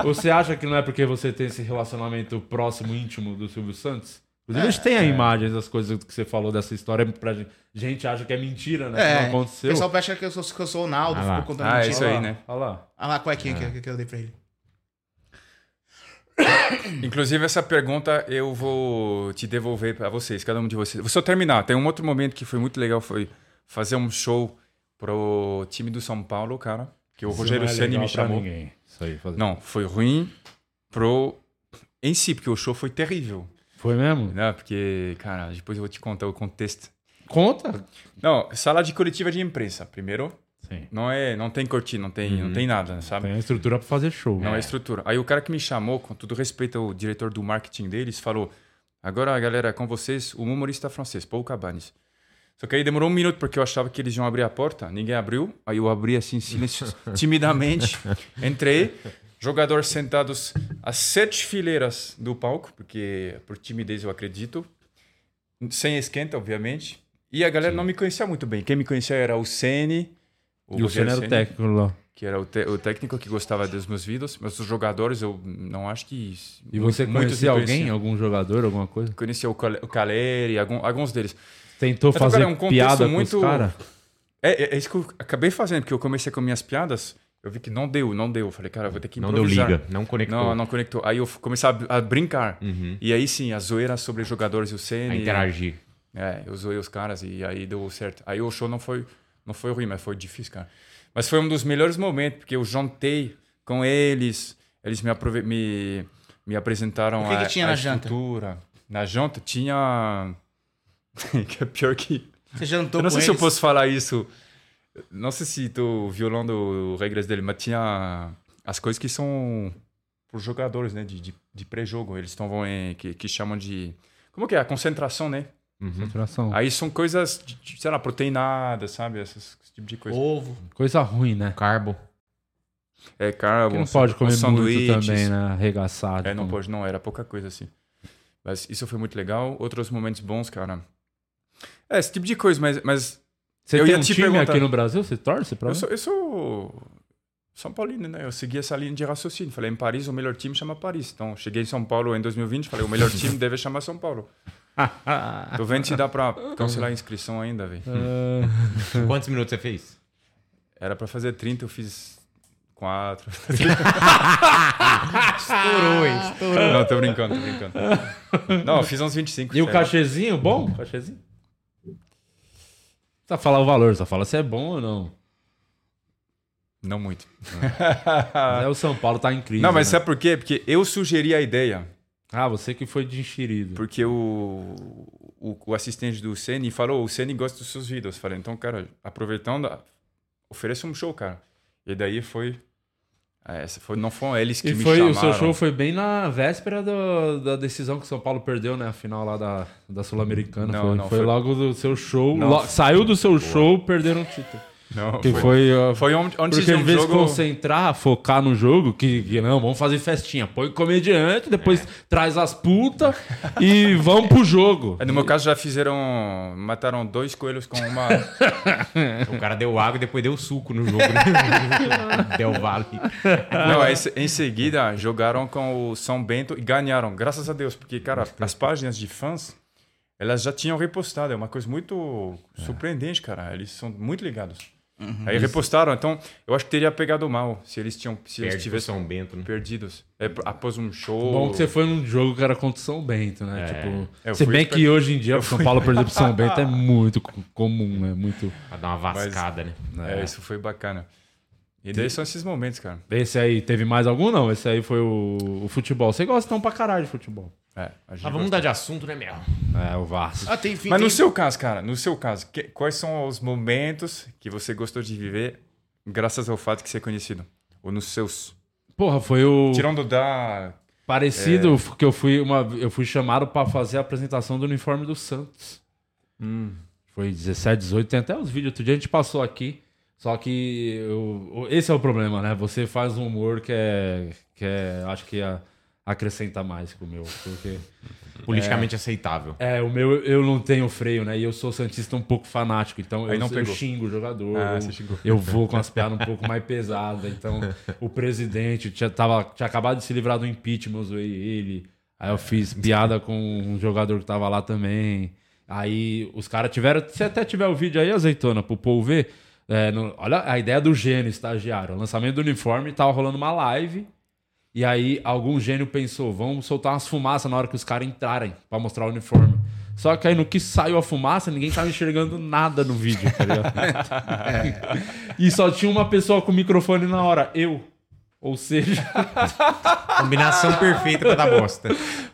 Você acha que não é porque você tem esse relacionamento próximo, íntimo do Silvio Santos? Inclusive, a gente tem a É. imagem das coisas que você falou dessa história pra gente. Gente acha que é mentira, né? É, que não aconteceu. O pessoal acha que eu sou, que eu sou o Naldo, Ah lá. ficou contando Ah, é mentira. isso aí, né? Olha lá. Olha lá a cuequinha É. que, que eu dei pra ele. Inclusive, essa pergunta eu vou te devolver para vocês, cada um de vocês. Vou só terminar. Tem um outro momento que foi muito legal, foi fazer um show pro time do São Paulo, cara. Que o Isso Rogério não é Ceni legal me pra chamou. ninguém. Isso aí, fazer- Não, foi ruim pro... Em si, porque o show foi terrível. Foi mesmo? Não, porque, cara, depois eu vou te contar o contexto. Conta? Não, sala de coletiva de imprensa, primeiro. Sim. Não, é, não tem cortina, não tem, Uhum. não tem nada, sabe? Tem a estrutura pra fazer show. Não é né? estrutura. Aí o cara que me chamou, com todo respeito ao diretor do marketing deles, falou: Agora, galera, com vocês, o humorista francês, Paul Cabanes. Só que aí demorou um minuto porque eu achava que eles iam abrir a porta, ninguém abriu. Aí eu abri assim, silencio, timidamente, entrei. Jogadores sentados às sete fileiras do palco, porque por timidez eu acredito. Sem esquenta, obviamente. E a galera não me conhecia muito bem. Quem me conhecia era o Sene. E o Ceni Rogério era o Ceni técnico lá. que era o, te- o técnico que gostava dos meus vídeos, mas os jogadores eu não acho que. s- E você muitos conhecia eu alguém? Algum jogador, alguma coisa? Conhecia o Cal- o Caleri, algum- alguns deles. Tentou Mas, cara, fazer é um contexto piada com os cara? É, é, é isso que eu acabei fazendo, porque eu comecei com minhas piadas, eu vi que não deu, não deu. Eu falei, cara, eu vou ter que Não deu improvisar. liga, não conectou. Não, não conectou. Aí eu f- comecei a, br- a brincar. Uhum. E aí sim, a zoeira sobre os jogadores e o Senna. A interagir. É, eu zoei os caras e aí deu certo. Aí o show não foi, não foi ruim, mas foi difícil, cara. Mas foi um dos melhores momentos, porque eu jantei com eles, eles me, aprove- me, me apresentaram O que que a, tinha a na janta? estrutura. Na janta tinha... que é pior que... Você jantou Eu não com sei se eu eles? posso falar isso. Não sei se tô violando regras dele, mas tinha as coisas que são para os jogadores, né? De, de, de pré-jogo. Eles estão em... Que, que chamam de... Como que é? A concentração, né? Concentração. Aí são coisas, de- de, sei lá, proteinadas, sabe? Essas- esse tipo de coisa. Ovo. Coisa ruim, né? Carbo. É, carbo. Que não pode comer muito sanduíches. também, né? Arregaçado. É, não Como- pode, não. Era pouca coisa, assim. Mas isso foi muito legal. Outros momentos bons, cara. É, esse tipo de coisa, mas... mas Você tem um time aqui no Brasil? Você torce pra eu mim? sou, eu sou São Paulino, né? Eu segui essa linha de raciocínio. Falei, em Paris, o melhor time chama Paris. Então, cheguei em São Paulo em 2020, falei, o melhor time deve chamar São Paulo. Tô vendo se dá pra cancelar a inscrição ainda, velho. É. Ah. Quantos minutos você fez? Era pra fazer 30, eu fiz 4. Estourou, hein? Estourou. Não, tô brincando, tô brincando. Não, eu fiz uns 25. E o sei lá. cachezinho, bom? Cachezinho? Não precisa falar o valor, só fala se é bom ou não. Não muito. Mas é, o São Paulo tá em crise. Ah. Não, mas é- né? sabe por quê? Porque eu sugeri a ideia. Ah, você que foi de enxerido. Porque o, o, o assistente do Ceni falou, o Ceni gosta dos seus vídeos. Eu Falei, então, cara, aproveitando, ofereça um show, cara. E daí foi... é, Essa foi, não foram eles que E me foi, chamaram. o seu show foi bem na véspera do- da decisão que o São Paulo perdeu, né? A final lá da, da Sul-Americana. Não, foi, não, foi foi- logo do seu show. Não, lo- foi- Saiu do seu show, perderam o título. Não, que foi- foi, ó, foi on- antes Porque de um em vez de jogo- concentrar, focar no jogo, que, que não, vamos fazer festinha. Põe comediante, depois É. traz as putas e vamos pro jogo. É, No meu caso, já fizeram... Mataram dois coelhos com uma... O cara deu água e depois deu suco no jogo. Né? deu vale. Não, em, se- em seguida jogaram com o São Bento e ganharam, graças a Deus, porque, cara, as páginas de fãs, elas já tinham repostado, é uma coisa muito surpreendente, cara, eles são muito ligados. Uhum. Aí repostaram, então eu acho que teria pegado mal se eles tinham se eles Perde pro tivessem São Bento, perdidos. É, após um show. Bom que você foi num jogo que era contra o São Bento, né? Tipo, É. Eu se fui bem espe- que hoje em dia Eu o São fui- Paulo perder pro São Bento é muito co- comum, né? Muito. Pra dar uma Mas- vascada, né? É, isso foi bacana. E daí são esses momentos, cara. Esse aí teve mais algum? Não, esse aí foi o, o futebol. Você gosta então pra caralho de futebol. É, a Ah, vamos mudar de assunto, né, Mel? É, o Vasco. Ah, tem fim- Mas no tem- seu caso, cara, no seu caso, que- quais são os momentos que você gostou de viver graças ao fato de ser conhecido? Ou nos seus. Porra, foi o. Tirando da. Parecido É, que eu fui uma, eu fui chamado pra fazer a apresentação do uniforme do Santos. Foi 17, 18, tem até os vídeos. Outro dia a gente passou aqui. Só que eu- esse é o problema, né? Você faz um humor que é. Que é acho que a- acrescenta mais que o meu. Porque, Politicamente é, aceitável. É, o meu eu não tenho freio, né? E eu sou santista um pouco fanático. Então Aí eu, não eu pegou. xingo o jogador. Ah, eu, você xingou. eu vou com as piadas um pouco mais pesadas. Então o presidente tinha, tava, tinha acabado de se livrar do impeachment, eu zoei ele. Aí eu fiz piada com um jogador que tava lá também. Aí os caras tiveram. Se até tiver o vídeo aí, azeitona, pro povo ver. é, no- olha a ideia do gênio estagiário. O lançamento do uniforme tava rolando uma live. E aí algum gênio pensou, vamos soltar umas fumaças na hora que os caras entrarem pra mostrar o uniforme. Só que aí no que saiu a fumaça, ninguém tava enxergando nada no vídeo, tá ligado? e só tinha uma pessoa com o microfone na hora, eu. Ou seja, Combinação perfeita pra dar bosta.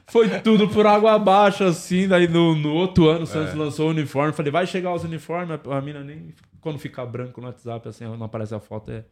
Foi tudo por água abaixo, assim. Daí no, no outro ano o Santos É. lançou o uniforme. Falei, vai chegar os uniformes. A a mina nem. Quando fica branco no WhatsApp, assim, não aparece a foto. É...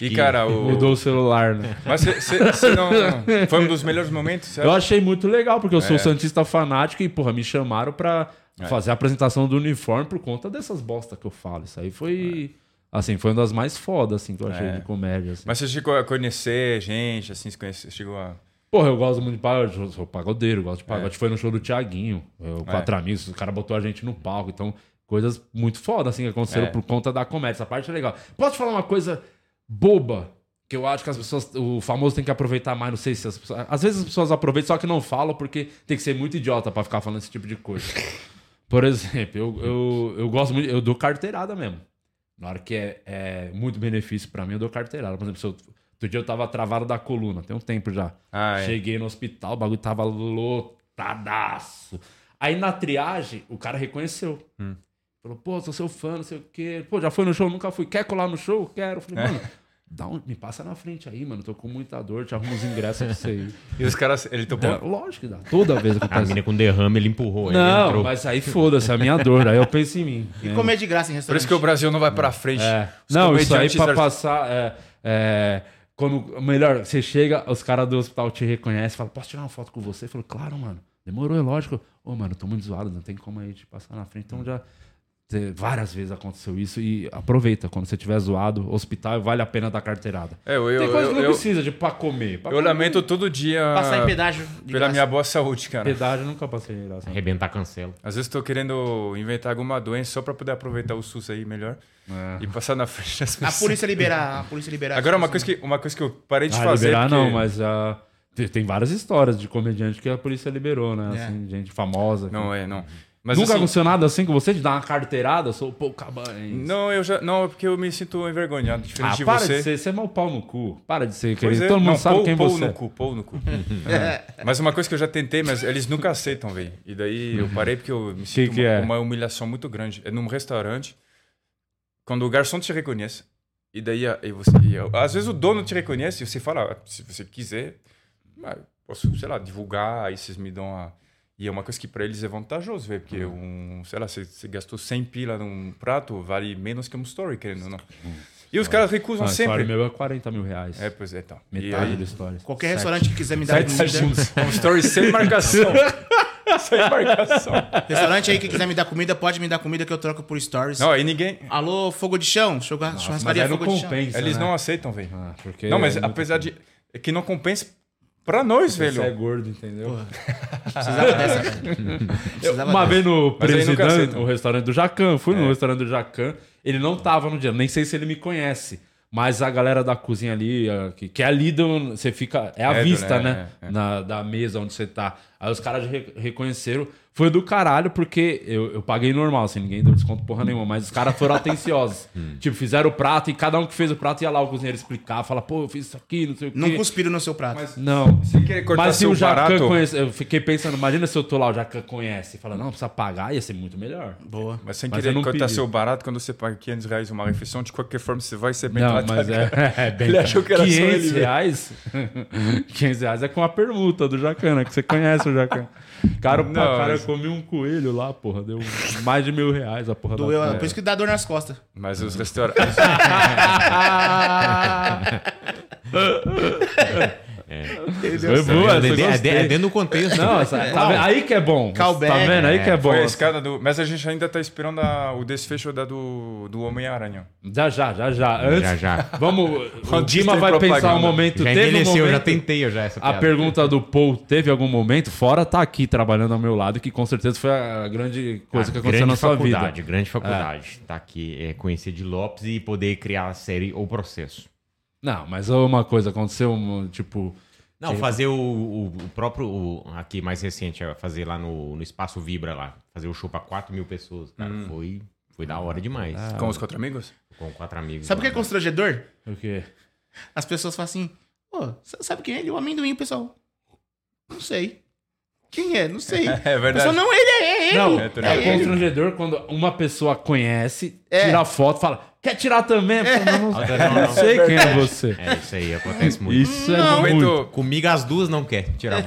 E, cara, o- Mudou o celular, né? Mas cê- cê- cê não- não- foi um dos melhores momentos, você Eu acha? achei muito legal, porque eu sou É. Santista fanático e, porra, me chamaram pra É. fazer a apresentação do uniforme por conta dessas bostas que eu falo. Isso aí foi. Assim, foi uma das mais fodas, assim, que eu achei É. de comédia. assim. Mas você chegou a conhecer gente, assim, se conhece, chegou a. Porra, eu gosto muito de pagode, eu sou pagodeiro, gosto de pagode. É. Foi no show do Thiaguinho, eu, quatro É. amigos, o cara botou a gente no palco, então coisas muito foda assim que aconteceram É. por conta da comédia. Essa parte é legal. Posso te falar uma coisa boba? Que eu acho que as pessoas, o famoso tem que aproveitar mais, não sei se as pessoas. Às vezes as pessoas aproveitam, só que não falam, porque tem que ser muito idiota pra ficar falando esse tipo de coisa. Por exemplo, eu, eu, eu gosto muito, eu dou carteirada mesmo. Na hora que é, é muito benefício pra mim, eu dou carteirada. Por exemplo, se eu, outro dia eu tava travado da coluna, tem um tempo já. Ah, é. Cheguei no hospital, o bagulho tava lotadaço. Aí na triagem, o cara reconheceu. Hum. Falou, pô, sou seu fã, não sei o quê. Pô, já foi no show? Nunca fui. Quer colar no show? Quero. Eu Falei, mano, dá um- me passa na frente aí, mano. Tô com muita dor, te arrumo os ingressos pra você ir. E os caras, ele topou? Dá- Lógico que dá. Toda vez que A acontece. mina com derrame, ele empurrou. ele Não, entrou. mas aí foda-se, a minha dor. Aí eu penso em mim. E né? comer de graça em restaurante. Por isso que o Brasil não vai pra frente. É. Os Não, isso aí comediantes pra ar- passar. É, é, quando, melhor, você chega, os caras do hospital te reconhecem, falam, posso tirar uma foto com você? Falou, claro, mano. Demorou, é lógico. Ô, mano, tô muito zoado, não tem como aí te passar na frente. Então já. tê, Várias vezes aconteceu isso e aproveita. Quando você tiver zoado, hospital vale a pena dar carteirada. É, eu- tem coisa eu- que não eu- precisa de pra comer. Pra Eu comer- lamento todo dia. Passar em pedágio de Pela graça. minha boa saúde, cara. Pedágio eu nunca passei de graça. É Ah, Arrebentar cancela. Às vezes tô querendo inventar alguma doença só pra poder aproveitar o SUS aí melhor É. e passar na frente das A pessoas. polícia liberar, a polícia liberar. É, Agora, uma coisa, que, uma coisa que eu parei de Ah, fazer. liberar porque- não, mas ah, te- tem várias histórias de comediante que a polícia liberou, né? É. Assim, gente famosa. que- Não, é, não. Mas, Nunca assim- aconteceu nada assim com você de dar uma carteirada? Eu sou pouco cabanho. Não, eu já. Não, é porque eu me sinto envergonhado, diferente Ah, de para você. de ser, você é mau pau no cu. Para de ser, Pois querido. é, Todo mundo não, sabe pou- quem pou você no é. cu, pou no cu. É. Mas uma coisa que eu já tentei, mas eles nunca aceitam, velho. E daí eu parei porque eu me sinto Uhum. que uma, é? uma humilhação muito grande. É num restaurante, quando o garçom te reconhece, E daí, a- e você, e, a- às vezes o dono te reconhece e você fala, "Ah, se você quiser, ah, eu posso, sei lá, divulgar, aí vocês me dão a... E é uma coisa que para eles é vantajoso, velho, porque Uhum. um, sei lá, você, você gastou 100 pila num prato, vale menos que um story, querendo ou não. Uhum. E os caras recusam Ah, sempre. story meu é 40 mil reais. É, pois é, então. Metade do story. né? Qualquer restaurante que quiser me dar Sete segundos. Um story sem marcação. sem marcação. Restaurante aí que quiser me dar comida, pode me dar comida que eu troco por stories. Não, aí ninguém. Alô, fogo de chão? Churra- Churrascaria um fogo de chão. Eles não aceitam, velho. porque não, mas né? é muito apesar de. É que não compensa pra nós, Porque velho. você é gordo, entendeu? Porra. Precisava dessa, velho. Eu, Precisava uma dessa. vez no Mas aí nunca presidente, aceita. o restaurante do Jacan, fui no É. restaurante do Jacan, ele não tava no dia, nem sei se ele me conhece. Mas a galera da cozinha ali, a- que, que é ali do, você fica. É a É do- vista, é, né? Na- da mesa onde você tá. Aí os caras re- reconheceram. Foi do caralho, porque eu, eu paguei normal, assim, ninguém deu desconto porra nenhuma. Mas os caras foram atenciosos. Hum. tipo, fizeram o prato e cada um que fez o prato ia lá o cozinheiro explicar, falar, pô, eu fiz isso aqui, não sei o quê. Não cuspiro no seu prato. Não. Sem querer cortar Mas se seu o Jacan barato- conhece, eu fiquei pensando, imagina se eu tô lá, o Jacan conhece, e fala, não, precisa pagar, ia ser muito melhor. Boa. Mas sem Mas eu querer não cortar pedi. seu barato, quando você paga 500 reais uma refeição, de qualquer forma você vai ser bem Não, tratado. mas é, é bem Ele achou que era 500 só ele. velho. reais? 500 reais é com a permuta do Jacan, né? Que você conhece o Jacan. Cara, Não, pra cara, mas- eu comi um coelho lá, porra. Deu mais de mil reais a porra Doeu, é da é. por isso que dá dor nas costas. Mas os restaurantes. É Foi boa, essa eu gostei. Não, essa- tá vendo? aí que é bom. Tá vendo? Aí que é bom. Foi a escada do... Mas a gente ainda tá esperando a- o desfecho da do, do Homem-Aranha. Já, já, já, já. Antes, Já, já. Vamos. O Antes Dima tem vai propaganda. pensar um momento. Já teve um envelheceu, momento- já tentei eu já essa A piada. pergunta do Paul teve algum momento, fora tá aqui trabalhando ao meu lado, que com certeza foi a grande coisa A que aconteceu na sua Ah, vida. Ah. faculdade, Grande faculdade. Tá aqui, é, conhecer de Lopes e poder criar a série ou processo. Não, mas uma coisa aconteceu, um, tipo. Não, tinha- fazer o, o- o próprio. o- aqui mais recente, é fazer lá no, no Espaço Vibra lá. Fazer o show pra 4 mil pessoas, cara. Hum. Foi, foi da hora demais. Ah. Com os quatro amigos? Com quatro amigos. Sabe o que é constrangedor? O quê? As pessoas falam assim, pô, sa- sabe quem é ele? O amendoim, pessoal. Não sei. Quem é? Não sei. É verdade. Pessoal, não, ele é ele. Não, é, é, ele. constrangedor quando uma pessoa conhece, É. tira a foto e fala, quer tirar também? Fala, Não, não, não sei quem é você. É isso aí, acontece muito. Isso é Não. muito. Comigo as duas não quer tirar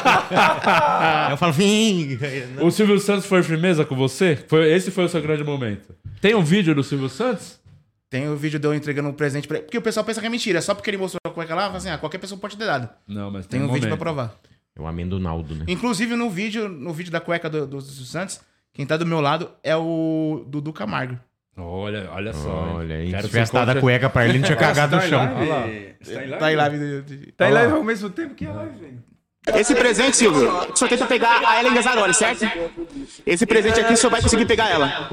foto. eu falo, vim. O Silvio Santos foi firmeza com você? Foi, esse foi o seu grande momento. Tem um vídeo do Silvio Santos? Tem o vídeo de eu entregando um presente pra ele. Porque o pessoal pensa que é mentira. Só porque ele mostrou a cueca lá, fala assim, ah, qualquer pessoa pode ter dado. Não, mas Tem um vídeo pra provar. É o amendonaldo, né? Inclusive, no vídeo, no vídeo da cueca do, do Silvio Santos, quem tá do meu lado é o Dudu Camargo. Olha, olha só. hein? Olha, hein? Quero Se ser tivesse dado a contra- cueca pra ele, ele tinha cagado no chão. Olha lá. Tá em live. Tá em Olha lá. live ao mesmo tempo que a live, velho. Esse presente, Silvio, o senhor tenta pegar a Ellen Gazzaroli, certo? Esse presente aqui o senhor vai conseguir pegar ela.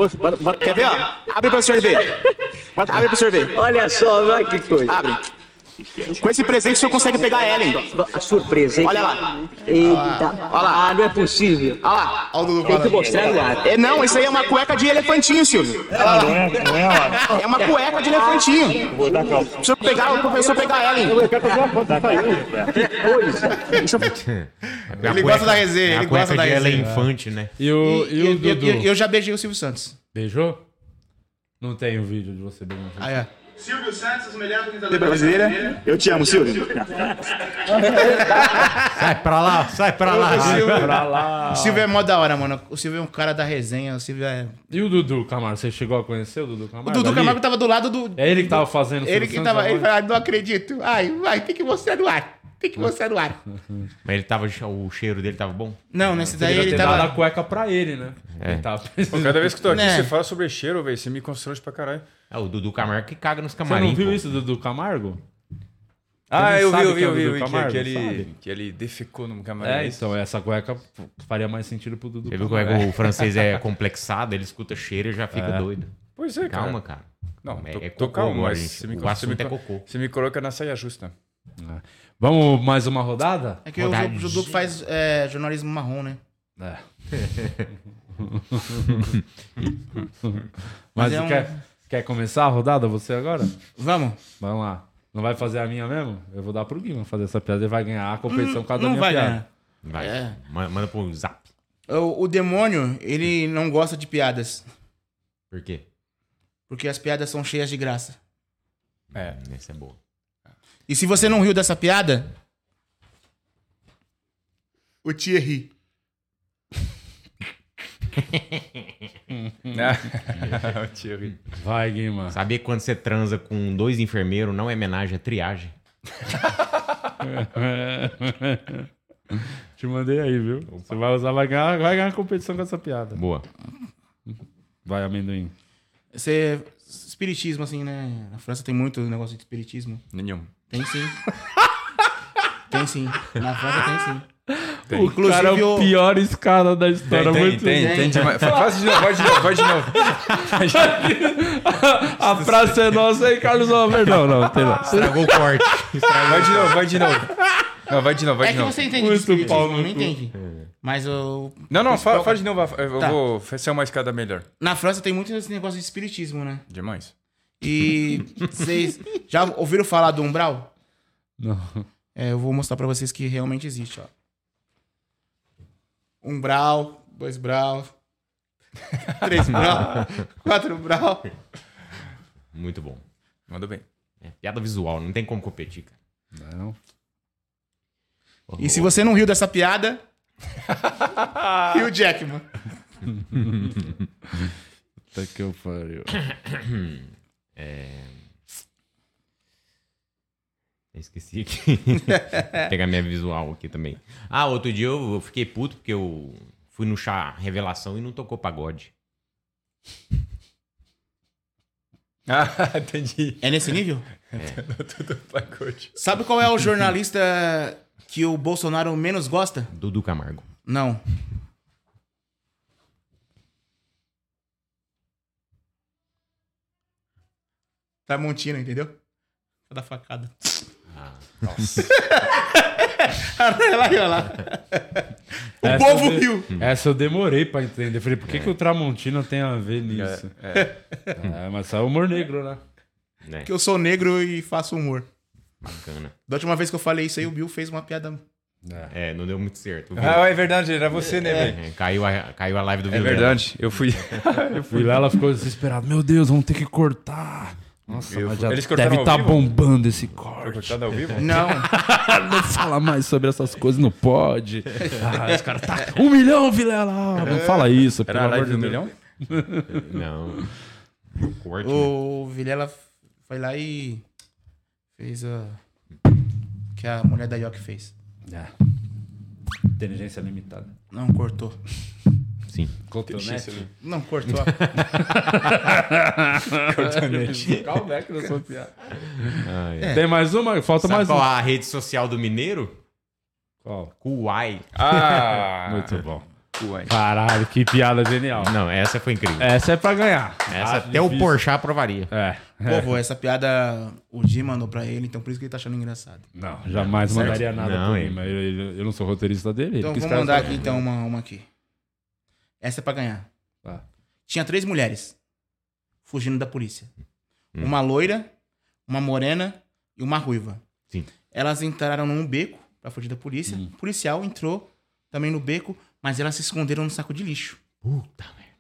Quer ver, ó? Abre pra o senhor ver. Abre pro senhor ver. Olha só, vai que coisa. Abre. Com esse presente o senhor consegue pegar a Ellen. A surpresa, Olha lá. Eita. Olha lá. Ah, não é possível. Olha lá. Tem que mostrar lá. É, não, isso aí é uma cueca de elefantinho, Silvio. não é, não é, ó. É uma cueca de elefantinho. Vou dar calma. Deixa eu pegar, o professor pegar ela, hein? Eu quero fazer uma foto Ele gosta da resenha, ele gosta da Ela é resenha. infante, né? E o, e, o Dudu? eu- eu já beijei o Silvio Santos. Beijou? Não tem o vídeo de você beijando. Ah, é. Silvio Santos, melhor brasileira, eu te amo, Silvio. Sai pra lá, sai pra lá. O Silvio, lá. O Silvio é mó da hora, mano. O Silvio é um cara da resenha. O Silvio é. E o Dudu Camargo? Você chegou a conhecer o Dudu O Camargo? Dudu ali? Camargo tava do lado do. É ele que tava fazendo o Ele Silvio que Santos é tava. Ele agora? falou, não acredito. Ai, vai, tem que mostrar no ar. Tem que mostrar no ar. Mas ele tava, o cheiro dele tava bom? Não, nesse Você daí devia ele ter tava. dado a cueca pra ele, né? É. Ele tava Pô, cada vez que eu tô aqui, Né? você fala sobre cheiro, velho. Você me constrange pra caralho. É o Dudu Camargo que caga nos Você camarim. não viu isso do Dudu Camargo? Ah, Ele eu vi, sabe eu vi, que é o eu vi. Dudu eu vi que, Camargo, que, sabe? ele, que ele defecou no camarim. É, então, essa cueca faria mais sentido pro Dudu Você viu como é que o francês é complexado, ele escuta cheiro e já fica É. doido. Pois é, cara. Calma, cara. Não, é, tô, é tô cocô calmo, agora, mas gente. você me, o você, me, assunto é co- cocô. você me coloca na saia justa. Vamos mais uma rodada? É que o Ju- Dudu faz é, jornalismo marrom, né? É. Mas Mas é um- quer, quer começar a rodada você agora? Vamos. Vamos lá. Não vai fazer a minha mesmo? Eu vou dar pro Guima fazer essa piada. Ele vai ganhar é a competição Hum, por causa não da minha vai piada. ganhar. Vai. É. Ma- Manda pro zap. O, o demônio, ele não gosta de piadas. Por quê? Porque as piadas são cheias de graça. É. Essa é boa. E se você não riu dessa piada. O Thierry. Vai, Guima. Saber quando você transa com dois enfermeiros não é homenagem, é triagem. Te mandei aí, viu? Você vai usar, vai ganhar, vai ganhar competição com essa piada. Boa. Vai, amendoim. Você. é Espiritismo, assim, né? Na França tem muito negócio de espiritismo. Nenhum. Tem sim. tem sim. Na França tem sim. O cara é o pior escada da história. Tem, tem, muito tem, bom. tem demais. Fa- faz de novo, faz de novo, faz de novo. a praça é nossa aí, Carlos Alves. Não, não, tem não. Estragou o corte. Vai de novo, vai de novo. Não, vai de novo, vai É de que novo. você entende de espiritismo, não entende. Mas o. Não, não, fala, principal- fala de novo. Eu Tá. vou fazer uma escada melhor. Na França tem muito esse negócio de espiritismo, né? Demais. E vocês já ouviram falar do umbral? Não. É, eu vou mostrar pra vocês que realmente existe, ó. Um brau, dois brau, três brau, quatro brau. Muito bom. Mandou bem. É piada visual, não tem como competir, cara. Não. E se você não riu dessa piada, e o Jackman? Puta que eu pariu. É... Eu esqueci aqui. Vou pegar minha visual aqui também. Ah, outro dia eu eu fiquei puto porque eu fui no chá revelação e não tocou pagode. Ah, entendi. É nesse nível? É. Tudo pacote. Sabe qual é o jornalista que o Bolsonaro menos gosta? Dudu Camargo. Não. Tramontina, Tá entendeu? Tá Da facada. Nossa. olha lá, olha lá. O Essa povo eu de- riu. Essa eu demorei pra entender. Falei, por que, É. que o Tramontina tem a ver nisso? É, É, mas saiu o humor negro, né? Né? Que eu sou negro e faço humor. Bacana. Da última vez que eu falei isso aí, o Bill fez uma piada. É, não deu muito certo. Ah, é verdade, era você, né, É, velho? é, Caiu a, caiu a live do É Vilela. verdade, eu fui- Eu fui lá, ela ficou desesperada. Meu Deus, vamos ter que cortar. Nossa, Eu mas fui- já Eles cortaram deve ao estar vivo? bombando esse Foi corte. cortado ao vivo? Não. não fala mais sobre essas coisas, não pode. Ah, os caras tá. Um milhão, Vilela! Não fala isso, É. Era a live do milhão? Não. Corte, O Vilela foi lá e fez a. que a mulher da York fez. Inteligência limitada. né? Não, cortou. Sim. Cotonete. Não, cortou. Cotonete. Callback da sua piada. É. Tem mais uma? Falta Sabe mais qual uma. a rede social do Mineiro? Qual? Kuai. Ah! Muito bom. Kuai. Caralho, que piada genial. Ah, Não, essa foi incrível. Essa é pra ganhar. Essa Ah, até o difícil. Porchat aprovaria. É. Povo, essa piada o Di mandou pra ele, então por isso que ele tá achando engraçado. Não, Jamais Certo? mandaria nada Não, pra ele- mim, mas eu, eu- eu não sou roteirista dele. Então porque esse vou cara mandar tá- aqui então uma, uma aqui. Essa é pra ganhar. Tá. Tinha três mulheres fugindo da polícia. Uma loira, uma morena e uma ruiva. Sim. Elas entraram num beco pra fugir da polícia. O policial entrou também no beco, mas elas se esconderam num saco de lixo. Puta merda.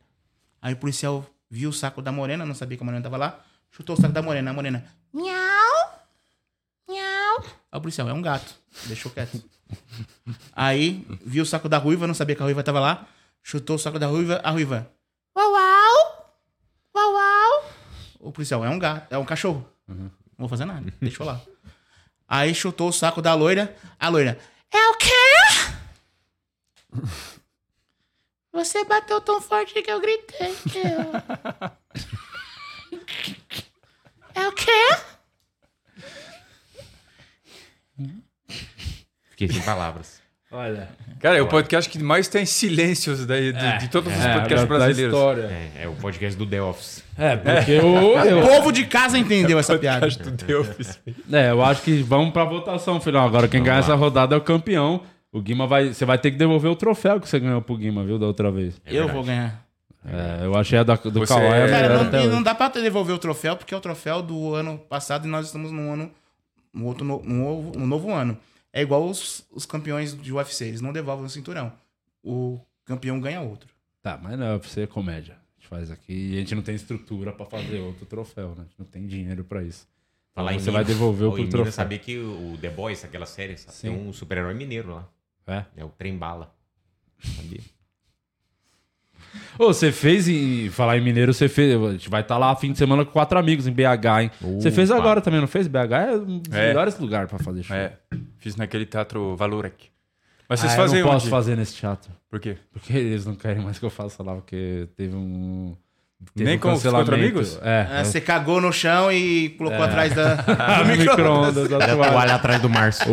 Aí o policial viu o saco da morena, não sabia que a morena tava lá, chutou o saco da morena. A morena, Miau! Miau! Aí o policial, é um gato. Deixou quieto. Aí viu o saco da ruiva, não sabia que a ruiva tava lá, chutou o saco da ruiva, a ruiva. Uau, uau! Uau, uau! O policial, é um gato, é um cachorro. Não vou fazer nada, deixou lá. Aí chutou o saco da loira, a loira. É o quê? Você bateu tão forte que eu gritei. É o quê? Fiquei sem palavras. Olha. Cara, é o podcast que mais tem silêncios daí, de, de todos os É, podcasts da- da brasileiros. história. É, é o podcast do The Office. É, porque o. eu- É, eu acho que vamos pra votação, filhão. Agora, quem Vamos ganhar lá. essa rodada é o campeão. O Guima vai. Você vai ter que devolver o troféu que você ganhou pro Guima, viu, da outra vez. Eu vou ganhar. É, eu achei a da, do Você- é- Kawhi a melhor Cara, até não, e hoje. não dá pra devolver o troféu, porque é o troféu do ano passado e nós estamos num ano. Um, outro no- um novo, um novo ano. É igual os, os campeões de UFC, eles não devolvem o cinturão. O campeão ganha outro. Tá, mas não, pra você é comédia. A gente faz aqui e a gente não tem estrutura pra fazer outro troféu, né? A gente não tem dinheiro pra isso. Falar em Você vai Minas. devolver Ou o em pro Minas, troféu. sabia que o o The Boys, aquela série, sabe, tem Sim. um super-herói mineiro lá. É? É o Trem Bala. Sabia? Ô, você fez em. Falar em Mineiro, você fez. A gente vai estar lá fim de semana com quatro amigos em BH, hein? Você fez Opa. agora também, não fez? BH é um dos É. melhores lugares pra fazer show. É, fiz naquele teatro Valorec. Mas Mas vocês ah, fazem eu não posso onde? fazer nesse teatro. Por quê? Porque eles não querem mais que eu faça lá, porque teve um. teve Nem um com os quatro cancelamento. amigos? É. Ah, Você cagou no chão e colocou É. atrás da, Ah, Do micro-ondas, da toalha. atrás do Márcio.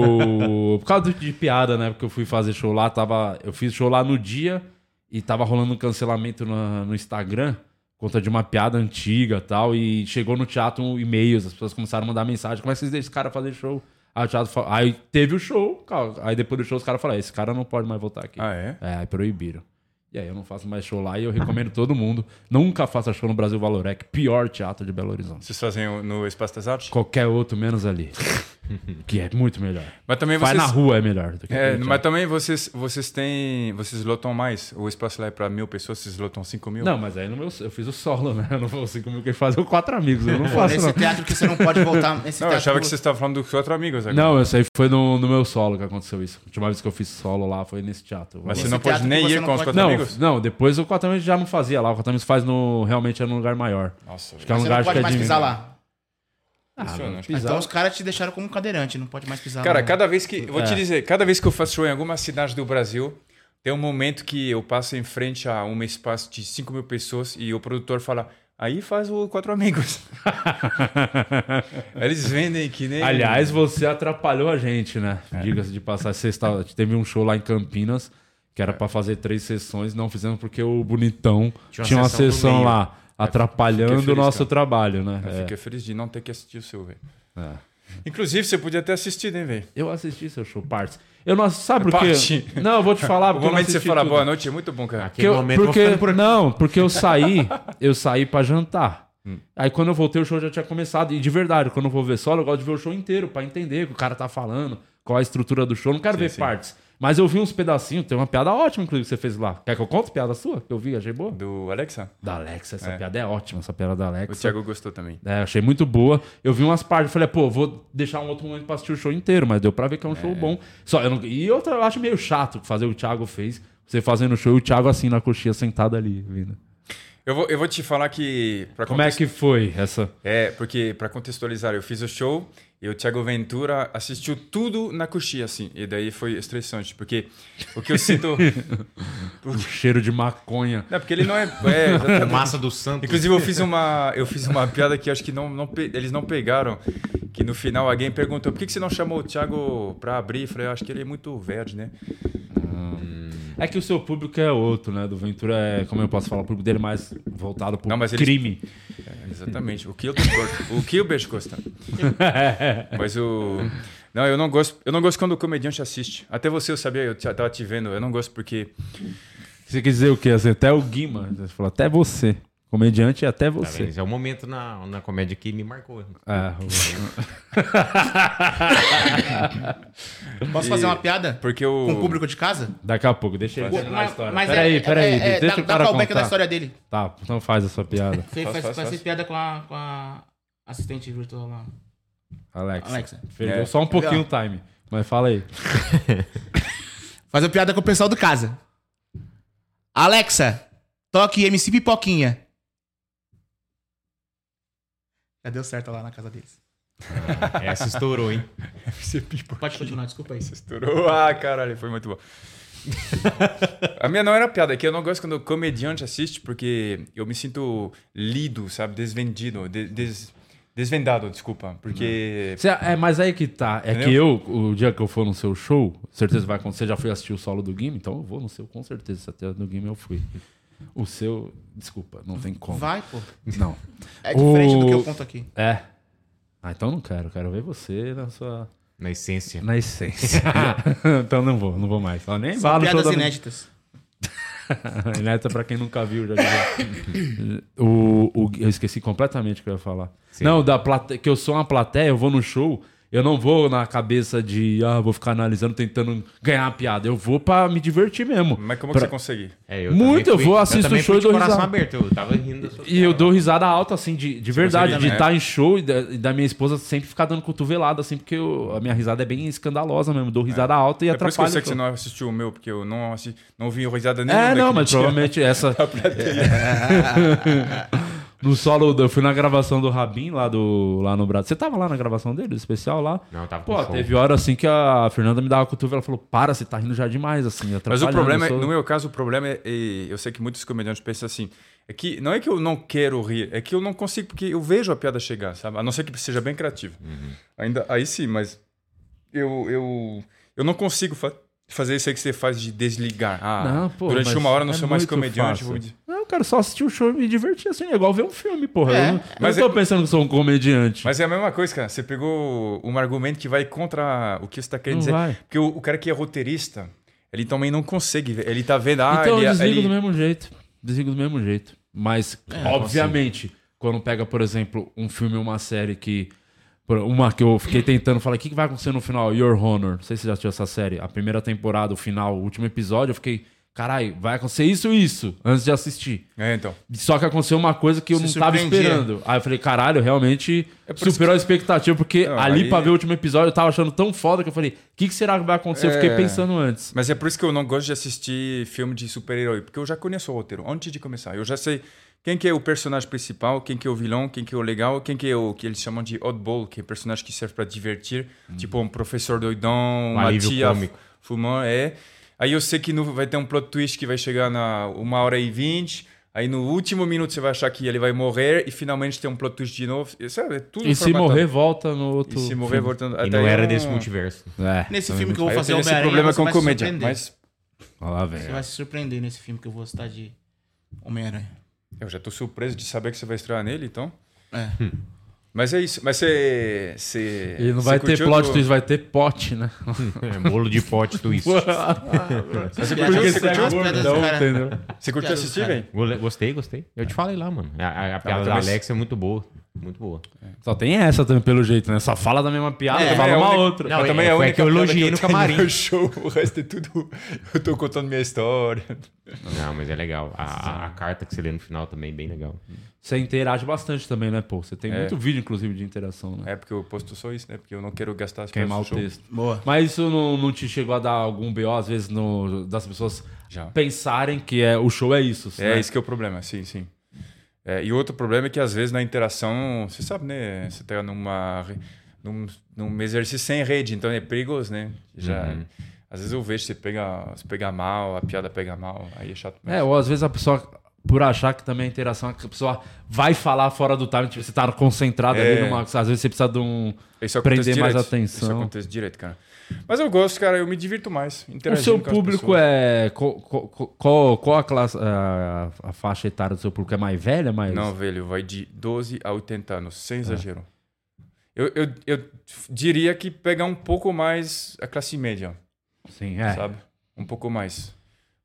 O... Por causa de, de piada, né? Porque eu fui fazer show lá, tava... eu fiz show lá no dia e tava rolando um cancelamento na- no Instagram por conta de uma piada antiga e tal. E chegou no teatro um e-mails, as pessoas começaram a mandar mensagem: como é que vocês deixam esse cara fazer show? Aí, o teatro falou- aí teve o show, cara. aí depois do show os caras falaram: "É, esse cara não pode mais voltar aqui. Ah, é? É, aí proibiram. E aí eu não faço mais show lá e eu recomendo todo mundo. Nunca faça show no Brasil Valorec, pior teatro de Belo Horizonte. Vocês fazem o- no Espaço das Artes? Qualquer outro menos ali. que é muito melhor. Mas também Vai vocês... na rua é melhor. do que É, aquele mas também vocês, vocês têm... Vocês lotam mais. O espaço lá é pra mil pessoas, vocês lotam cinco mil. Não, mas aí no meu, eu fiz o solo, né? Eu não vou assim comigo quem faz, eu quatro amigos. Eu não Pô, faço. nesse não. teatro que você não pode voltar. Esse Não, eu teatro- achava que vocês estavam falando dos quatro amigos agora. Não, isso aí foi no, no meu solo que aconteceu isso. A última vez que eu fiz solo lá foi nesse teatro. Mas Vou você lá. não pode Teatro que nem você ir não com os pode- quatro não, amigos? Não, depois o quatro amigos já não fazia lá. O quatro amigos faz no, realmente é num lugar maior. Nossa, Acho que é um Você lugar não acho que pode é mais de- pisar lá. Ah, Impressionante. Então pisar- os caras te deixaram como cadeirante, não pode mais pisar Cara, lá. cada vez que. Vou te É. Ah. dizer, cada vez que eu faço show em alguma cidade do Brasil, tem um momento que eu passo em frente a um espaço de 5 mil pessoas e o produtor fala. Aí faz o Quatro Amigos. Eles vendem que nem. Aliás, você atrapalhou a gente, né? Diga-se de passar. Sexta, teve um show lá em Campinas que era pra fazer três sessões, não fizemos porque o bonitão tinha uma, sessão, no meio. lá atrapalhando Fiquei feliz, o nosso cara. trabalho, né? Eu É. fiquei feliz de não ter que assistir o seu, velho. Inclusive, você podia ter assistido, hein, velho? Um Eu assisti seu show, partes. Eu não sabe por quê? Não, eu vou te falar. O porque eu não momento que você assisti fala tudo. boa noite é muito bom, cara. Porque eu- porque, Não, porque eu saí, eu saí pra jantar. Hum. Aí quando eu voltei, o show já tinha começado. E de verdade, quando eu vou ver solo, eu gosto de ver o show inteiro pra entender o que o cara tá falando, qual a estrutura do show. Não quero ver partes. Mas eu vi uns pedacinhos, tem uma piada ótima, inclusive, que você fez lá. Quer que eu conte a piada sua? Que eu vi, achei boa? Do Alexa? Da Alexa, essa piada é ótima, essa piada da Alexa. O Thiago gostou também. É, achei muito boa. Eu vi umas partes, falei, pô, vou deixar um outro momento pra assistir o show inteiro, mas deu pra ver que é um show bom. Só, eu não- E outra, eu acho meio chato fazer o Thiago fez, você fazendo o show e o Thiago assim na coxinha sentado ali, vindo. Eu vou, eu vou te falar que. pra Como é contexto- que foi essa? É, porque para contextualizar, eu fiz o show e o Thiago Ventura assistiu tudo na coxinha, assim. E daí foi estressante, porque o que eu sinto. o cheiro de maconha. Não, porque ele não é. é exatamente. Fumaça do Santos. Inclusive, eu fiz uma, eu fiz uma piada que acho que não, não pe- eles não pegaram. Que no final alguém perguntou: por que, que você não chamou o Thiago pra abrir? Eu falei: eu acho que ele é muito verde, né? É que o seu público é outro, né? Do Ventura é, como eu posso falar, o público dele é mais voltado pro Não, mas eles- crime. É, exatamente. O que eu gosto. O que o beijo gosta. Mas o. Não, eu não gosto. Eu não gosto quando o comediante assiste. Até você, eu sabia, eu te- tava te vendo. Eu não gosto porque. Você quer dizer o quê? Assim, até o Guima, você falou, até você. Comediante é até Tá vendo? você. Esse é o momento na, na comédia que me marcou. É, Posso fazer uma piada? Porque o... Com o público de casa? Daqui a pouco, deixa ele Mas- terminar a história. mas é- peraí, peraí, é- é, deixa dá- o dá cara callback contar. da história dele. Tá, então faz a sua piada. Fez, faz, faz, essa piada com a, com a assistente virtual lá. Alexa. Alexa. Perdeu É. só um pouquinho o Legal. time, mas fala aí. Fazer piada com o pessoal do casa. Alexa, toque MC Pipoquinha. Já deu certo lá na casa deles. Essa estourou, hein? Pode continuar, desculpa aí. Estourou. Ah, caralho, foi muito bom. a minha não era piada, é que eu não gosto quando o comediante assiste, porque eu me sinto lido, sabe? Desvendido. de- des- desvendado, desculpa. Porque. Cê- é, mas aí que tá. É que eu, Entendeu? o dia que eu for no seu show, certeza vai acontecer. Já fui assistir o solo do Game, então eu vou no seu, com certeza. Se até no Game eu fui. O seu. Desculpa, não tem como. Vai, pô. Não. É diferente do que eu conto aqui. É. Ah, então não quero. Quero ver você na sua. Na essência. Na essência. então não vou, não vou mais. Ó, nem São vale piadas toda- inéditas. Inédita pra quem nunca viu. Já viu. o, o- eu esqueci completamente o que eu ia falar. Não, da plate... que eu sou uma plateia, eu vou no show Eu não vou na cabeça de, ah, vou ficar analisando, tentando ganhar uma piada. Eu vou pra me divertir mesmo. Mas como pra... que você conseguiu? É, eu Muito, eu vou assistir o show e do dou coração risada. aberto, eu tava rindo. assim. E eu dou risada alta, assim, de, de verdade, de consegue, né? estar em show e da, e da minha esposa sempre ficar dando cotovelada, assim, porque eu- a minha risada é bem escandalosa mesmo. Dou risada alta e é por isso que eu atrapalha. sei que o você show. não assistiu o meu, porque eu não, assisti, não vi risada nenhuma. É, não, daquele mas dia. provavelmente essa. Da plateia. no solo, eu fui na gravação do Rabin lá, do, lá no Brasil. Você tava lá na gravação dele, do especial lá? Não, tava com Pô, show. teve hora assim que a Fernanda me dava cotovelo, ela falou: para, você tá rindo já demais, assim. Mas o atrapalhando, problema, é- eu sou- no meu caso, o problema é, e eu sei que muitos comediantes pensam assim, é que não é que eu não quero rir, é que eu não consigo, porque eu vejo a piada chegar, sabe? A não ser que seja bem criativo. Uhum. Ainda, aí sim, mas eu, eu, eu não consigo fa- fazer isso aí que você faz de desligar. Ah, Não, pô, durante mas uma hora eu não é sou mais muito comediante. fácil. Vou... de- Não, eu quero só assistir o show e me divertir assim. É igual ver um filme, porra. É, eu não, mas eu não tô é- pensando que sou um comediante. Mas é a mesma coisa, cara. Você pegou um argumento que vai contra o que você está querendo Não dizer. vai. Porque o, o cara que é roteirista, ele também não consegue. ver. Ele tá vendo, ah, então ele, eu desligo ele- do mesmo jeito. Desligo do mesmo jeito. Mas, É, obviamente, quando pega, por exemplo, um filme ou uma série que. por- Uma que eu fiquei tentando falar, o que que vai acontecer no final? Your Honor. Não sei se você já assistiu essa série. A primeira temporada, o final, o último episódio, eu fiquei. Caralho, vai acontecer isso e isso antes de assistir. É, então. Só que aconteceu uma coisa que eu Se não tava surpreendia. É esperando. Aí eu falei, caralho, realmente por isso superou a expectativa, porque Não, ali aí- pra ver o último episódio eu tava achando tão foda que eu falei, o que, que será que vai acontecer? Eu fiquei É. pensando antes. Mas é por isso que eu não gosto de assistir filme de super-herói, porque eu já conheço o roteiro antes de começar. Eu já sei quem que é o personagem principal, quem que é o vilão, quem que é o legal, quem que é o que eles chamam de oddball, que é personagem que serve para divertir, tipo um professor doidão, Uhum. Um uma alívio tia cômico. fumando, é. Aí eu sei que no- vai ter um plot twist que vai chegar na uma hora e vinte, aí no último minuto você vai achar que ele vai morrer e finalmente tem um plot twist de novo. E, Sabe, é tudo E se formatado. morrer, volta no outro E se morrer, filme. voltando. E até não era eu- desse multiverso. É. Nesse Também filme que eu vou eu fazer tenho esse Homem-Aranha, problema você com vai se comédia, surpreender. mas- Olha lá, velho. Você vai se surpreender nesse filme que eu vou citar de Homem-Aranha. Eu já tô surpreso de saber que você vai estrear nele, então. É. Mas é isso. Mas você. você E Hum. não você vai ter curtiu plot do- twist, vai ter pote, né? É, bolo de pote twist. Mas você curtiu, você curtiu? Você curtiu assistir, velho? Gole- Gostei, gostei. Eu te falei lá, mano. A, a- a piada mas da talvez- Alex é muito boa. Muito boa. Só tem essa também, pelo jeito, né? Só fala da mesma piada, É, fala é a uma única- outra. Não, Mas também é, é a foi a única que eu piada elogiei que eu né? no tenho camarim. no meu show. O resto é tudo. Eu tô contando minha história. Ah. Não, mas é legal. A, a- a carta que você lê no final também é bem legal. Você interage bastante também, né, pô? Você tem É. muito vídeo, inclusive, de interação, né? É porque eu posto só isso, né? Porque eu não quero gastar as Queimar o piadas do show. texto. Mas isso não, não te chegou a dar algum BO, às vezes, no- das pessoas pensarem que é, o show é isso. É, né? esse que é o problema, sim, sim. É, e outro problema é que às vezes na interação, você sabe, né? Você tá numa, re- num, num exercício sem rede, então é perigoso, né? Já, Uhum. Às vezes eu vejo você pega, você pega mal, a piada pega mal, aí é chato mesmo. É, ou às vezes a pessoa, por achar que também é interação, que a pessoa vai falar fora do time, tipo, você tá concentrado É. ali numa. Às vezes você precisa de um. Isso acontece prender mais direto. Isso atenção. acontece direto, cara. Mas eu gosto, cara, eu me divirto mais. O interagindo seu com as público pessoas. é. co- co- co- Qual, qual a, classe, a, a faixa etária do seu público? É É. mais velha? Mais... Não, velho, vai de 12 a 80 anos, sem exagero. Eu, eu, eu diria que pega um pouco mais a classe média. Sim, é. Sabe? Um pouco mais.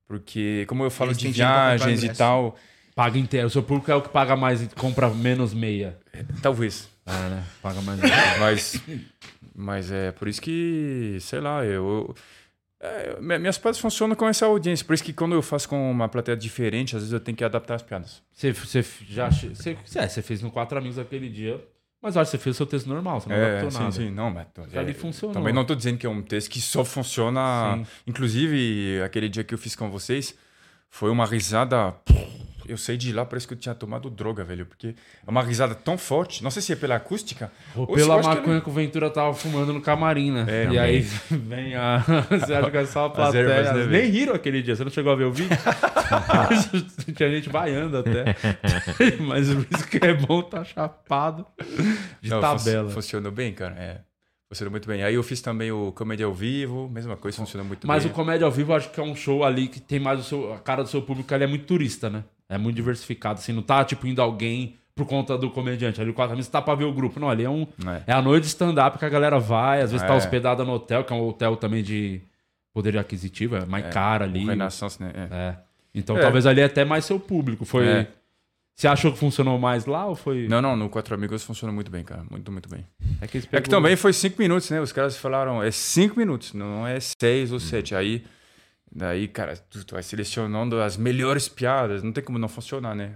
Porque, como eu falo Eles de têm dinheiro pra comprar viagens e ingresso. tal. Paga inteiro. O seu público é o que paga mais e compra menos meia. Talvez. Ah, né? Paga mais. Mas, mas é por isso que, sei lá, eu. é, mi- minhas piadas funcionam com essa audiência. Por isso que quando eu faço com uma plateia diferente, às vezes eu tenho que adaptar as piadas. Você, você já. Você, é, você fez no Quatro Amigos aquele dia. Mas olha, você fez o seu texto normal, você não É, adaptou sim, nada. sim, não, mas Já é, Tá ali funcionou. Também não estou dizendo que é um texto que só funciona. Sim. Inclusive, aquele dia que eu fiz com vocês, foi uma risada. Eu saí de lá, parece que eu tinha tomado droga, velho. Porque é uma risada tão forte. Não sei se é pela acústica. Ou se- eu pela acho que é- maconha que o Ventura tava fumando no camarim, né? e também. aí vem a Sérgio Garçal, é a As ervas, plateia. né, nem velho? riram aquele dia, você não chegou a ver o vídeo? Tinha gente vaiando até. Mas o que é bom tá chapado de Não, fun- tabela. Funcionou bem, cara. É. Funcionou muito bem. Aí eu fiz também o Comédia ao Vivo, mesma coisa, funcionou muito Mas o bem. Comédia ao Vivo eu acho que é um show ali que tem mais o seu, a cara do seu público, ele é muito turista, né? É muito diversificado, assim, não tá tipo indo alguém por conta do comediante. Ali o Quatro Amigos tá pra ver o grupo. Não, ali é um. É. É a noite de stand-up que a galera vai, às vezes tá É. hospedada no hotel, que é um hotel também de poder aquisitivo, é mais É, caro o ali. Renaissance, né? É. Então É. talvez ali é até mais seu público. Foi. É. Você achou que funcionou mais lá ou foi. Não, não, no Quatro Amigos funciona muito bem, cara. Muito, muito bem. É que, eles É que pegou- também foi cinco minutos, né? Os caras falaram, é cinco minutos, não é seis ou sete. Aí, daí, cara, tu, tu vai selecionando as melhores piadas, não tem como não funcionar, né?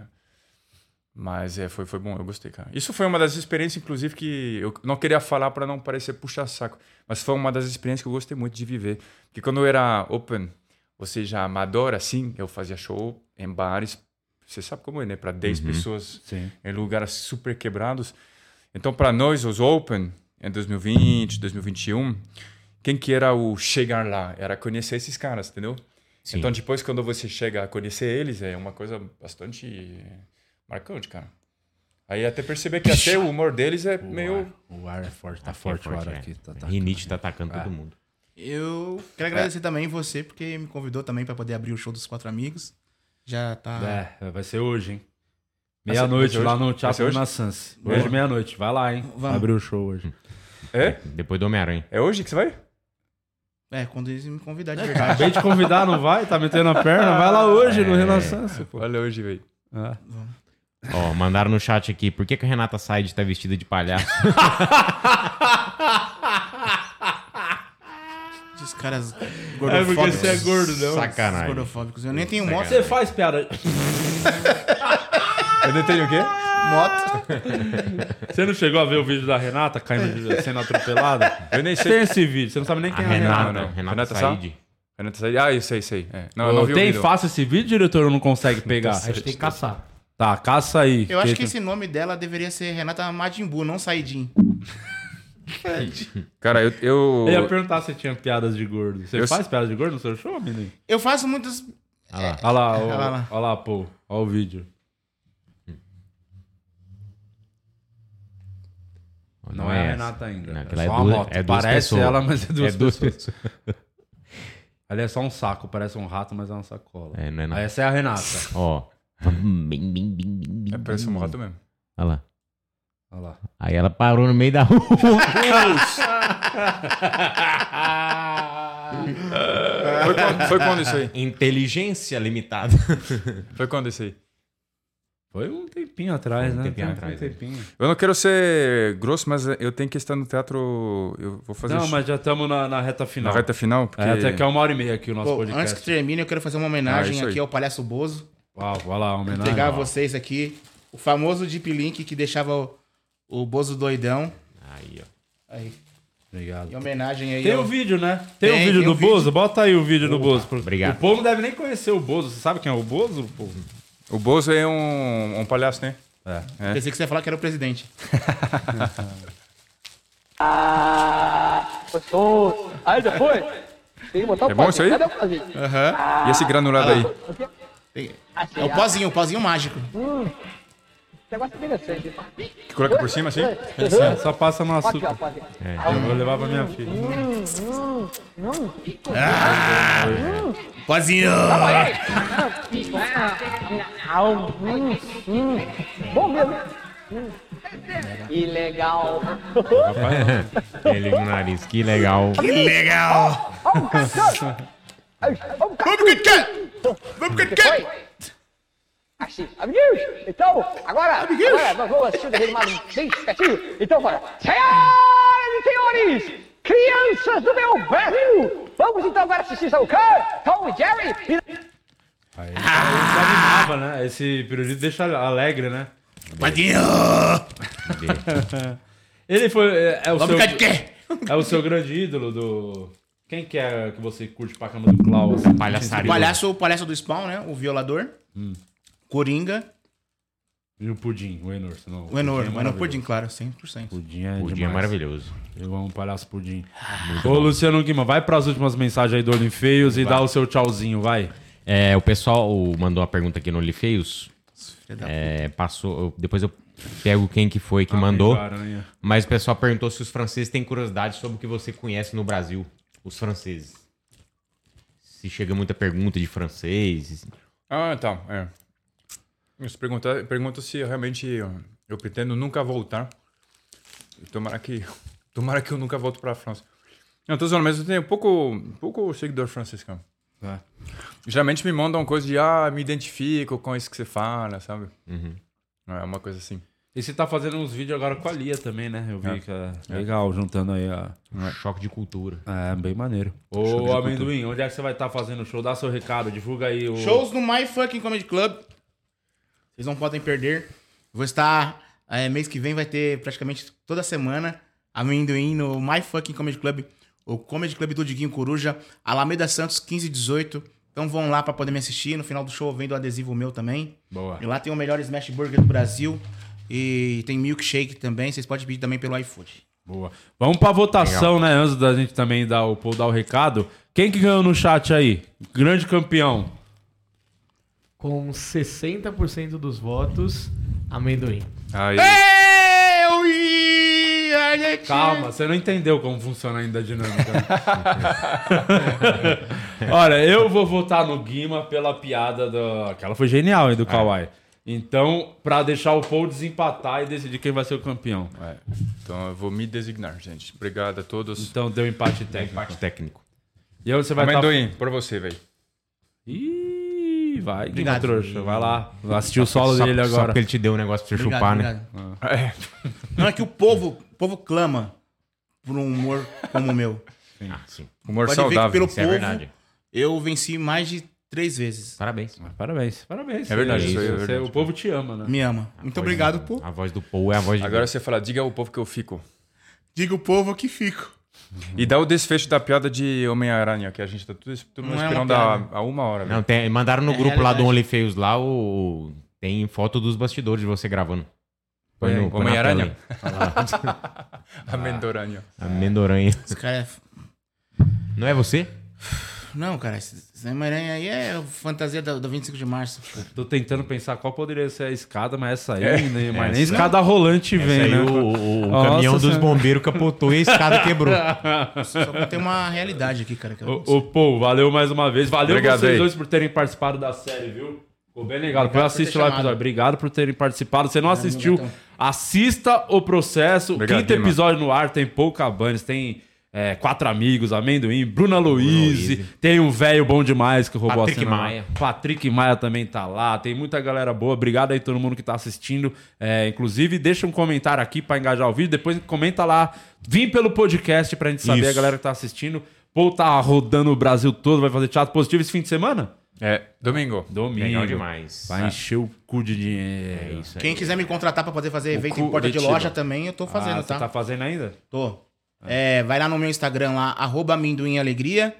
Mas é, foi, foi bom, eu gostei, cara. Isso foi uma das experiências, inclusive, que eu não queria falar para não parecer puxa-saco, mas foi uma das experiências que eu gostei muito de viver. Porque quando eu era open, ou seja, amador, assim, eu fazia show em bares, você sabe como é, né? Para 10 Uhum. pessoas Sim. em lugares super quebrados. Então, para nós, os Open, em 2020, 2021, quem que era o chegar lá? Era conhecer esses caras, entendeu? Sim. Então, depois, quando você chega a conhecer eles, é uma coisa bastante marcante, cara. Aí até perceber que até o humor deles é meio... O ar é forte, tá forte é. o ar aqui, tá atacando. Ah. Rinite tá atacando todo mundo. Eu É. quero agradecer também você, porque me convidou também pra poder abrir o show dos quatro amigos. Já tá. É, vai ser hoje, hein? Vai ser- Meia-noite vai ser lá hoje? no Vai ser Teatro hoje? Renaissance. Boa. Hoje, meia-noite. Vai lá, hein? Vai Vamos. abrir o show hoje. É? Depois do Homem-Aranha. É hoje que você vai? É, quando eles me convidarem de verdade. É, Acabei de convidar, não vai? Tá metendo a perna? Vai lá hoje no É. Renaissance, pô. Olha hoje, velho. Ó, mandaram no chat aqui, por que, que a Renata Said tá vestida de palhaço? Esses caras É gordofóbicos. porque você é gordo, Tá não? Esses Sacanagem. gordofóbicos. Eu nem tenho moto. Sacanagem. Você faz piada. Eu não tenho o quê? Moto. Você não chegou a ver o vídeo da Renata caindo, de- sendo atropelada? Eu nem sei. Tem esse vídeo, você não sabe nem quem é a Renata. Não, não. Renata Sá? Said. Renata Said. Ah, eu sei, sei. É. Não, Ô, eu não vi o tem vídeo. fácil esse vídeo, diretor, ou não consegue pegar? A gente tem que caçar. Tá, caça aí. Eu acho que esse nome dela deveria ser Renata Majin Buu, não Saidin. Cara, eu... eu... Eu ia perguntar se tinha piadas de gordo. Você Eu- faz piadas de gordo no seu show, menino? Eu faço muitas. é, Olha Ah lá, Olha olha lá. lá, olha lá, pô. Olha o vídeo. Não, é a Renata ainda. Não, é aquela só é uma duas- moto. é duas parece pessoas. ela, mas é duas, É duas pessoas. Ali é só um saco, parece um rato, mas é uma sacola. É, não é não. Ah, Essa é a Renata. Ó. Hum, É, parece um rato mesmo. Olha lá. Olha lá. Aí ela parou no meio da rua. Foi quando, foi quando isso aí? Inteligência limitada. Foi quando isso aí? Foi um tempinho atrás, Foi um né? tempinho Foi atrás, Um né? tempinho. Eu não quero ser grosso, mas eu tenho que estar no teatro. Eu vou fazer Não, isso. mas já estamos na, na reta final. Na reta final, porque- A reta que é uma hora e meia aqui o nosso Bom, podcast. antes que termine, eu quero fazer uma Ah, homenagem isso aí. aqui ao Palhaço Bozo. Uau, vai lá, homenagem. Entregar a Uau. vocês aqui o famoso Deep Link que deixava o, o Bozo doidão. Aí, ó. Aí. Obrigado. Em homenagem aí. Tem ao- o vídeo, né? Tem, o vídeo tem um do Bozo? Bota aí o vídeo do Bozo. Obrigado. O povo não deve nem conhecer o Bozo. Você sabe quem é o Bozo? Pô? O Bozo é um, um palhaço, né? É. Pensei que você ia falar que era o presidente. Gostoso. Aí já foi? Tem que botar É o bom isso aí? Cadê o pozinho? E esse granulado aí? É o pozinho, o pozinho mágico. Hum. Esse negócio é interessante. Que coloca por cima assim? é Só- Só passa no Aqui, açúcar. rapaziada. É, eu vou levar pra minha filha. Hum, hum, hum, que coisa. Pozinho! Ah, hum, hum. Bom mesmo. Hum. Que legal. Ele com o nariz. Que legal. Que legal. Ó, ó, o cachorro. Ai, ó, um o cachorro. Vamos que foi? Assim, amiguinhos, então, agora, agora nós vamos assistir o desenho animado bem espertinho. Então, bora. Senhoras e senhores, crianças do meu Brasil, vamos então agora assistir São Khan, Tom e Jerry e... Desanimava, né? Esse pirulito deixa alegre, né? Padinho! Ele foi. É, é o Vamos seu, ficar de quê? É o seu grande ídolo do. Quem que é que você curte pra cama do Klaus? O palhaço, o palhaço do Spawn, né? O violador. Hum. Coringa. E o Pudim, o Enor, senão. O Pudim é Enor, o Enor maravilhoso. Pudim, claro, 100%. Pudim é, Pudim é demais. maravilhoso. Eu amo palhaço Pudim. Ô, Luciano Guima, vai pras últimas mensagens aí do Olho em Feios e Vai. dá o seu tchauzinho, vai. É, o pessoal mandou uma pergunta aqui no Olifeios. É, passou, eu- depois eu pego quem que foi que Ah, mandou. pegaram, hein? Mas o pessoal perguntou se os franceses têm curiosidade sobre o que você conhece no Brasil, os franceses. Se chega muita pergunta de francês. Ah, então, é. Eles perguntam, perguntam se realmente eu, eu pretendo nunca voltar. E Tomara que, tomara que eu nunca volte para a França. Não, tô zoando, mas eu tenho pouco, pouco seguidor francês, cara. É. Tá. Geralmente me mandam coisa de, ah, me identifico com isso que você fala, sabe? É uma coisa assim. E você tá fazendo uns vídeos agora com a Lia também, né? Eu vi É. que é legal, juntando aí a... Choque de cultura. É, bem maneiro. Ô, amendoim, onde é que você vai estar fazendo o show? Dá seu recado, divulga aí o... Shows no My Fucking Comedy Club. Vocês não podem perder. Vou estar. é, mês que vem vai ter praticamente toda semana amendoim no My Fucking Comedy Club, o Comedy Club do Diguinho Coruja, Alameda Santos 1518. Então vão lá pra poder me assistir. No final do show eu vendo o adesivo meu também. Boa. E lá tem o melhor smash burger do Brasil. E tem milkshake também. Vocês podem pedir também pelo iFood. Boa. Vamos pra votação, né? Antes da gente também dar o, dar o recado. Quem que ganhou no chat aí? Grande campeão. Com 60% dos votos, amendoim. Ah, Aí. É! Eu ia... Calma, você não entendeu como funciona ainda a dinâmica. Olha, eu vou votar no Guima pela piada do. Aquela foi genial, É. hein, do Kawhi. Então, pra deixar o Paul desempatar e decidir quem vai ser o campeão. Então eu vou me designar, gente. Obrigado a todos. Então deu empate técnico. empate técnico. E aí você vai tá- Amendoim, pra você, velho. Ih, vai, Guima Obrigado. trouxa. Vai lá. Vai assistir o solo Só- dele só agora. porque ele te deu um negócio pra você Obrigado, chupar, né? obrigado. Não é que o povo, o povo clama por um humor como o meu. Ah, sim. Humor Pode saudável, ver que pelo isso é povo, verdade. eu venci mais de três vezes. Parabéns. Parabéns, parabéns. É verdade, isso aí é Você- verdade. O povo te ama, né? Me ama. Muito obrigado, pô. Ah. A voz do Paul é a voz de Agora você fala, diga ao povo que eu fico. Diga o povo que fico. E dá o desfecho da piada de Homem-Aranha, que a gente tá tudo, todo mundo Não é uma esperando piada. há, há uma hora. né? Não, tem- mandaram É no grupo lá do OnlyFeios lá o. Tem foto dos bastidores de você gravando. Põe É, Põe no- aí, põe na Homem-Aranha. tela aí. Olha lá. Ah. Amendoranha. A Mendoranha. Esse cara é... Não é você? Não, cara, esse esse Homem-Aranha aí é a fantasia da- do 25 de março. Tô tentando pensar qual poderia ser a escada, mas essa aí, É. né? mas Essa- nem escada rolante essa vem, aí né? o- o- o Nossa caminhão dos Senhora. bombeiros capotou e a escada quebrou. Só que tem uma realidade aqui, cara. Que eu não sei. Ô, ô, Paul, valeu mais uma vez. Valeu Obrigado vocês aí. dois por terem participado da série, viu? Ficou bem legal. Depois Obrigado por assiste ter lá o chamado. episódio. Obrigado por terem participado. Você não assistiu, gatão. assista o processo. Obrigado, Quinto Guima. episódio no ar. Tem Paul Cabanes, tem é, Quatro Amigos, Amendoim, Bruna Luiz, tem um velho bom demais que roubou Patrick a cena lá. Maia. Patrick Maia também tá lá. Tem muita galera boa. Obrigado aí todo mundo que tá assistindo. É, inclusive, deixa um comentário aqui pra engajar o vídeo. Depois comenta lá. Vim pelo podcast pra gente saber Isso. a galera que tá assistindo. Pô, tá rodando o Brasil todo, vai fazer teatro positivo esse fim de semana? É, domingo. Domingo. Legal demais. Vai Ah. encher o cu de dinheiro. É isso Quem quiser me contratar pra poder fazer O evento cu em porta de detido. loja também, eu tô fazendo, Ah, você tá? tá Ah. fazendo ainda? Tô. É, vai lá no meu Instagram lá, arroba amendoim alegria.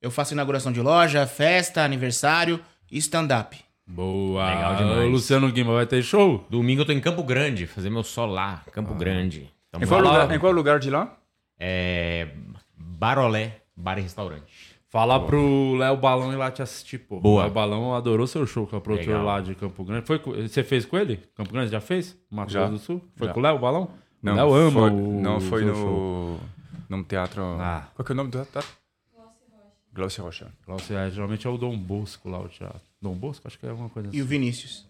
Eu faço inauguração de loja, festa, aniversário e stand-up. Boa. Legal demais. Ô, Luciano Guima, vai ter show? Domingo eu tô em Campo Grande, fazer meu sol lá. Campo Ah. Grande. Tamo Em qual, lá. lugar, em qual lugar de lá? É. Barolé, bar e restaurante. Falar Boa. pro Léo Balão ir lá te assistir, pô. Boa. O Léo Balão adorou seu show com a produtora Legal. lá de Campo Grande. Foi, com- você fez com ele? Campo Grande já fez? Mato Já. Grosso do Sul? Foi Já. com o Léo Balão? Não, o Léo ama foi, o Não, foi seu no... show. Num teatro... Qual que é o nome do teatro? Glaucio Rocha. Lá, você- é, geralmente é o Dom Bosco lá, o teatro. Dom Bosco? Acho que é alguma coisa assim. E o Vinícius.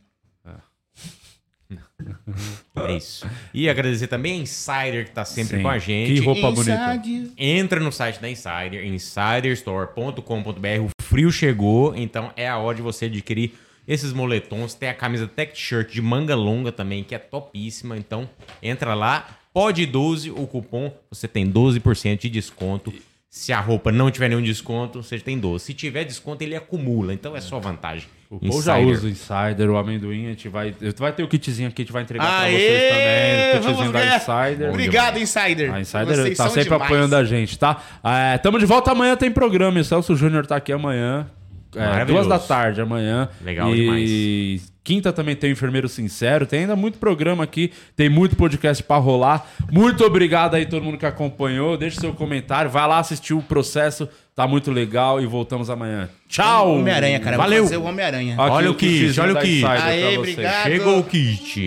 É isso. E agradecer também a Insider que tá sempre Ah. Sim. com a gente. Que roupa bonita. Insider. Entra no site da Insider, insiderstore.com.br. O frio chegou, então é a hora de você adquirir esses moletons. Tem a camisa Tech Shirt de manga longa também, que é topíssima. Então entra lá, pode 12 o cupom, você tem 12% de desconto. Se a roupa não tiver nenhum desconto, você tem 12. Se tiver desconto, ele acumula. Então é só vantagem. Ou já usa o Insider, o amendoim, a gente vai... Vai ter o kitzinho aqui, a gente vai entregar pra vocês Aê, também. O vamos kitzinho da ganhar. Insider. Obrigado, Insider. A Insider Vocês tá são sempre demais. apoiando a gente, tá? É, tamo de volta amanhã, tem programa. E O Celso Júnior tá aqui amanhã. É, duas Maravilhoso. da tarde amanhã. Legal e quinta também tem o Enfermeiro Sincero. Tem ainda muito programa aqui. Tem muito podcast pra rolar. Muito obrigado aí todo mundo que acompanhou. Deixa seu comentário. Vai lá assistir o processo. Tá muito legal. E voltamos amanhã. Tchau! Homem-Aranha, cara. Eu vou Valeu! fazer um o Homem-Aranha. Aqui é Olha o kit, kitzinho olha o né, da kit. Insider pra Aê, você. obrigado. Chegou o kit.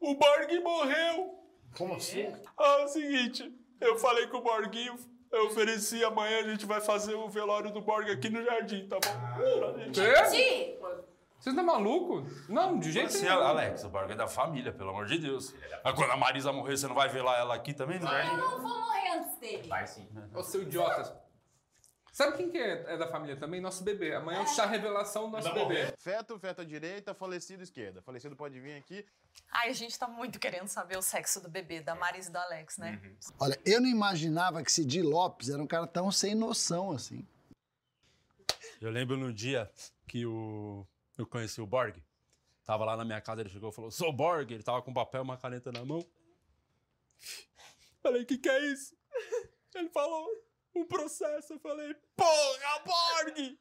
O Borg morreu! Como assim? Ah, é o seguinte, eu falei com o Borguinho, eu ofereci Ah. amanhã a gente vai fazer o velório do Borg aqui no jardim, tá bom? Pra gente- Quê? Vocês não é maluco? Não, de jeito assim, nenhum. Alex, o bagulho é da família, pelo amor de Deus. Mas quando a Marisa morrer, você não vai velar ela aqui também? Não Eu não vou morrer antes dele. Vai sim. Ô, seu idiota. Sabe quem que é, é da família também? Nosso bebê. Amanhã é o chá revelação do nosso Tá bebê. Feto, feto à direita, falecido à esquerda. Falecido pode vir aqui. Ai, a gente tá muito querendo saber o sexo do bebê, da Marisa e do Alex, né? Olha, eu não imaginava que Cid Lopes era um cara tão sem noção assim. Eu lembro no dia que o, eu conheci o Borg. Tava lá na minha casa, ele chegou e falou: Sou Borg. Ele tava com um papel e uma caneta na mão. Falei, o que, que é isso? Ele falou, um processo. Eu falei, porra, Borg!